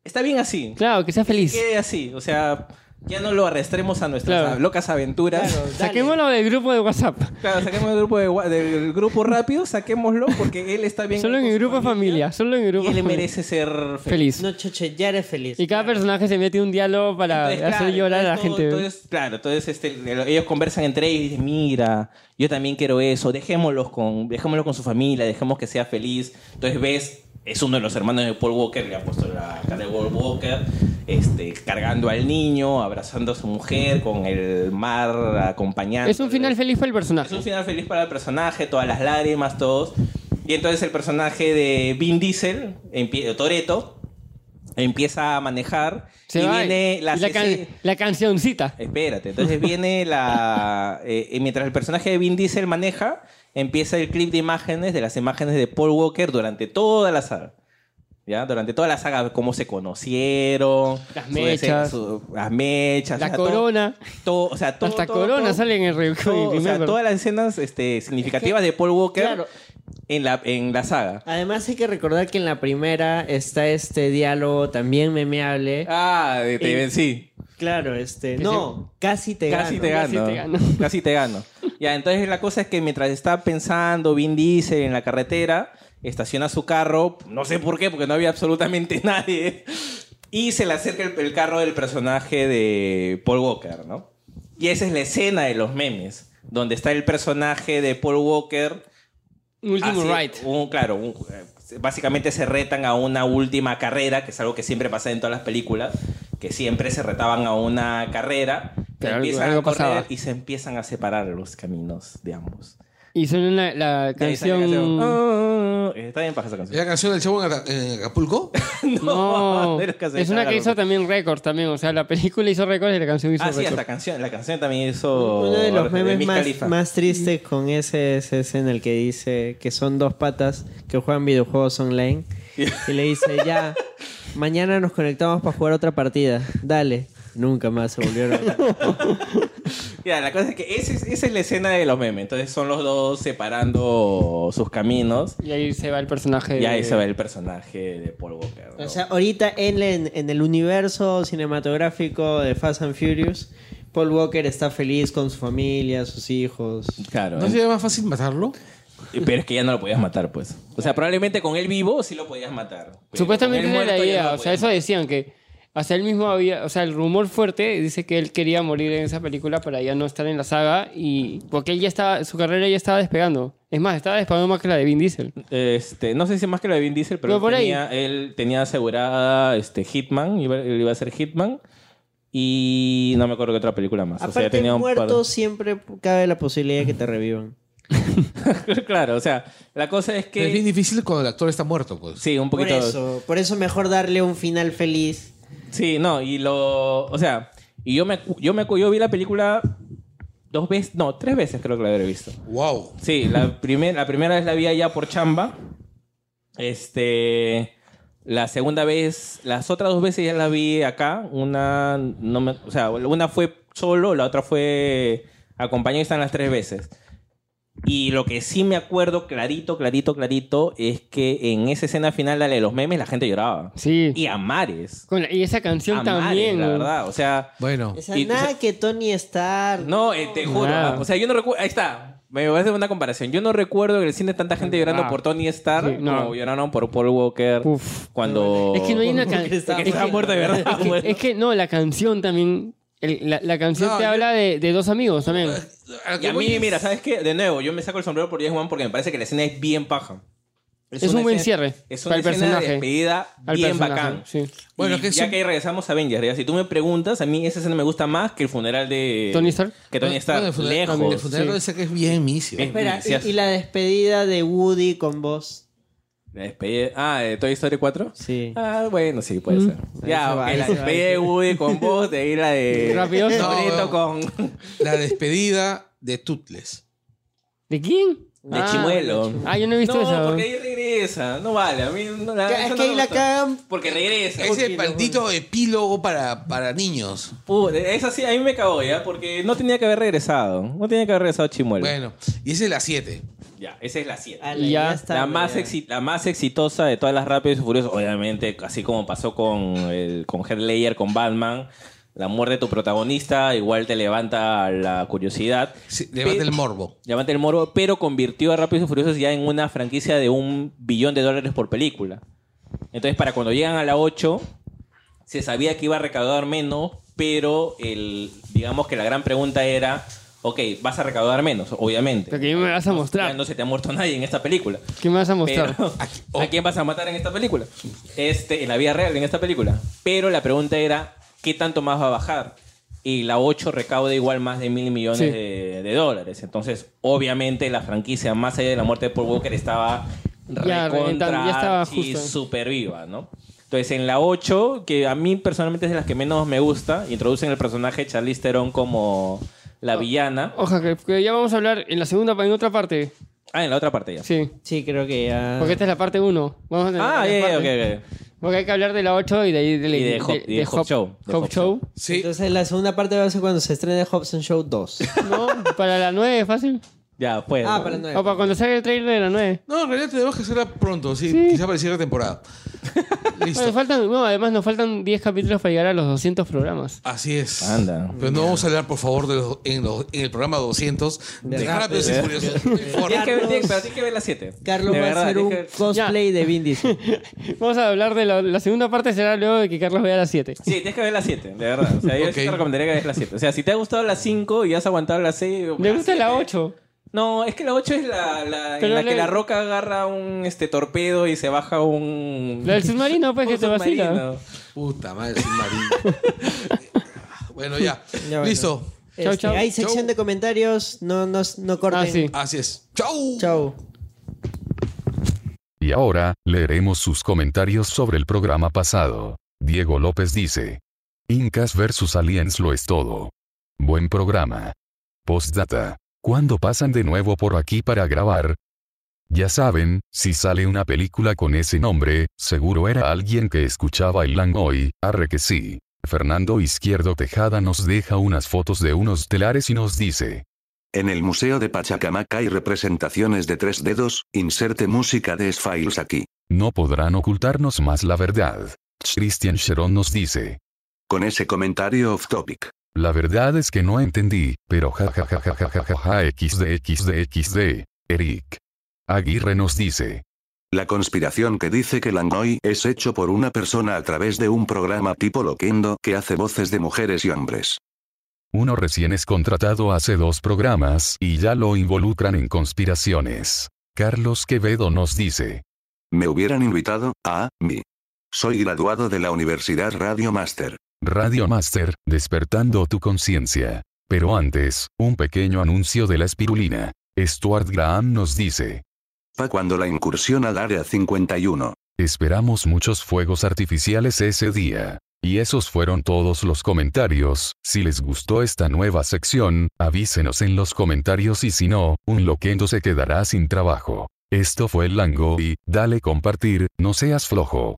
está bien así. Claro, que sea feliz. Quede así. O sea, ya no lo arrastremos a nuestras Claro. locas aventuras. Claro, Saquémoslo del grupo de WhatsApp. saquemos el grupo de gua- del grupo rápido, saquémoslo porque él está bien. Solo en con el su grupo de familia. Solo en el Y grupo de él familia. merece ser feliz. feliz. No, choche, ya eres feliz. Y cada personaje se mete un diálogo para Entonces, hacer claro, llorar a la entonces, gente. ¿eh? todo- entonces, claro, entonces este, ellos conversan entre ellos y dicen, mira, yo también quiero eso, dejémoslos con, dejémoslos con su familia, dejemos que sea feliz. Entonces ves, es uno de los hermanos de Paul Walker, le ha puesto la cara de Paul Walker, este, cargando al niño, abrazando a su mujer, con el mar acompañando. es un final feliz para el Es un personaje. final feliz para el personaje, todas las lágrimas, todos. Y entonces el personaje de Vin Diesel, empie- Toreto, empieza a manejar Se y va viene y la, la, can- asesina- la cancioncita. Espérate, entonces viene la... eh, eh, mientras el personaje de Vin Diesel maneja, empieza el clip de imágenes, de las imágenes de Paul Walker durante toda la saga. ¿Ya? Durante toda la saga, cómo se conocieron, Las su- mechas. su- las mechas, o La sea, todo- corona. todo- o sea, todo, Hasta todo, corona todo, sale en el re- todo, o sea, remember. todas las escenas este, significativas de Paul Walker Claro. en, la, en la saga. Además hay que recordar que en la primera está este diálogo también memeable. Ah, de Y- te vencí. Claro, este... Que No, casi te Casi gano. te Casi gano. te gano. Casi te gano. Ya, entonces la cosa es que mientras está pensando Vin Diesel en la carretera, estaciona su carro, no sé por qué, porque no había absolutamente nadie, y se le acerca el, el carro del personaje de Paul Walker, ¿no? Y esa es la escena de los memes, donde está el personaje de Paul Walker Un último Así, right. un- claro, un- eh, básicamente se retan a una última carrera, que es algo que siempre pasa en todas las películas, que siempre se retaban a una carrera, Pero algo- empiezan algo a correr pasaba. y se empiezan a separar los caminos de ambos. Y suena la, la Y ahí sale la canción. canción. Oh, oh, oh. Está bien paja esa ¿Es canción. la canción del chavo en Ata- en Acapulco? No, de los que se es una que sacaron. hizo también récord también, o sea, la película hizo récord y la canción hizo Ah, sí, récord. la canción, la canción también hizo... Uno de los memes Wiz más, Khalifa. más tristes con ese es ese en el que dice que son dos patas que juegan videojuegos online. Y le dice, ya, mañana nos conectamos para jugar otra partida. Dale. Nunca más se volvieron. a ver. Ya, la cosa es que esa es, esa es la escena de los memes. Entonces son los dos separando sus caminos Y ahí se va el personaje. y ahí de- se ve el personaje de Paul Walker. ¿no? O sea, ahorita él en, en el universo cinematográfico de Fast and Furious, Paul Walker está feliz con su familia, sus hijos. Claro. ¿No sería más fácil matarlo? Pero es que ya no lo podías matar, pues. O sea, probablemente con él vivo sí lo podías matar. Pero Supuestamente con era Pues, él la muerto ya no idea, lo o sea, podías eso decían que hasta él mismo había, o sea, el rumor fuerte dice que él quería morir en esa película para ya no estar en la saga y porque él ya estaba, su carrera ya estaba despegando. Es más, estaba despegando más que la de Vin Diesel. matar. Este, no sé si más que la de Vin Diesel, pero, Pero él por ahí. tenía, él tenía asegurada este, Hitman, iba, él iba a ser Hitman. Y no me acuerdo qué otra película más. o sea, Aparte, tenía un par- muerto siempre cabe la posibilidad de que te revivan. claro, o sea, la cosa es Es bien que. difícil cuando el actor está muerto, pues. Sí, un Por poquito. eso, por eso mejor darle un final feliz. Sí, no, y lo. O sea, y yo me, yo me yo vi la película dos veces, no, tres veces creo que la habré visto. ¡Wow! Sí, la, primer- la primera vez la vi allá por chamba. Este. La segunda vez, las otras dos veces ya la vi acá. Una, no me- o sea, una fue solo, la otra fue acompañado y están las tres veces. Y lo que sí me acuerdo clarito, clarito, clarito es que en esa escena final, la de los memes, la gente lloraba. Sí. Y a mares. Con la- y esa canción A mares, también. la ¿no? verdad. O sea, Bueno, O sea, Y- nada que Tony Stark. no, eh, te juro. Nada. O sea, yo no recuerdo. Ahí está. Me voy a hacer una comparación. Yo no recuerdo que en el cine tanta gente llorando Ah. por Tony Stark Sí, no. como lloraron por Paul Walker Uf. cuando. Es que no hay una Porque canción. estaba Es, que- muerto de verdad, es que- bueno. es que no, la canción también. el- la, la canción No, te yo- habla de, de dos amigos también. A lo que Y a voy mí, Ah, es- mira, ¿sabes qué? De nuevo, yo me saco el sombrero por James Wan porque me parece que la escena es bien paja. Es una un buen escena- cierre Es para una el escena personaje. de despedida Al bien personaje, bacán. sí. Bueno, Y que es ya un- que ahí regresamos a Avengers, ya, si tú me preguntas, a mí esa escena me gusta más que el funeral de Tony Stark. Que Tony Stark, Ah, Bueno, el funeral- lejos. El funeral sí. de ese que es bien misio. Es- Espera, Sí, y, y la despedida de Woody con vos. La despedida- Ah, de Toy Story 4. Sí. Ah, bueno, sí, puede ser. se Ya, va, ok, ahí la se va, despedida de Woody con vos, de ahí la de. Rápido. Toretto No. con. La despedida de Tutles. ¿De quién? De Ah, Chimuelo. Ah, yo no he visto no, eso. porque ahí regresa. No vale, a mí no la. Ya, eso Ah, es no que me ahí la gustó. cagan. Porque regresa. Ese maldito epílogo para, para niños. Puta, esa sí, a mí me cagó ya, porque no tenía que haber regresado. No tenía que haber regresado Chimuelo. Bueno, y esa es la 7. Ya, esa es la 7. Ala, Y ya Ah, está, La güey, más, ya. exi- la más exitosa de todas las Rápidos y Furiosos, obviamente, así como pasó con, el, con Heath Ledger, con Batman, la muerte de tu protagonista igual te levanta la curiosidad, Sí, levanta el morbo. levanta el moro, pero convirtió a Rápidos y Furiosos ya en una franquicia de un billón de dólares por película. Entonces, para cuando llegan a la 8, se sabía que iba a recaudar menos, pero el, digamos que la gran pregunta era, ok, vas a recaudar menos, obviamente. Pero que me vas a Ya mostrar. no se te ha muerto nadie en esta película. ¿Qué me vas a mostrar? Pero, ¿A quién vas a matar en esta película? Este, en la vida real, en esta película. Pero la pregunta era, ¿qué tanto más va a bajar? Y la 8 recauda igual más de mil millones Sí. de, de dólares. Entonces, obviamente, la franquicia, más allá de la muerte de Paul Walker, estaba Ya, reventando, ya estaba recontra y justo. súper viva, ¿no? Entonces, en la 8, que a mí personalmente es de las que menos me gusta, introducen el personaje de Charlize Theron como la Oh. villana. Oja, que, que ya vamos a hablar en la segunda, en otra parte. Ah, en la otra parte ya. Sí. Sí, creo que ya. Porque esta es la parte 1. Vamos a tener Ah, varias ya, ya, partes. ok, ok. Porque hay que hablar de la 8 y de ahí de, la- Y de Hop- y de Hop Show. De Hop Hop Show. Sí. Entonces la segunda parte va a ser cuando se estrene Hobson Show 2. No, para la 9, fácil. Ya, pues. ah, para nueve. O para cuando salga el trailer de la 9. No, en realidad tenemos que hacerla pronto, sí, Sí. quizá para el cierre de temporada. Bueno, Listo. faltan, no, además nos faltan 10 capítulos para llegar a los 200 programas. Así es. Anda. Pero no vamos a hablar, por favor, de los, en, los- en el programa 200 de Rápidos y Furiosos. Por favor. Tienes que ver, Carlos. tienes- pero tienes que ver las 7. Carlos va a hacer un cosplay de Vin Diesel. Vamos a hablar de la, la segunda parte, será luego de que Carlos vea las 7. Sí, tienes que ver las 7, de verdad. O sea, yo sí te Ok. recomendaría que veas las 7. O sea, si te ha gustado las 5 y has aguantado las 6. Le gusta la 8. No, es que la 8 es la, la- en Pero la le- que la roca agarra un este torpedo y se baja un. La del submarino, pues, un que te vacila. submarino. Puta madre, sin marido. bueno, ya. Ya, bueno. Listo. Chau, Este, chau. Hay sección Chau. de comentarios, no, no, no corten. Ah, sí. Así es. ¡Chau! Chau. Y ahora, leeremos sus comentarios sobre el programa pasado. Diego López dice. Incas versus aliens lo es todo. Buen programa. Postdata. ¿Cuándo pasan de nuevo por aquí para grabar? Ya saben, si sale una película con ese nombre, seguro era alguien que escuchaba el Langoy, arre que sí. Fernando Izquierdo Tejada nos deja unas fotos de unos telares y nos dice. En el Museo de Pachacamaca hay representaciones de tres dedos, inserte música de S-Files aquí. No podrán ocultarnos más la verdad. Christian Sharon nos dice. Con ese comentario off topic. La verdad es que no entendí, pero jajajajajajaja XD XD XD. Eric. Aguirre nos dice. La conspiración que dice que Langoy es hecho por una persona a través de un programa tipo Loquendo que hace voces de mujeres y hombres. Uno recién es contratado hace dos programas y ya lo involucran en conspiraciones. Carlos Quevedo nos dice. Me hubieran invitado, a mí. Soy graduado de la Universidad Radio Master. Radio Master, despertando tu conciencia. Pero antes, un pequeño anuncio de la espirulina. Stuart Graham nos dice. Pa' cuando la incursión al Área 51. Esperamos muchos fuegos artificiales ese día. Y esos fueron todos los comentarios. Si les gustó esta nueva sección, avísenos en los comentarios y si no, un loquendo se quedará sin trabajo. Esto fue el Lango y, dale compartir, no seas flojo.